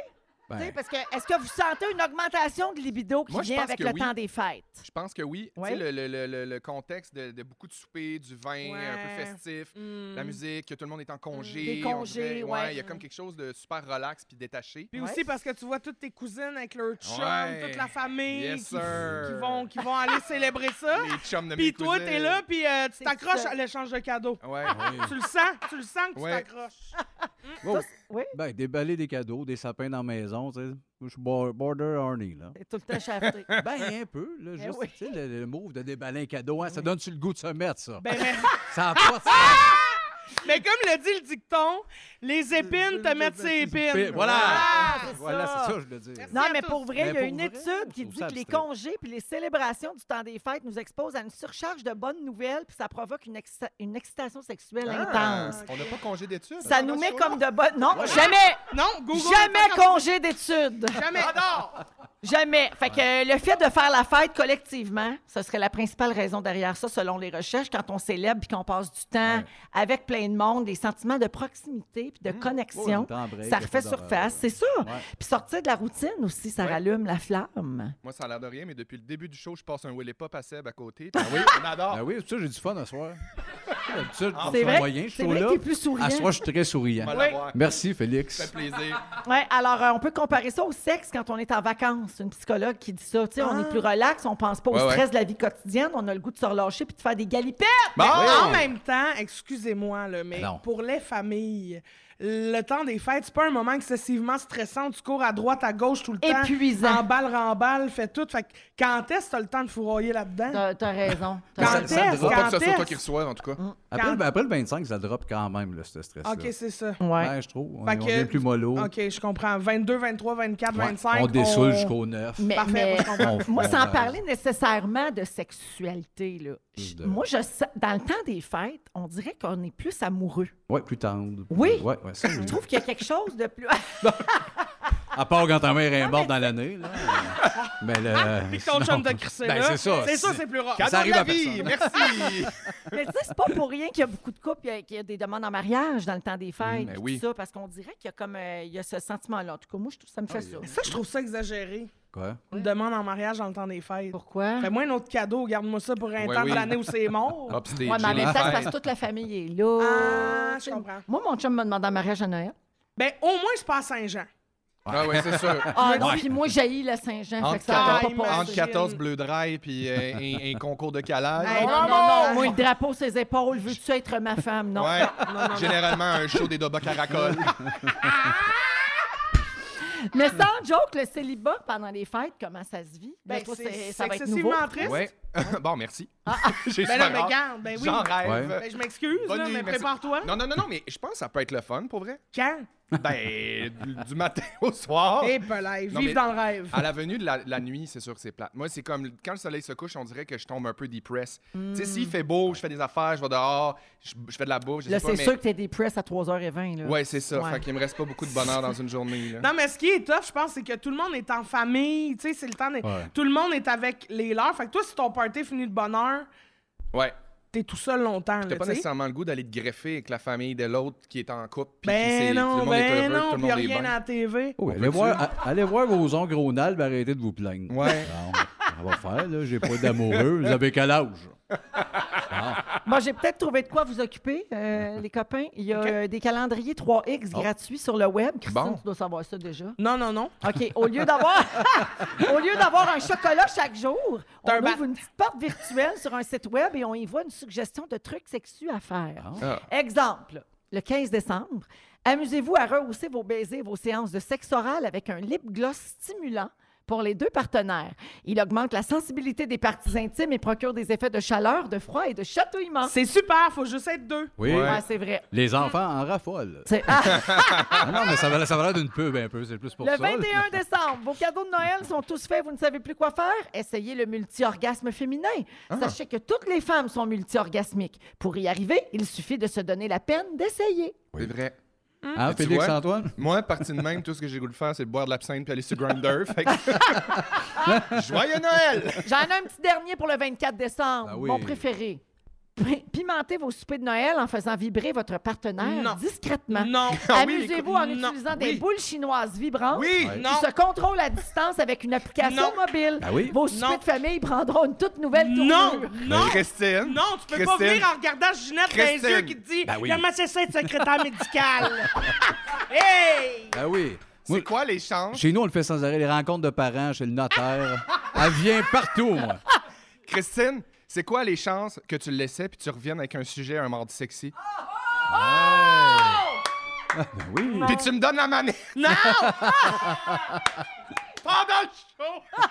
Speaker 1: Tu sais, parce que est-ce que vous sentez une augmentation de libido qui
Speaker 11: Ben. Moi, je
Speaker 1: vient
Speaker 11: pense
Speaker 1: avec
Speaker 11: que
Speaker 1: le
Speaker 11: oui.
Speaker 1: temps des fêtes?
Speaker 11: Je pense que oui.
Speaker 1: Ouais.
Speaker 11: Tu sais, le, le- le- le contexte de, de beaucoup de soupers, du vin, un peu
Speaker 1: Ouais.
Speaker 11: festif,
Speaker 1: Mm.
Speaker 11: la musique, que tout le monde est en congé.
Speaker 1: Des
Speaker 11: on
Speaker 1: congés,
Speaker 11: dirait,
Speaker 1: ouais.
Speaker 11: Il y a comme quelque chose de super relax puis détaché.
Speaker 12: Puis aussi parce que tu vois toutes tes cousines avec leurs chums,
Speaker 11: Ouais.
Speaker 12: toute la famille
Speaker 11: Yes,
Speaker 12: qui,
Speaker 11: sir.
Speaker 12: qui vont, qui vont aller célébrer ça.
Speaker 11: Les chums de mes
Speaker 12: Puis toi,
Speaker 11: cousines.
Speaker 12: t'es là, puis euh, tu
Speaker 1: C'est
Speaker 12: t'accroches
Speaker 1: ça.
Speaker 12: à l'échange de cadeaux.
Speaker 11: Ouais.
Speaker 12: Tu le sens, tu le sens que
Speaker 13: Ouais.
Speaker 12: tu t'accroches.
Speaker 13: Wow.
Speaker 1: oui.
Speaker 13: Ben, déballer des cadeaux, des sapins dans la maison, tu sais. Moi, je suis bor- border horny, là.
Speaker 1: Tout le temps shafté.
Speaker 13: Ben, un peu, là.
Speaker 1: Ben
Speaker 13: Juste,
Speaker 1: oui.
Speaker 13: tu sais, le, le move de déballer un cadeau, hein, ça donne-tu le goût de se mettre, ça?
Speaker 12: Ben, mais-
Speaker 13: Ça n'a pas de sens.
Speaker 12: Mais comme le dit le dicton, les épines te mettent ses épines.
Speaker 13: Voilà.
Speaker 12: Ah, c'est
Speaker 13: Voilà, c'est ça, je le dis.
Speaker 1: Non, mais pour vrai,
Speaker 13: Mais
Speaker 1: il y a
Speaker 13: pour
Speaker 1: une
Speaker 13: vrai,
Speaker 1: étude qui
Speaker 13: trouve
Speaker 1: dit
Speaker 13: ça
Speaker 1: que les
Speaker 13: abstrait.
Speaker 1: congés puis les célébrations du temps des fêtes nous exposent à une surcharge de bonnes nouvelles puis ça provoque une, exci- une excitation sexuelle
Speaker 11: Ah,
Speaker 1: intense.
Speaker 11: On n'a pas congé d'études.
Speaker 1: Ça nous met comme de bonnes... Non,
Speaker 11: Ouais.
Speaker 1: jamais!
Speaker 12: Non, Google
Speaker 1: Jamais
Speaker 12: est pas
Speaker 1: congé d'études!
Speaker 12: Jamais.
Speaker 1: Jamais. Fait que euh, le fait de faire la fête collectivement, ce serait la principale raison derrière ça, selon les recherches. Quand on célèbre puis qu'on passe du temps avec plein de monde, des sentiments de proximité puis de
Speaker 13: Ouais,
Speaker 1: connexion,
Speaker 13: le Mmh. Oh, temps break,
Speaker 1: ça
Speaker 13: le
Speaker 1: refait
Speaker 13: temps d'horreur.
Speaker 1: surface, c'est ça.
Speaker 13: Ouais.
Speaker 1: Puis sortir de la routine aussi, ça rallume la flamme.
Speaker 11: Moi, ça a l'air de rien, mais depuis le début du show, je passe un Willy Pop à Seb à côté. Ah oui, on adore.
Speaker 13: Ben oui, c'est pour ça que j'ai du fun à soir. D'habitude,
Speaker 11: Ah,
Speaker 13: je
Speaker 11: c'est
Speaker 13: suis
Speaker 11: vrai-
Speaker 13: moyen, je
Speaker 11: c'est
Speaker 13: suis
Speaker 11: vrai
Speaker 13: là.
Speaker 11: que t'es plus souriant.
Speaker 13: À soir, je suis très souriant.
Speaker 11: On va l'avoir.
Speaker 13: Merci, Félix.
Speaker 11: Ça fait plaisir.
Speaker 1: Oui, alors euh, on peut comparer ça au sexe quand on est en vacances. Une psychologue qui dit ça. Tu sais, on
Speaker 13: Ah.
Speaker 1: est plus relax, on pense pas au
Speaker 12: Ouais, ouais.
Speaker 1: stress de la vie quotidienne, on a le goût de se relâcher puis de faire des galipettes.
Speaker 12: Mais En même temps, excusez-moi, là, mais
Speaker 13: Ben
Speaker 1: Non.
Speaker 12: pour les familles, le temps des fêtes, c'est pas un moment excessivement stressant. Tu cours à droite, à gauche tout le temps.
Speaker 1: Épuisant.
Speaker 12: Remballe, remballe, fais tout. Fait que quand est-ce que t'as le temps de fourroyer là-dedans?
Speaker 1: T'as, raison.
Speaker 12: Quand
Speaker 13: Ça-
Speaker 12: est-ce?
Speaker 13: ça drop. Pas
Speaker 12: Quand
Speaker 13: que ce soit toi
Speaker 12: est-ce?
Speaker 13: qui
Speaker 11: reçois, en tout cas.
Speaker 13: Après,
Speaker 12: Quand-
Speaker 13: ben, après le 25, ça drop quand même, là, ce stress-là.
Speaker 12: OK, c'est ça.
Speaker 13: Ouais, je trouve. On,
Speaker 12: Fait
Speaker 13: est- on
Speaker 12: que-
Speaker 13: est plus mollo.
Speaker 12: OK, je comprends. 22, 23, 24,
Speaker 13: Ouais,
Speaker 12: 25.
Speaker 13: on dessoule jusqu'au 9.
Speaker 1: Mais,
Speaker 12: Parfait,
Speaker 1: mais-
Speaker 12: moi, je comprends.
Speaker 13: On-
Speaker 1: moi,
Speaker 13: on
Speaker 1: sans
Speaker 13: rase.
Speaker 1: parler nécessairement de sexualité, là, je-
Speaker 13: De-
Speaker 1: moi, je, sa- dans le temps des fêtes, on dirait qu'on est plus amoureux.
Speaker 13: Ouais, plus tendre.
Speaker 1: Oui.
Speaker 13: Ouais, ouais, ça,
Speaker 1: Je
Speaker 13: oui.
Speaker 1: trouve qu'il y a quelque chose de plus.
Speaker 13: Ben, À part quand ta mère est morte dans l'année, là. Mais le.
Speaker 12: Puis que ton
Speaker 13: sinon-
Speaker 12: chum de crissé,
Speaker 13: Ben,
Speaker 12: là.
Speaker 13: c'est ça.
Speaker 12: C'est sûr, c'est plus rare.
Speaker 13: Ça
Speaker 12: Cadeau de
Speaker 13: arrive
Speaker 12: la
Speaker 13: à personne.
Speaker 12: vie, merci.
Speaker 1: Mais tu sais, c'est pas pour rien qu'il y a beaucoup de couples euh, qui ont des demandes en mariage dans le temps
Speaker 13: Hmm,
Speaker 1: des fêtes.
Speaker 12: Mm, ben
Speaker 1: puis
Speaker 12: oui.
Speaker 1: tout ça, parce qu'on dirait qu'il y a comme euh, il y a ce sentiment-là. En tout cas, moi, je trouve ça me fait
Speaker 13: Ah,
Speaker 1: ça.
Speaker 12: Mais ça, je trouve ça exagéré.
Speaker 13: Quoi?
Speaker 12: Une demande en mariage dans le temps des fêtes.
Speaker 1: Pourquoi?
Speaker 12: Fais-moi un autre cadeau, garde-moi ça pour un
Speaker 11: Ouais,
Speaker 12: temps
Speaker 11: oui. Ah,
Speaker 12: de l'année où c'est mort.
Speaker 11: Upstage,
Speaker 1: Ouais, mais en
Speaker 11: les
Speaker 1: même temps, c'est
Speaker 11: fêtes.
Speaker 1: parce que toute la famille est là.
Speaker 12: Ah, je comprends.
Speaker 1: Moi, mon chum m'a demandé en mariage à Noël.
Speaker 12: Ben, au moins, je passe Saint-Jean.
Speaker 11: Ah oui, c'est sûr.
Speaker 1: Ah non, puis moi, j'ai la Saint-Jean. fait
Speaker 11: Entre
Speaker 1: que ça va
Speaker 11: 14,
Speaker 1: pas
Speaker 11: entre
Speaker 1: passer.
Speaker 12: Ben,
Speaker 11: 14 bleu dry puis euh, un, un concours de calage.
Speaker 1: Hey, non, non, non, moi, le drapeau ses épaules, veux-tu être ma femme? Non.
Speaker 11: Ouais. Généralement, un show des dobas caracoles.
Speaker 12: Ah,
Speaker 1: Mais sans joke, le célibat pendant les fêtes, comment ça se vit?
Speaker 12: Ben,
Speaker 1: Je trouve que
Speaker 12: c'est-
Speaker 1: c'est-
Speaker 12: c'est excessivement triste.
Speaker 11: Ouais. bon, merci.
Speaker 1: Ah.
Speaker 11: J'ai
Speaker 12: Ben là,
Speaker 11: super
Speaker 12: mais
Speaker 11: hâte.
Speaker 12: garde, ben oui.
Speaker 11: J'en rêve.
Speaker 12: Ouais. Ben, je m'excuse,
Speaker 11: Bonne
Speaker 12: là,
Speaker 11: nuit,
Speaker 12: mais
Speaker 11: merci.
Speaker 12: prépare-toi.
Speaker 11: Non, non, non, non, mais je pense que ça peut être le fun, pour vrai.
Speaker 12: Quand?
Speaker 11: Ben, du, du matin au soir.
Speaker 12: Eh, ben, là,
Speaker 11: Oh. Non,
Speaker 12: vive
Speaker 11: mais
Speaker 12: dans le rêve.
Speaker 11: À la venue de la, la nuit, c'est sûr que c'est plate. Moi, c'est comme quand le soleil se couche, on dirait que je tombe un peu depressed. Tu sais, s'il fait beau, je fais des affaires, je vais dehors, je, je fais de la bouffe, je
Speaker 1: Hmm. Là,
Speaker 11: sais pas,
Speaker 1: c'est
Speaker 11: mais...
Speaker 1: sûr que t'es dépressé à 3h20. Là.
Speaker 11: Ouais, c'est ça.
Speaker 1: Ouais.
Speaker 11: Fait qu'il me reste pas beaucoup de bonheur dans une journée. là.
Speaker 12: Non, mais ce qui est tough, je pense, c'est que tout le monde est en famille. Tu sais, c'est le temps. des-
Speaker 11: Ouais.
Speaker 12: Tout le monde est avec les leurs. Fait que toi, si ton party finit de bonne heure,
Speaker 11: Ouais.
Speaker 12: t'es tout seul longtemps.
Speaker 11: T'as pas
Speaker 12: là, Ah, tu sais.
Speaker 11: nécessairement le goût d'aller te greffer avec la famille de l'autre qui est en couple. puis qui
Speaker 12: Ben
Speaker 11: c'est- tout le
Speaker 12: non,
Speaker 11: monde est
Speaker 12: ben
Speaker 11: heureux, tout
Speaker 12: non,
Speaker 11: le
Speaker 12: pis y a
Speaker 11: monde est
Speaker 12: rien
Speaker 11: bien. Oh,
Speaker 12: à la TV.
Speaker 13: Oui, allez
Speaker 11: peut-tu?
Speaker 13: voir, a- allez voir vos ongles Ronald et arrêtez de vous plaindre.
Speaker 11: Ouais.
Speaker 13: on va faire, là. J'ai pas d'amoureux. Vous avez quel âge?
Speaker 1: Moi, j'ai peut-être trouvé de quoi vous occuper, euh, les copains. Il y a euh, des calendriers 3X gratuits sur le web. Christine,
Speaker 12: Oh. Bon.
Speaker 1: tu dois savoir ça déjà.
Speaker 12: Non, non, non.
Speaker 1: OK, au lieu d'avoir au lieu d'avoir un chocolat chaque jour, on ouvre une petite porte virtuelle sur un site web et on y voit une suggestion de trucs sexus à faire. Exemple, le 15 décembre, amusez-vous à rehausser vos baisers et vos séances de sexe oral avec un lip gloss stimulant pour les deux partenaires. Il augmente la sensibilité des parties intimes et procure des effets de chaleur, de froid et de chatouillement.
Speaker 12: C'est super, faut juste être deux.
Speaker 13: Oui.
Speaker 1: Ouais, c'est vrai.
Speaker 13: Les enfants en raffolent.
Speaker 1: C'est-
Speaker 13: Ah non, mais ça va, ça va l'air d'une pub un peu. C'est plus pour
Speaker 1: le
Speaker 13: ça. là.
Speaker 1: 21 décembre, vos cadeaux de Noël sont tous faits, vous ne savez plus quoi faire. Essayez le multi-orgasme féminin.
Speaker 12: Ah.
Speaker 1: Sachez que toutes les femmes sont multi-orgasmiques. Pour y arriver, il suffit de se donner la peine d'essayer.
Speaker 11: C'est vrai.
Speaker 13: Hein,
Speaker 11: Mais tu
Speaker 13: Félix,
Speaker 11: vois,
Speaker 13: Antoine?
Speaker 11: Moi, partie de même, tout ce que j'ai goût de faire, c'est de boire de l'absinthe puis aller sur Grindr. fait que- Joyeux Noël!
Speaker 1: J'en ai un petit dernier pour le 24 décembre,
Speaker 12: Ben
Speaker 11: Ah oui.
Speaker 1: mon préféré. P- Pimentez vos soupers de Noël en faisant vibrer votre partenaire
Speaker 12: Non.
Speaker 1: discrètement.
Speaker 12: Non. Ah oui,
Speaker 1: Amusez-vous
Speaker 12: écoute,
Speaker 1: en
Speaker 12: non.
Speaker 1: utilisant des
Speaker 12: Oui.
Speaker 1: boules chinoises vibrantes
Speaker 12: Oui,
Speaker 1: qui
Speaker 12: non.
Speaker 1: se contrôlent à distance avec une application
Speaker 12: Non.
Speaker 1: mobile.
Speaker 12: Ben oui.
Speaker 1: Vos soupers
Speaker 12: Non.
Speaker 1: de famille prendront une toute nouvelle
Speaker 12: Non,
Speaker 1: tournure.
Speaker 12: non.
Speaker 11: Ben, Christine.
Speaker 12: Non, tu peux pas
Speaker 11: Christine.
Speaker 12: venir en regardant Ginette dans
Speaker 11: Christine.
Speaker 12: les yeux qui te dit
Speaker 11: Ben oui.
Speaker 12: Comment c'est ça être secrétaire médical? hey!
Speaker 13: Ah oui.
Speaker 11: C'est quoi les chances?
Speaker 13: Chez nous, on le fait sans arrêt. Les rencontres de parents chez le notaire. Elle vient partout, moi.
Speaker 11: Christine, c'est quoi les chances que tu le laissais puis tu reviennes avec un sujet, un mardi sexy?
Speaker 12: Oh,
Speaker 13: Ah, ben oui.
Speaker 11: Puis tu me donnes la manette!
Speaker 12: Non!
Speaker 11: Pendant le show!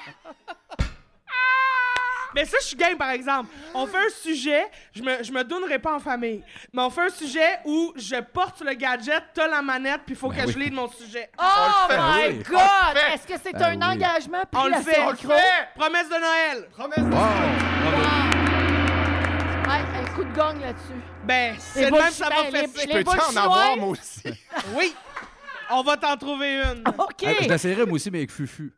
Speaker 12: Mais ça, je suis game, par exemple. On fait un sujet, je me, je me donnerai pas en famille, mais on fait un sujet où je porte le gadget, t'as la manette, puis il
Speaker 1: Ben
Speaker 12: faut que je lise mon sujet.
Speaker 1: Oh my God! Est-ce que c'est un engagement pris
Speaker 12: On le
Speaker 1: à
Speaker 12: fait,
Speaker 1: son
Speaker 12: on le
Speaker 1: micro?
Speaker 12: fait. Promesse de Noël. Promesse de
Speaker 1: Ouais, un coup de gong là-dessus.
Speaker 12: Ben,
Speaker 1: Les
Speaker 12: c'est le
Speaker 1: boules
Speaker 12: même que ça va
Speaker 1: chinoises,
Speaker 12: faire.
Speaker 1: les- les Peux-tu boules en avoir, chinoises? moi
Speaker 12: Ah, aussi? oui. On va t'en trouver une.
Speaker 1: OK. Ah!
Speaker 13: Ah, Je l'essayerai moi aussi, mais avec Fufu.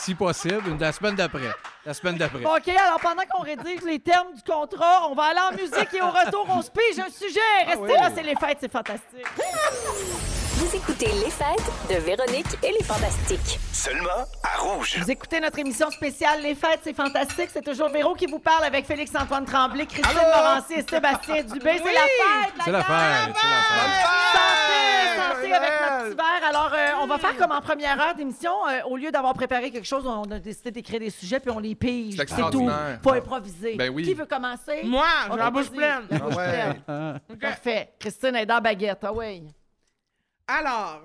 Speaker 13: Si possible, une- la semaine d'après. La semaine d'après.
Speaker 1: Bon, OK, alors pendant qu'on rédige les termes du contrat, on va aller en musique et au retour, on se pige un sujet. Restez
Speaker 6: oui.
Speaker 1: là, c'est les fêtes, c'est fantastique.
Speaker 6: Vous écoutez Les Fêtes de Véronique et les Fantastiques.
Speaker 10: Seulement à
Speaker 12: Oh,
Speaker 10: rouge.
Speaker 1: Vous écoutez notre émission spéciale Les Fêtes, c'est fantastique. C'est toujours Véro qui vous parle avec Félix-Antoine Tremblay, Christine
Speaker 12: Allô?
Speaker 1: Morancy et Sébastien Dubé. C'est
Speaker 12: Oui!
Speaker 1: la fête!
Speaker 13: C'est la fête. C'est la fête.
Speaker 1: Santé, santé avec notre petit verre. Alors, euh, on va faire comme en première heure d'émission. euh, au lieu d'avoir préparé quelque chose, on a décidé d'écrire des sujets puis on les pige.
Speaker 11: C'est
Speaker 1: C'est tout.
Speaker 11: extraordinaire.
Speaker 1: Faut improviser.
Speaker 11: Ben oui. Ah
Speaker 1: Qui veut commencer?
Speaker 12: Moi, j'ai
Speaker 1: Ok,
Speaker 12: la bouche
Speaker 1: vas-y.
Speaker 12: pleine.
Speaker 1: La bouche pleine. Parfait. Christine est dans la baguette. Ah oui.
Speaker 12: Alors,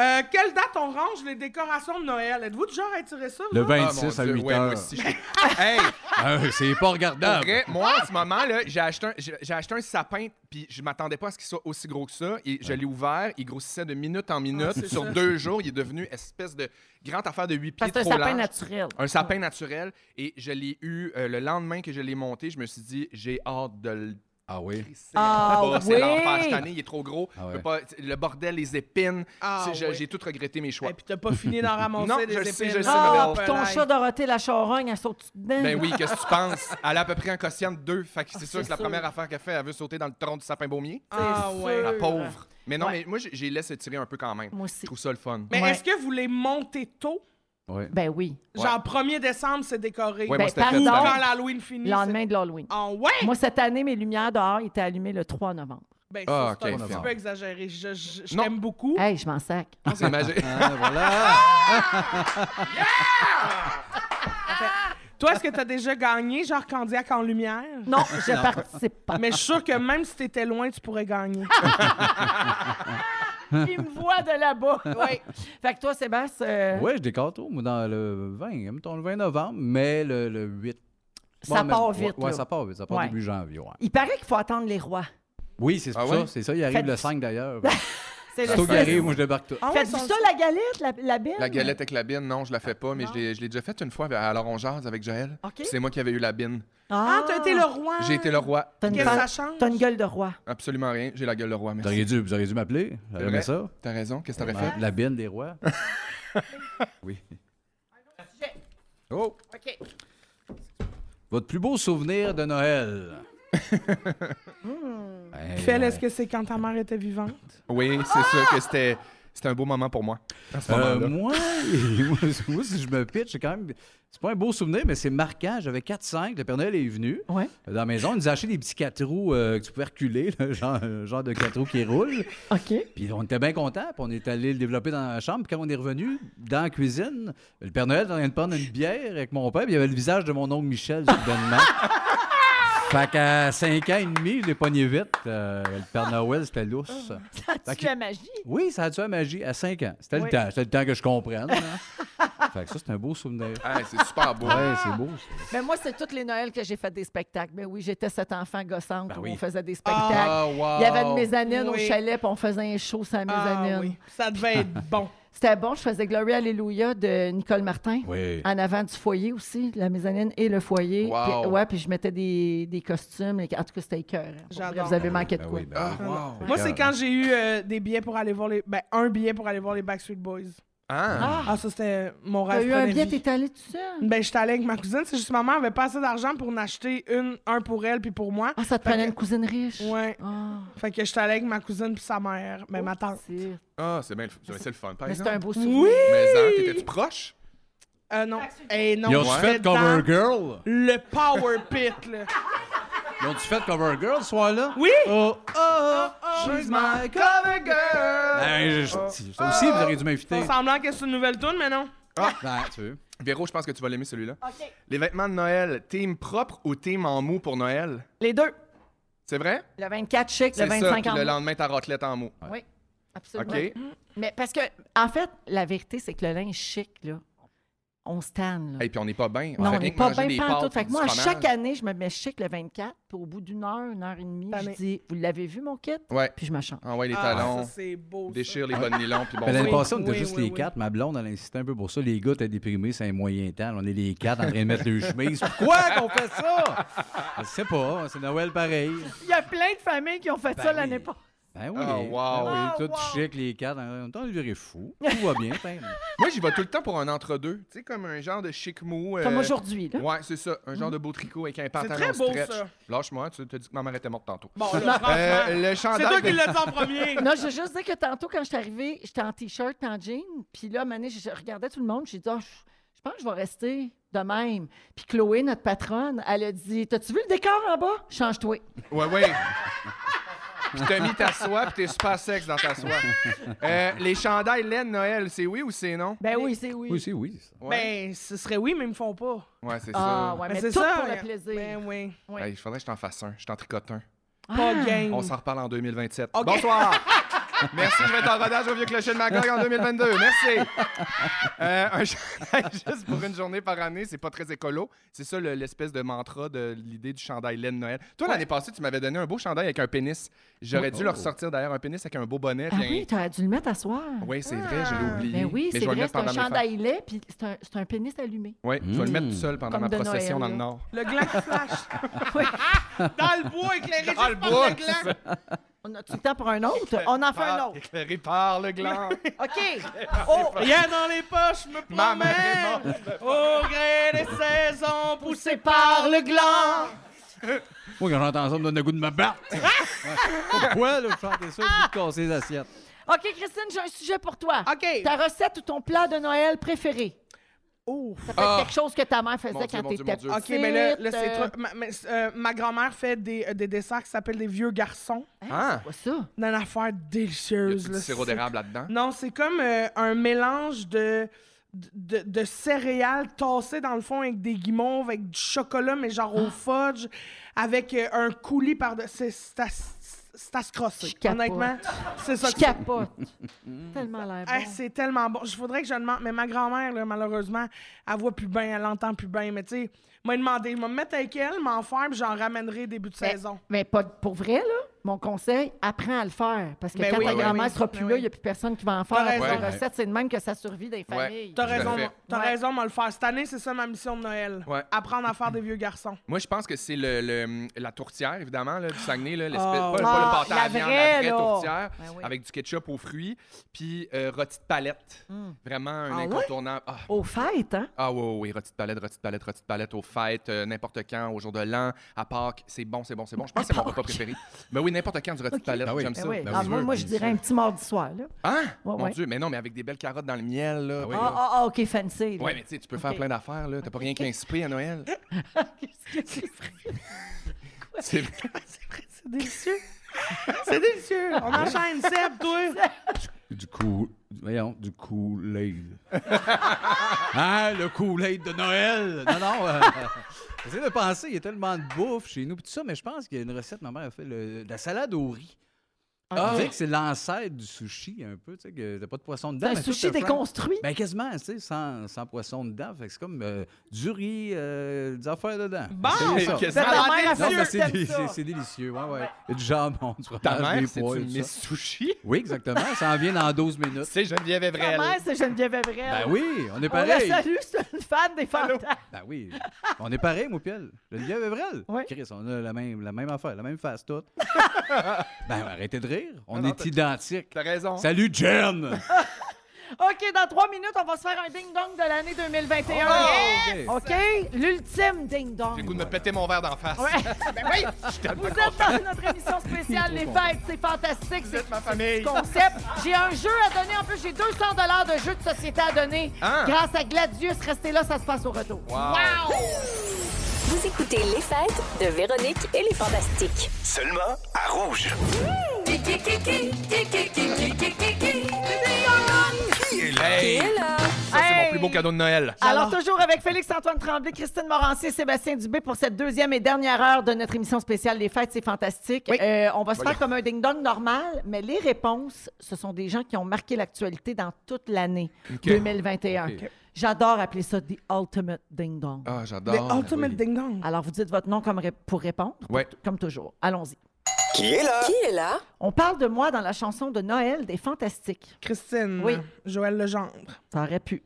Speaker 12: euh, quelle date on range les décorations de Noël? Êtes-vous du genre à tirer ça?
Speaker 13: Le
Speaker 12: vous autres?
Speaker 13: 26 à 8
Speaker 11: Ah, ouais,
Speaker 13: heures.
Speaker 11: moi aussi, je- hey,
Speaker 13: Ah, c'est pas
Speaker 11: pour
Speaker 13: regardable.
Speaker 11: vrai, moi, en ce moment, là, j'ai acheté, un- j'ai- j'ai acheté un sapin, puis je m'attendais pas à ce qu'il soit aussi gros que ça. Et je l'ai ouvert, il grossissait de minute en minute.
Speaker 12: Ah, c'est
Speaker 11: Sur
Speaker 12: ça.
Speaker 11: deux jours, il est devenu espèce de grande affaire de 8
Speaker 1: Parce
Speaker 11: pieds
Speaker 1: que c'est un
Speaker 11: trop
Speaker 1: sapin
Speaker 11: large.
Speaker 1: naturel.
Speaker 11: Un sapin naturel. Et je l'ai eu euh, le lendemain que je l'ai monté, je me suis dit, j'ai hâte de le.
Speaker 13: Ah oui.
Speaker 1: Ah
Speaker 11: c'est
Speaker 1: oui.
Speaker 11: l'enfer cette année, il est trop gros.
Speaker 13: Ah ouais.
Speaker 11: Je peux pas- le bordel, les épines.
Speaker 12: Ah
Speaker 11: C'est- je-
Speaker 12: ouais.
Speaker 11: J'ai tout regretté mes choix.
Speaker 12: Et puis t'as pas fini d'en ramasser
Speaker 11: Non,
Speaker 12: des
Speaker 11: je le sais,
Speaker 12: épines,
Speaker 11: je le
Speaker 12: là.
Speaker 11: sais, ma belle.
Speaker 12: Ah,
Speaker 1: Puis ton
Speaker 12: Nice.
Speaker 1: chat Dorothée la charogne, elle saute dedans.
Speaker 11: Ben oui, qu'est-ce que tu penses? Elle a à peu près un quotient de deux. Fait que c'est
Speaker 1: Ah,
Speaker 11: sûr
Speaker 1: c'est
Speaker 11: que la
Speaker 1: sûr.
Speaker 11: première affaire qu'elle fait, elle veut sauter dans le tronc du sapin baumier.
Speaker 12: Ah
Speaker 1: C'est
Speaker 12: ouais.
Speaker 11: La
Speaker 1: sûr.
Speaker 11: pauvre. Mais non,
Speaker 1: Ouais.
Speaker 11: mais moi, j'ai- j'ai laissé tirer un peu quand même.
Speaker 1: Moi aussi.
Speaker 11: Je trouve ça le fun.
Speaker 12: Mais
Speaker 1: Ouais.
Speaker 12: est-ce que vous les montez tôt?
Speaker 1: Ben oui.
Speaker 12: Genre 1er décembre, c'est décoré.
Speaker 11: Ouais, moi,
Speaker 1: Ben,
Speaker 11: c'était fait
Speaker 12: Ou
Speaker 1: pardon.
Speaker 12: quand l'Halloween finit.
Speaker 1: Le lendemain de l'Halloween.
Speaker 12: c'est- Ah ouais?
Speaker 1: Moi, cette année, mes lumières dehors étaient allumées le 3 novembre.
Speaker 12: Ben,
Speaker 11: Ah,
Speaker 12: ça, c'est
Speaker 11: ok,
Speaker 12: un petit
Speaker 11: novembre.
Speaker 12: peu exagéré. Je, je- je
Speaker 11: Non.
Speaker 12: t'aime beaucoup.
Speaker 1: Hey, je m'en sac.
Speaker 11: C'est magique.
Speaker 13: Ah, voilà.
Speaker 12: Toi, est-ce que t'as déjà gagné, genre Candiac en lumière?
Speaker 1: Non, je participe pas.
Speaker 12: Mais je suis sûr que même si t'étais loin, tu pourrais gagner.
Speaker 1: Il me voit de là-bas. Oui. Fait que toi, Sébastien, euh,
Speaker 13: Oui, je décore tôt, moi, dans le 20, mettons le 20 novembre, mais le, le 8.
Speaker 1: ça
Speaker 13: Bon,
Speaker 1: part
Speaker 13: mais-
Speaker 1: vite.
Speaker 13: Ouais, ouais,
Speaker 1: là.
Speaker 13: ça part vite. Ça part
Speaker 1: Ouais.
Speaker 13: début janvier. ouais.
Speaker 1: Il paraît qu'il faut attendre les rois.
Speaker 13: Oui, c'est
Speaker 11: Ah
Speaker 13: ça.
Speaker 11: ouais?
Speaker 13: C'est ça. Il arrive
Speaker 1: Faites- Bah.
Speaker 13: le 5 d'ailleurs.
Speaker 1: C'est
Speaker 13: Tôt qu'il
Speaker 1: six.
Speaker 13: arrive, moi, je débarque tout.
Speaker 12: Ah ouais,
Speaker 1: Faites-vous
Speaker 12: sont-
Speaker 1: ça, la galette, la, la bine?
Speaker 11: La galette avec la bine, non, je la fais pas, mais je l'ai- je l'ai déjà faite une fois. avec- Alors on jase avec Joël.
Speaker 1: OK.
Speaker 11: Puis C'est moi qui avais eu la bine.
Speaker 12: Ah, t'as été le roi.
Speaker 11: J'ai été le roi.
Speaker 1: T'as une,
Speaker 12: Qu'est-ce que
Speaker 1: gueule-
Speaker 12: ça change?
Speaker 1: t'as une gueule de roi.
Speaker 11: Absolument rien. J'ai la gueule de roi,
Speaker 13: Vous
Speaker 11: merci.
Speaker 13: auriez dû, vous auriez dû m'appeler. J'aurais
Speaker 11: vrai.
Speaker 13: aimé ça.
Speaker 11: T'as raison, qu'est-ce que t'aurais
Speaker 13: Ouais,
Speaker 11: fait?
Speaker 13: La bine des rois. oui. Oh!
Speaker 1: OK.
Speaker 13: Votre plus beau souvenir de Noël. Hey,
Speaker 12: hmm. Phil,
Speaker 13: euh,
Speaker 12: est-ce que c'est quand ta mère était vivante?
Speaker 11: Oui, c'est sûr que c'était c'était un beau moment pour moi. À ce
Speaker 13: Euh,
Speaker 11: moment-là.
Speaker 13: moi, moi, moi, si je me pitch, c'est quand même. C'est pas un beau souvenir, mais c'est marquant. J'avais 4-5. Le Père Noël est venu
Speaker 1: Ouais.
Speaker 13: dans la maison. Il nous a acheté des petits 4 roues euh, que tu pouvais reculer, là, genre, euh, genre de 4 roues qui roulent.
Speaker 1: OK.
Speaker 13: Puis on était bien contents. Puis on est allé le développer dans la chambre. Puis quand on est revenu dans la cuisine, le Père Noël était en train de prendre une bière avec mon père. Puis il y avait le visage de mon oncle Michel soudainement. fait qu'à 5 ans et demi, je l'ai pogné vite. Euh, le Père Noël, c'était
Speaker 1: Oh,
Speaker 13: lousse. Fait que-
Speaker 1: As-tu la magie?
Speaker 13: oui, ça a tué la magie à 5 ans. C'était
Speaker 1: Oui.
Speaker 13: le temps. C'était le temps que je comprenne. hein. fait que ça, c'est un beau souvenir.
Speaker 11: Ah, c'est super beau.
Speaker 13: Ouais, c'est beau. ça.
Speaker 1: Mais moi, c'est tous les Noëls que j'ai fait des spectacles. Ben oui, j'étais cet enfant gossante
Speaker 13: Ben
Speaker 1: où
Speaker 13: oui.
Speaker 1: on faisait des spectacles.
Speaker 11: wow.
Speaker 1: Il y avait une mezzanine au
Speaker 12: Oui.
Speaker 1: chalet, puis on faisait un show sans mezzanine.
Speaker 12: Ah oui, ça devait être bon.
Speaker 1: C'était bon, je faisais Glory Alléluia de Nicole Martin.
Speaker 13: Oui.
Speaker 1: En avant du foyer aussi, la mezzanine et le foyer.
Speaker 11: Wow.
Speaker 1: Puis, ouais, puis je mettais des, des costumes. les- En tout cas, c'était écœurant. Pour vrai,
Speaker 12: J'adore.
Speaker 1: Vous avez manqué de
Speaker 13: Ben
Speaker 1: quoi.
Speaker 13: oui, ben
Speaker 11: Ah,
Speaker 13: oui.
Speaker 11: wow.
Speaker 12: Moi, c'est
Speaker 13: Regarde.
Speaker 12: quand j'ai eu euh, des billets pour aller voir les. Ben, un billet pour aller voir les Backstreet Boys.
Speaker 11: Ah.
Speaker 12: Ah, ça, c'était mon
Speaker 1: T'as
Speaker 12: rêve.
Speaker 1: eu
Speaker 12: plein
Speaker 1: un
Speaker 12: de
Speaker 1: billet,
Speaker 12: vie.
Speaker 1: t'es allé tout seul?
Speaker 12: Ben, j'étais allée avec ma cousine. C'est juste que ma mère avait pas assez d'argent pour en acheter une, un pour elle puis pour moi.
Speaker 1: Ah, ça te
Speaker 12: Fait
Speaker 1: prenait
Speaker 12: que-
Speaker 1: une cousine riche?
Speaker 12: Ouais.
Speaker 1: Ah. Oh,
Speaker 12: Fait que j'étais allée avec ma cousine puis sa mère, ben, ma tante.
Speaker 1: C'est-
Speaker 11: Ah, c'est bien le- c'est le fun, par
Speaker 1: Mais c'est un
Speaker 11: exemple.
Speaker 1: beau souvenir.
Speaker 12: Oui!
Speaker 11: Mais hein, t'étais-tu proche?
Speaker 12: Euh, non. Eh non,
Speaker 13: Ils ont-tu
Speaker 12: j'étais
Speaker 13: fait
Speaker 12: dans
Speaker 13: Cover Girl?
Speaker 12: Le Power Pit, là.
Speaker 13: Ils ont-tu fait Cover Girl ce soir-là?
Speaker 12: Oui!
Speaker 13: Oh, oh, she's my cover girl! Ben, je- je- ça
Speaker 1: Ah!
Speaker 13: aussi, vous auriez dû m'inviter.
Speaker 12: Font semblant que c'est une nouvelle tune, mais non.
Speaker 11: Ah,
Speaker 13: Ben, tu veux.
Speaker 11: Véro, je pense que tu vas l'aimer celui-là. Les vêtements de Noël, team propre ou team en mou pour Noël?
Speaker 1: Les deux.
Speaker 11: C'est vrai?
Speaker 1: Le 24 chic, le
Speaker 11: C'est ça,
Speaker 1: 25
Speaker 11: puis
Speaker 1: ans.
Speaker 11: le lendemain, ta raclette en mou.
Speaker 1: Oui, absolument.
Speaker 11: OK?
Speaker 1: Mais parce que, en fait, la vérité, c'est que le linge chic, là, on se tanne. là.
Speaker 11: Et puis on n'est pas bien.
Speaker 1: Non, on
Speaker 11: fait
Speaker 1: n'est
Speaker 11: rien que
Speaker 1: pas bien
Speaker 11: manger des
Speaker 1: pantoute.
Speaker 11: pâtes
Speaker 1: Fait
Speaker 11: puis
Speaker 1: que
Speaker 11: du
Speaker 1: moi, à
Speaker 11: fromage.
Speaker 1: chaque année, je me mets chic le 24, puis au bout d'une heure, une heure et demie, je
Speaker 12: Tanné.
Speaker 1: dis Vous l'avez vu, mon kit
Speaker 11: Ouais.
Speaker 1: Puis je me chante.
Speaker 11: Ah ouais, les
Speaker 12: Ah,
Speaker 11: talons.
Speaker 12: ça, c'est beau, ça.
Speaker 11: Déchire les bonnes nylons. Puis bon.
Speaker 13: Ben, L'année
Speaker 11: Oui,
Speaker 13: passée, on était
Speaker 11: oui,
Speaker 13: juste
Speaker 11: oui,
Speaker 13: les
Speaker 11: oui.
Speaker 13: quatre. Ma blonde, elle insistait un peu pour ça. Les gars étaient déprimés, c'est un moyen temps. On est les quatre en train de mettre deux chemises. Pourquoi qu'on fait ça? Je sais pas. C'est Noël pareil.
Speaker 1: Il y a plein de familles qui ont fait
Speaker 13: Ben
Speaker 1: ça l'année passée.
Speaker 13: Ben oui.
Speaker 11: Ah, wow.
Speaker 13: Ben oui,
Speaker 1: Ah,
Speaker 13: tout
Speaker 1: wow.
Speaker 13: chic, les quatre. En même temps, on dirait fou. Tout va bien. ben,
Speaker 11: Moi, j'y vais tout le temps pour un entre-deux. Tu sais, comme un genre de chic mou. euh,
Speaker 1: Comme aujourd'hui, là.
Speaker 11: Ouais, c'est ça. Un genre de beau tricot avec un pantalon
Speaker 12: très beau,
Speaker 11: stretch.
Speaker 12: ça.
Speaker 11: Lâche-moi, tu te dis que ma mère était morte tantôt.
Speaker 12: Bon,
Speaker 11: Euh,
Speaker 12: là, franchement,
Speaker 11: le chandail.
Speaker 12: C'est toi qui
Speaker 11: de-
Speaker 12: l'as dit en premier.
Speaker 1: Non, je veux juste dire que tantôt, quand je suis arrivée, j'étais en T-shirt, puis en jean. Puis là, à un moment donné, je je regardais tout le monde. J'ai dit, Ah, je je pense que je vais rester de même. Puis Chloé, notre patronne, elle a dit, T'as-tu vu le décor en bas? Change-toi.
Speaker 11: Ouais, ouais. Puis t'as mis ta soie, puis t'es super sexe dans ta soie. Euh, les chandails laine Noël, c'est oui ou c'est non?
Speaker 1: Ben oui, c'est oui.
Speaker 13: c'est oui.
Speaker 11: Ouais,
Speaker 12: Ben, ce serait oui, mais ils me font pas.
Speaker 11: ouais c'est
Speaker 1: Ah,
Speaker 11: ça.
Speaker 1: ouais,
Speaker 12: Ben,
Speaker 1: mais
Speaker 12: c'est
Speaker 1: tout
Speaker 12: ça,
Speaker 1: pour le
Speaker 12: hein.
Speaker 1: plaisir.
Speaker 12: Ben oui.
Speaker 1: Ouais.
Speaker 11: Hey, Il faudrait que je t'en fasse un. Je t'en tricote un.
Speaker 12: Pas
Speaker 1: Ah.
Speaker 12: game.
Speaker 11: On s'en reparle en 2027.
Speaker 12: Ok.
Speaker 11: Bonsoir! Merci, je vais être en rodage au vieux clocher de Magog en 2022. Merci! Euh, un chandail juste pour une journée par année, c'est pas très écolo. C'est ça le- l'espèce de mantra de l'idée du chandail laine Noël. Toi, l'année passée, tu m'avais donné un beau chandail avec un pénis. J'aurais
Speaker 13: Oh.
Speaker 11: dû leur sortir d'ailleurs un pénis avec un beau bonnet.
Speaker 1: Ah
Speaker 11: puis un-
Speaker 1: oui, t'aurais dû le mettre à soir.
Speaker 11: Oui, c'est vrai, je l'ai oublié.
Speaker 1: Ah, Ben oui,
Speaker 11: Mais
Speaker 1: c'est
Speaker 11: je vais le
Speaker 1: vrai,
Speaker 11: mettre
Speaker 1: c'est un
Speaker 11: pendant mes fêtes.
Speaker 1: chandail laid, puis c'est un, c'est un pénis allumé.
Speaker 11: Oui, je vais le mettre tout seul pendant
Speaker 1: Comme
Speaker 11: ma
Speaker 1: de Noël,
Speaker 11: procession dans le
Speaker 1: là.
Speaker 11: Nord.
Speaker 12: Le gland qui flash. Dans le bois, éclairé juste par
Speaker 11: le
Speaker 12: le
Speaker 11: bois,
Speaker 12: gland.
Speaker 1: On a-tu le temps pour un autre? On en fait un
Speaker 11: Par-
Speaker 1: autre.
Speaker 11: Éclairé par le gland.
Speaker 1: OK. Oh,
Speaker 12: Rien dans les poches, je me
Speaker 11: Ma mère est
Speaker 12: promène. Au gré des saisons, poussé par le gland.
Speaker 13: Moi, quand j'entends ça, on me donne le goût de me battre. Ouais. Pourquoi, là, je chantais ça, puis de casser les assiettes?
Speaker 1: OK, Christine, j'ai un sujet pour toi.
Speaker 12: OK.
Speaker 1: Ta recette ou ton plat de Noël préféré?
Speaker 12: Oh.
Speaker 1: Ça peut être quelque chose que ta mère faisait
Speaker 11: Ah. Mon Dieu,
Speaker 1: quand
Speaker 11: mon Dieu,
Speaker 1: t'étais
Speaker 11: mon Dieu.
Speaker 1: petite.
Speaker 12: OK, mais là, là, c'est
Speaker 1: euh,
Speaker 12: trop- Ma, mais, euh, ma grand-mère fait des, euh, des desserts qui s'appellent des vieux garçons.
Speaker 11: Hein?
Speaker 1: Quoi ça?
Speaker 12: Une affaire
Speaker 11: Il y a
Speaker 12: délicieuse.
Speaker 11: du
Speaker 12: là.
Speaker 11: sirop
Speaker 12: C'est-
Speaker 11: d'érable là-dedans.
Speaker 12: Non, c'est comme euh, un mélange de, de, de céréales tassées dans le fond avec des guimauves, avec du chocolat, mais genre au fudge, avec euh, un coulis par-dessus. C'est- C'est à, c'est à se crosser.
Speaker 1: Je capote.
Speaker 12: Honnêtement, c'est ça
Speaker 1: Je
Speaker 12: que c'est.
Speaker 1: capote. Tellement l'air bon.
Speaker 12: Hey, c'est tellement bon. Je voudrais que je demande. Mais ma grand-mère, là, malheureusement, elle voit plus bien, elle entend plus bien. Mais tu sais, m'a demandé, je vais me mettre avec elle, m'en faire, puis j'en ramènerai début de
Speaker 1: Mais-
Speaker 12: saison.
Speaker 1: Mais pas de- pour vrai, là. Mon conseil, apprends à le faire. Parce que
Speaker 12: Ben
Speaker 1: quand
Speaker 12: oui,
Speaker 1: ta
Speaker 12: oui,
Speaker 1: grand-mère
Speaker 12: oui.
Speaker 1: sera plus
Speaker 12: Ben
Speaker 1: là,
Speaker 12: oui.
Speaker 1: il n'y a plus personne qui va en
Speaker 12: T'as
Speaker 1: faire. La
Speaker 12: raison.
Speaker 1: recette, c'est de même que ça survit des familles.
Speaker 12: T'as
Speaker 11: Je le
Speaker 12: raison,
Speaker 11: fais.
Speaker 12: t'as
Speaker 1: Ouais.
Speaker 12: raison, m'en le faire. Cette année, c'est ça ma mission de Noël.
Speaker 11: Ouais.
Speaker 12: Apprendre à faire des vieux garçons.
Speaker 11: Moi, je pense que c'est le, le- la tourtière, évidemment, là, du Saguenay. Là, l'espèce,
Speaker 12: Ah,
Speaker 11: pas,
Speaker 12: oui.
Speaker 11: pas
Speaker 1: Ah,
Speaker 11: le pâté à
Speaker 1: la
Speaker 11: viande,
Speaker 1: vraie,
Speaker 11: la vraie
Speaker 1: là.
Speaker 11: tourtière,
Speaker 1: Ben oui.
Speaker 11: avec du ketchup aux fruits, puis euh, rôti de palette. Vraiment un
Speaker 1: Ah ouais?
Speaker 11: incontournable. Ah,
Speaker 1: Au fait, hein?
Speaker 11: ah oui, oui, oui, rôti de palette, rôti de palette, rôti de palette, aux fêtes, euh, n'importe quand, au jour de l'an, à Pâques. C'est bon, c'est bon, c'est bon. Je pense que c'est mon repas préféré. Mais oui, n'importe quand, du rôti de palette,
Speaker 13: Ben oui.
Speaker 11: j'aime
Speaker 1: Ben
Speaker 11: ça.
Speaker 1: oui.
Speaker 13: ben
Speaker 1: Ah,
Speaker 13: oui.
Speaker 1: moi, moi, je dirais un petit mardi soir, là.
Speaker 11: Hein?
Speaker 1: Ouais,
Speaker 11: Mon
Speaker 1: ouais.
Speaker 11: Dieu, mais non, mais avec des belles carottes dans le miel, là.
Speaker 1: Ah, ah, ah, OK, fancy. là.
Speaker 11: Ouais, mais tu sais, tu peux faire
Speaker 1: Ok. Ah.
Speaker 11: plein d'affaires, là. T'as pas rien qu'un souper à Noël. C'est
Speaker 12: C'est vrai, c'est délicieux. c'est délicieux. On enchaîne, Seb, toi.
Speaker 13: Du coup, voyons, du Kool-Aid. ah, le Kool-Aid de Noël! Non, non, euh, j'essaie de penser, il y a tellement de bouffe chez nous, pis tout ça, mais je pense qu'il y a une recette, ma mère a fait, le- de la salade au riz.
Speaker 1: Ah.
Speaker 13: On dirait que c'est l'ancêtre du sushi, un peu, tu sais, que t'as pas de poisson dedans.
Speaker 1: C'est un
Speaker 13: mais tout
Speaker 1: sushi
Speaker 13: te flanque.
Speaker 1: déconstruit.
Speaker 13: Ben quasiment, tu sais, sans, sans poisson dedans. Fait que c'est comme euh, du riz, euh, des affaires dedans.
Speaker 12: Bon!
Speaker 13: C'est ça.
Speaker 1: Fait que ta mère
Speaker 13: Non,
Speaker 1: a fait
Speaker 13: mais
Speaker 1: ça,
Speaker 13: c'est,
Speaker 1: t'aimes
Speaker 13: dé-
Speaker 1: ça.
Speaker 13: c'est- c'est délicieux, ouais, ouais. Et du jambon, du fromage,
Speaker 11: Ta
Speaker 13: des
Speaker 11: mère, c'est
Speaker 13: pois,
Speaker 11: une
Speaker 13: tout ça.
Speaker 11: Miss Sushi?
Speaker 13: Oui, exactement. Ça en vient dans 12 minutes.
Speaker 11: C'est Geneviève
Speaker 1: Ta
Speaker 11: Evrel.
Speaker 1: mère, c'est Geneviève Evrel.
Speaker 13: Ben oui, on est
Speaker 1: On la
Speaker 13: pareil.
Speaker 1: salue, c'est une fan des fantasmes.
Speaker 13: Ben oui. On est pareil, Moupiel. Le lien est vrai.
Speaker 1: Oui.
Speaker 13: Chris, on a la même, la même affaire, la même face toute. ben arrêtez de rire. On
Speaker 11: Non, non,
Speaker 13: est identiques.
Speaker 11: T'as raison.
Speaker 13: Salut, Jen!
Speaker 1: OK, dans trois minutes, on va se faire un ding-dong de l'année 2021.
Speaker 13: Oh!
Speaker 1: OK? L'ultime ding-dong.
Speaker 11: J'ai le goût de me péter mon verre d'en face.
Speaker 1: Ouais. Ben Vous êtes dans notre émission spéciale Les
Speaker 13: Trop content.
Speaker 1: Fêtes, c'est fantastique, c'est
Speaker 11: ma famille.
Speaker 1: le concept. J'ai un jeu à donner, en plus j'ai 200 dollars de jeu de société à donner
Speaker 11: Hein?
Speaker 1: grâce à Gladius. Restez là, ça se passe au retour.
Speaker 6: Vous écoutez Les Fêtes de Véronique et les Fantastiques.
Speaker 10: Seulement à rouge.
Speaker 11: Hey, ça, c'est mon plus beau cadeau de Noël.
Speaker 1: Alors, toujours avec Félix-Antoine Tremblay, Christine Morancier, Sébastien Dubé pour cette deuxième et dernière heure de notre émission spéciale Les Fêtes, c'est fantastique. Euh, on va se faire comme un ding-dong normal, mais les réponses, ce sont des gens qui ont marqué l'actualité dans toute l'année 2021. J'adore appeler ça The Ultimate Ding Dong.
Speaker 11: Ah, j'adore.
Speaker 12: oh,
Speaker 11: The Ultimate
Speaker 1: Ding Dong. Alors, vous dites votre nom comme ré- pour répondre,
Speaker 11: Ouais.
Speaker 1: comme toujours. Allons-y.
Speaker 12: Qui est là? Qui est
Speaker 1: là? On parle de moi dans la chanson de Noël des Fantastiques.
Speaker 12: Christine.
Speaker 1: Oui.
Speaker 12: Joël Legendre.
Speaker 1: Ça aurait pu.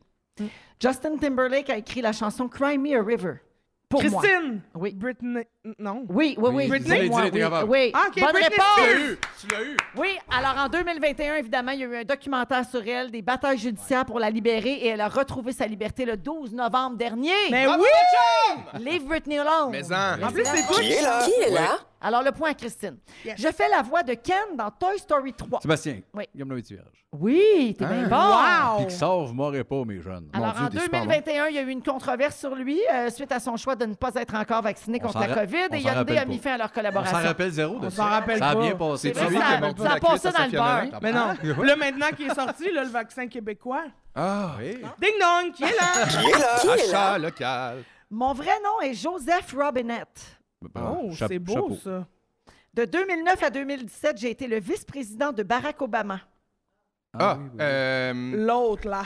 Speaker 1: Justin Timberlake a écrit la chanson Cry Me a River. Pour moi.
Speaker 12: Christine.
Speaker 1: Oui.
Speaker 12: Britney. Non.
Speaker 1: Oui, oui, oui.
Speaker 12: Britney.
Speaker 1: Pour moi, oui, oui.
Speaker 12: Ah, ok,
Speaker 1: Bonne
Speaker 12: Britney Spears.
Speaker 1: réponse. Oui, alors en 2021, évidemment, il y a eu un documentaire sur elle, des batailles judiciaires pour la libérer, et elle a retrouvé sa liberté le 12 novembre dernier.
Speaker 12: Mais Bravo, oui!
Speaker 1: Leave Britney alone!
Speaker 11: Mais en.
Speaker 1: En plus, c'est toi
Speaker 11: Qui est là? Qui est là? Ouais.
Speaker 1: Alors, le point à Christine. Je fais la voix de Ken dans Toy Story 3.
Speaker 13: Sébastien,
Speaker 1: Oui.
Speaker 13: Guillaume le vierge.
Speaker 1: Oui, t'es bien bon.
Speaker 13: Puis que ça, vous m'aurez pas, mes jeunes.
Speaker 1: Alors, en
Speaker 13: hein.
Speaker 1: 2021, il y a eu une controverse sur lui euh, suite à son choix de ne pas être encore vacciné
Speaker 13: On s'en
Speaker 1: contre la
Speaker 13: ra-
Speaker 1: COVID
Speaker 13: on
Speaker 1: et
Speaker 13: s'en rappelle
Speaker 1: Hyundai a
Speaker 13: pas.
Speaker 1: mis fin à leur
Speaker 13: On
Speaker 1: collaboration.
Speaker 13: s'en rappelle zéro de
Speaker 12: On
Speaker 13: ça.
Speaker 12: s'en rappelle
Speaker 13: ça a
Speaker 12: pas.
Speaker 13: bien passé.
Speaker 12: C'est vrai, ça-
Speaker 1: ça a passé dans le beurre.
Speaker 12: Mais non.
Speaker 13: Ah.
Speaker 12: Là, maintenant qu'il est sorti, là, le vaccin québécois.
Speaker 11: Ah!
Speaker 1: Hein?
Speaker 12: Ding dong, qui est là?
Speaker 11: Achat local.
Speaker 1: Mon vrai nom est Joseph Robinette.
Speaker 12: Oh,
Speaker 11: Cha-
Speaker 12: c'est beau,
Speaker 11: Ah, chapeau.
Speaker 12: ça.
Speaker 1: De 2009 à 2017, j'ai été le vice-président de Barack Obama.
Speaker 11: Ah, euh...
Speaker 12: L'autre, là.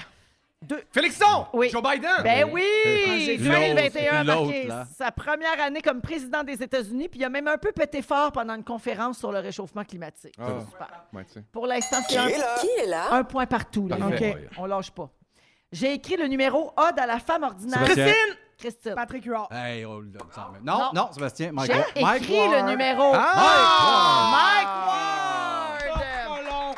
Speaker 11: Félixon!
Speaker 1: Oui.
Speaker 11: Joe Biden!
Speaker 1: Ben oui!
Speaker 11: Ah, j'ai vu.
Speaker 1: 2021 a
Speaker 11: L'autre,
Speaker 1: marqué
Speaker 11: là.
Speaker 1: sa première année comme président des États-Unis, puis il a même un peu pété fort pendant une conférence sur le réchauffement climatique.
Speaker 11: Ah.
Speaker 1: Super.
Speaker 11: Ouais, tu sais.
Speaker 1: Pour l'instant, c'est
Speaker 11: Qui
Speaker 1: un...
Speaker 11: est là? Qui est là?
Speaker 1: un point partout. Là.
Speaker 11: Parfait.
Speaker 1: OK, On lâche pas. J'ai écrit le numéro Ode à la femme ordinaire.
Speaker 13: Sébastien.
Speaker 1: Christine!
Speaker 12: Patrick Huard.
Speaker 13: Hey, on le s'en met. Non, non, Sébastien, Mike.
Speaker 1: J'ai
Speaker 13: Ward. Mike Ah!
Speaker 1: écrit
Speaker 13: Ward. Ah!
Speaker 1: le numéro.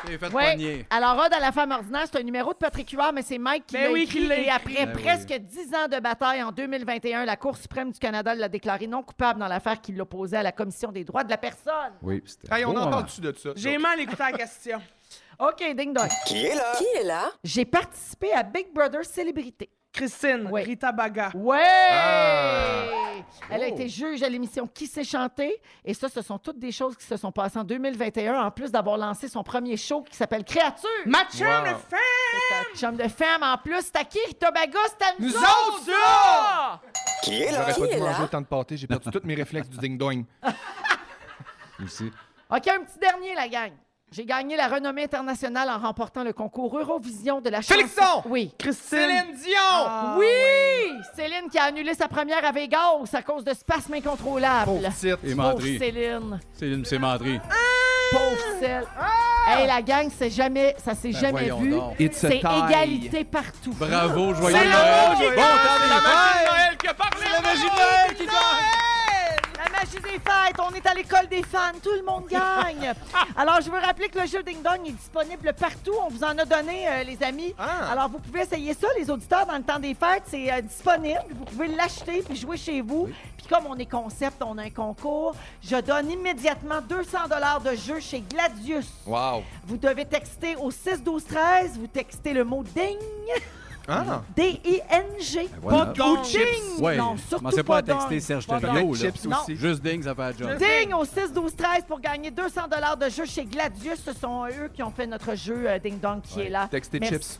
Speaker 13: T'es
Speaker 1: Mike
Speaker 13: fait
Speaker 1: Ward!
Speaker 13: poigner.
Speaker 1: Alors, Ode à la femme ordinaire, c'est un numéro de Patrick Huard, mais c'est Mike qui
Speaker 12: Ben
Speaker 1: l'a
Speaker 12: oui,
Speaker 1: écrit.
Speaker 12: qui l'a
Speaker 1: Et
Speaker 12: écrit.
Speaker 1: après
Speaker 12: Ben oui.
Speaker 1: presque dix ans de bataille, en 2021, la Cour suprême du Canada l'a déclaré non coupable dans l'affaire qui l'opposait à la Commission des droits de la personne.
Speaker 13: Oui, c'était.
Speaker 11: Hey, on
Speaker 13: beau,
Speaker 11: en
Speaker 13: hein.
Speaker 11: parle-tu de ça?
Speaker 12: J'ai mal écouté la question.
Speaker 1: OK, ding dong.
Speaker 11: Qui est là? Qui
Speaker 1: est là? J'ai participé à Big Brother Célébrité.
Speaker 12: Christine, Rita Baga.
Speaker 1: Ouais!
Speaker 12: Ah.
Speaker 1: Elle a
Speaker 12: Oh.
Speaker 1: été juge à l'émission Qui s'est chanté? Et ça, ce sont toutes des choses qui se sont passées en 2021, en plus d'avoir lancé son premier show qui s'appelle Créature.
Speaker 12: Ma chum Wow. de
Speaker 1: femme! Ta chum de femme, en plus, c'est à qui? Tobago, c'est à nous,
Speaker 12: Nous
Speaker 1: autres,
Speaker 12: autres,
Speaker 1: ça!
Speaker 11: Qui est là? J'aurais pas dû manger autant de pâté, j'ai perdu tous mes réflexes du ding-dong.
Speaker 13: Aussi.
Speaker 1: OK, un petit dernier, la gang. J'ai gagné la renommée internationale en remportant le concours Eurovision de la chanson.
Speaker 11: Félixon!
Speaker 1: Oui.
Speaker 12: Christine!
Speaker 11: Céline Dion!
Speaker 13: Ah,
Speaker 1: oui! Céline qui a annulé sa première à Vegas à cause de spasmes incontrôlables.
Speaker 13: Pauvre petite. Ah! Et
Speaker 1: Pauvre
Speaker 13: menterie.
Speaker 1: Céline.
Speaker 13: Céline, c'est menterie.
Speaker 1: Pauvre Céline.
Speaker 13: Ah!
Speaker 1: Hey, la gang, c'est jamais, ça s'est
Speaker 13: Ben
Speaker 1: jamais
Speaker 13: voyons
Speaker 1: vu.
Speaker 13: donc. It's a
Speaker 1: C'est
Speaker 13: tie.
Speaker 1: égalité partout.
Speaker 13: Bravo, joyeux
Speaker 1: C'est
Speaker 13: Noël.
Speaker 1: l'amour qui
Speaker 13: Bon
Speaker 1: gagne,
Speaker 13: temps
Speaker 1: c'est
Speaker 13: des
Speaker 1: la magie
Speaker 13: fêtes.
Speaker 1: de Noël
Speaker 11: qui a parlé.
Speaker 1: C'est la magie de Noël qui gagne! La magie des fêtes, on est à l'école des fans, tout le monde gagne. Alors, je veux rappeler que le jeu Ding Dong est disponible partout. On vous en a donné, euh, les amis. Alors, vous pouvez essayer ça, les auditeurs, dans le temps des fêtes. C'est euh, disponible. Vous pouvez l'acheter puis jouer chez vous. Puis comme on est concept, on a un concours. Je donne immédiatement 200 dollars de jeu chez Gladius.
Speaker 11: Wow!
Speaker 1: Vous devez texter au 6 12 13. Vous textez le mot ding.
Speaker 11: Ah.
Speaker 1: D-I-N-G.
Speaker 13: Ben Voilà.
Speaker 1: Pas de ou ding.
Speaker 13: Ouais,
Speaker 1: Non, surtout
Speaker 13: commencez
Speaker 1: pas,
Speaker 13: pas à texter
Speaker 1: ding.
Speaker 13: Serge
Speaker 1: Pas
Speaker 13: Thériault,
Speaker 1: ding.
Speaker 13: là.
Speaker 1: Non.
Speaker 13: Juste ding, ça fait la job.
Speaker 1: Ding au 6 12 13 pour gagner 200 dollars de jeu chez Gladius. Ce sont eux qui ont fait notre jeu euh, Ding Dong qui est là.
Speaker 11: Textez
Speaker 1: Merci.
Speaker 11: chips.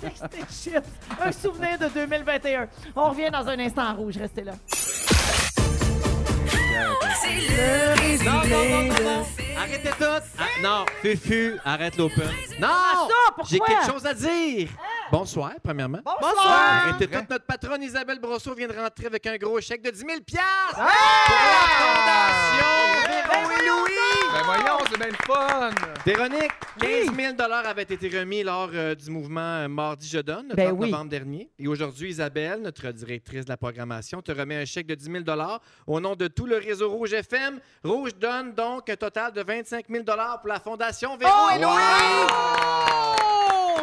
Speaker 1: Textez chips. Un souvenir de 2021. On revient dans un instant en rouge. Restez là.
Speaker 14: C'est le
Speaker 15: Non, non, non, non, non. Arrêtez tout. Ah, non, Fufu, arrête l'open. Non!
Speaker 1: Ah, ça, pourquoi? Ah!
Speaker 15: J'ai quelque chose à dire. Bonsoir, premièrement.
Speaker 1: Bonsoir.
Speaker 15: Arrêtez tout. Notre patronne Isabelle Brosseau vient de rentrer avec un gros chèque de 10 000 piastres pour la fondation Véro et Louis.
Speaker 11: Ben voyons, c'est bien le fun!
Speaker 15: Véronique, 15 000 avaient été remis lors euh, du mouvement euh, Mardi Je donne, le
Speaker 1: Ben
Speaker 15: 30
Speaker 1: oui.
Speaker 15: novembre dernier. Et aujourd'hui, Isabelle, notre directrice de la programmation, te remet un chèque de 10 000 au nom de tout le réseau Rouge FM. Rouge donne donc un total de 25 000 pour la Fondation Véro
Speaker 1: Oh,
Speaker 15: et Louis.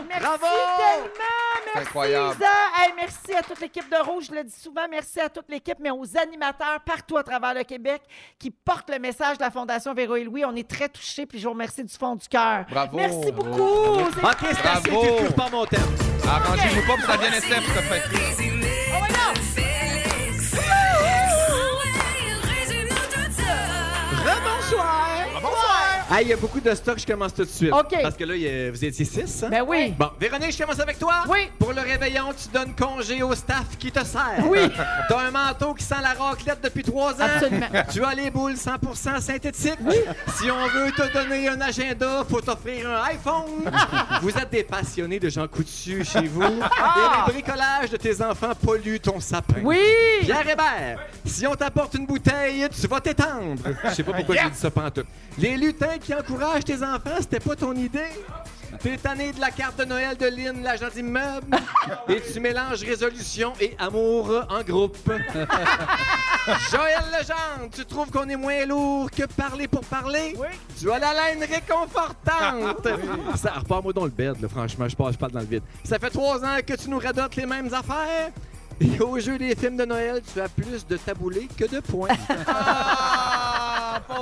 Speaker 1: Merci
Speaker 15: Bravo!
Speaker 1: tellement. Merci,
Speaker 15: incroyable.
Speaker 1: Isa. Hey, merci à toute l'équipe de Rouge. Je le dis souvent. Merci à toute l'équipe, mais aux animateurs partout à travers le Québec qui portent le message de la Fondation Véro et Louis. On est très touchés, puis je vous remercie du fond du cœur.
Speaker 11: Bravo.
Speaker 1: Merci beaucoup. C'est-
Speaker 15: Ok, c'est assez,
Speaker 11: Bravo.
Speaker 15: tu ne pas mon thème.
Speaker 11: Arrangez-vous pas pour que ça vienne SF, s'il te plaît.
Speaker 14: Rebonsoir!
Speaker 11: Bonsoir!
Speaker 15: Ah, il y a beaucoup de stock, je commence tout de suite.
Speaker 1: OK.
Speaker 15: Parce que là, il y a- vous étiez six, hein?
Speaker 1: Ben oui.
Speaker 15: Bon, Véronique, je commence avec toi. Oui. Pour le réveillon, tu donnes congé au staff qui te sert.
Speaker 1: Oui.
Speaker 15: T'as un manteau qui sent la raclette depuis trois ans.
Speaker 1: Absolument.
Speaker 15: Tu as les boules 100 synthétiques. Si on veut te donner un agenda, faut t'offrir un iPhone. vous êtes des passionnés de Jean Coutu chez vous.
Speaker 1: Ah.
Speaker 15: Et les bricolages de tes enfants polluent ton sapin.
Speaker 1: Oui.
Speaker 15: Pierre Hébert, si on t'apporte une bouteille, tu vas t'étendre. Je sais pas pourquoi j'ai dit ça pantoute. Les lutins qui encouragent tes enfants, c'était pas ton idée? T'es tanné de la carte de Noël de Lynn, l'agent d'immeuble, et tu mélanges résolution et amour en groupe. Joël Legendre, tu trouves qu'on est moins lourd que parler pour parler? Oui. Tu as la laine réconfortante. Ça repart-moi dans le bed, là, franchement, je passe pas dans le vide. Ça fait trois ans que tu nous radotes les mêmes affaires. Et au jeu des films de Noël, tu as plus de taboulés que de points.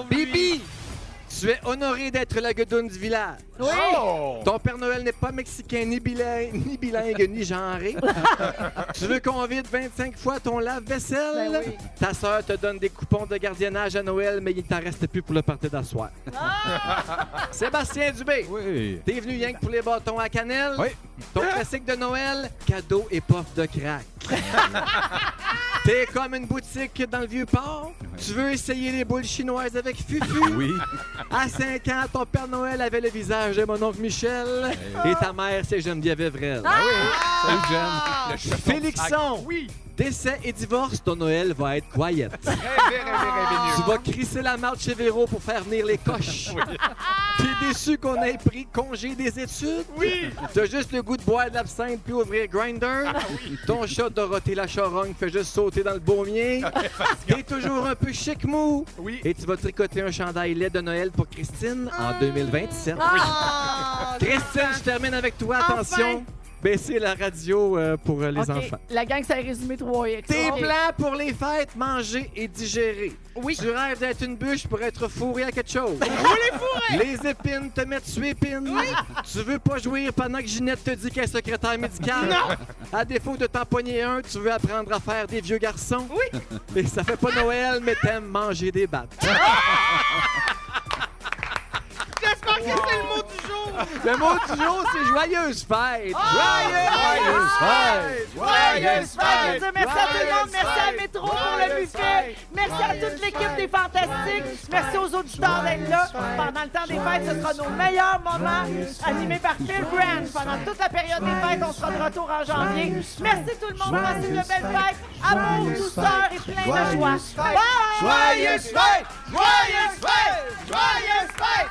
Speaker 15: Bibi, tu es honoré d'être la guedoune du village.
Speaker 1: Oui. Oh!
Speaker 15: Ton Père Noël n'est pas mexicain, ni bilingue, ni, bilingue, ni genré. tu veux qu'on vide 25 fois ton lave-vaisselle?
Speaker 1: Ben oui.
Speaker 15: Ta sœur te donne des coupons de gardiennage à Noël, mais il t'en reste plus pour le party d'asseoir.
Speaker 1: Ah!
Speaker 15: Sébastien Dubé, t'es venu rien que pour les bâtons à cannelle. Ton classique de Noël, cadeau et pof de crack. T'es comme une boutique dans le vieux port. Tu veux essayer les boules chinoises avec Fufu?
Speaker 13: Oui.
Speaker 15: À 5 ans, ton Père Noël avait le visage de mon oncle Michel et ta mère, c'est Geneviève Evrel. Ben
Speaker 13: Salut, Jen.
Speaker 15: Félixon, décès et divorce, ton Noël va être quiet. Tu vas crisser la marde chez Véro pour faire venir les coches. T'es déçu qu'on ait pris congé des études? Oui! Ah T'as juste le goût de boire de l'absinthe puis ouvrir Grinder? Ton chat Dorothée la charogne fait juste sauter dans le baumier. Ah, T'es toujours un peu chic mou. Oui. Et tu vas tricoter un chandail lait de Noël pour Christine en 2027.
Speaker 1: Ah,
Speaker 15: Christine, je termine avec toi. Attention, baissez la radio euh, pour euh, les
Speaker 1: OK.
Speaker 15: enfants.
Speaker 1: La gang, ça a résumé 3X.
Speaker 15: Tes
Speaker 1: OK.
Speaker 15: plans pour les fêtes, manger et digérer. Oui. Tu rêves d'être une bûche pour être fourré à quelque chose. les épines te mettent sur épines. Tu veux pas jouir pendant que Ginette te dit qu'elle est secrétaire médicale. À défaut de tamponner un, tu veux apprendre à faire des vieux garçons. Oui. Et ça fait pas Noël, mais t'aimes manger des battes.
Speaker 12: J'espère que c'est le mot du jour.
Speaker 15: Le mot du jour, c'est joyeuse fête.
Speaker 1: Joyeuse
Speaker 15: fête.
Speaker 1: Oh, Joyeuse fête! Merci à tout le monde, merci à Métro pour le buffet, merci à toute l'équipe des Fantastiques, merci aux auditeurs d'être là. Pendant le temps des fêtes, ce sera nos meilleurs moments animés par Phil Branch. Pendant toute la période des fêtes, on sera de retour en janvier. Merci tout le monde, passez de belles fêtes, amour, douceur et plein de joie. Bye!
Speaker 8: Joyeuse fête! Joyeuse fête! Joyeuse fête!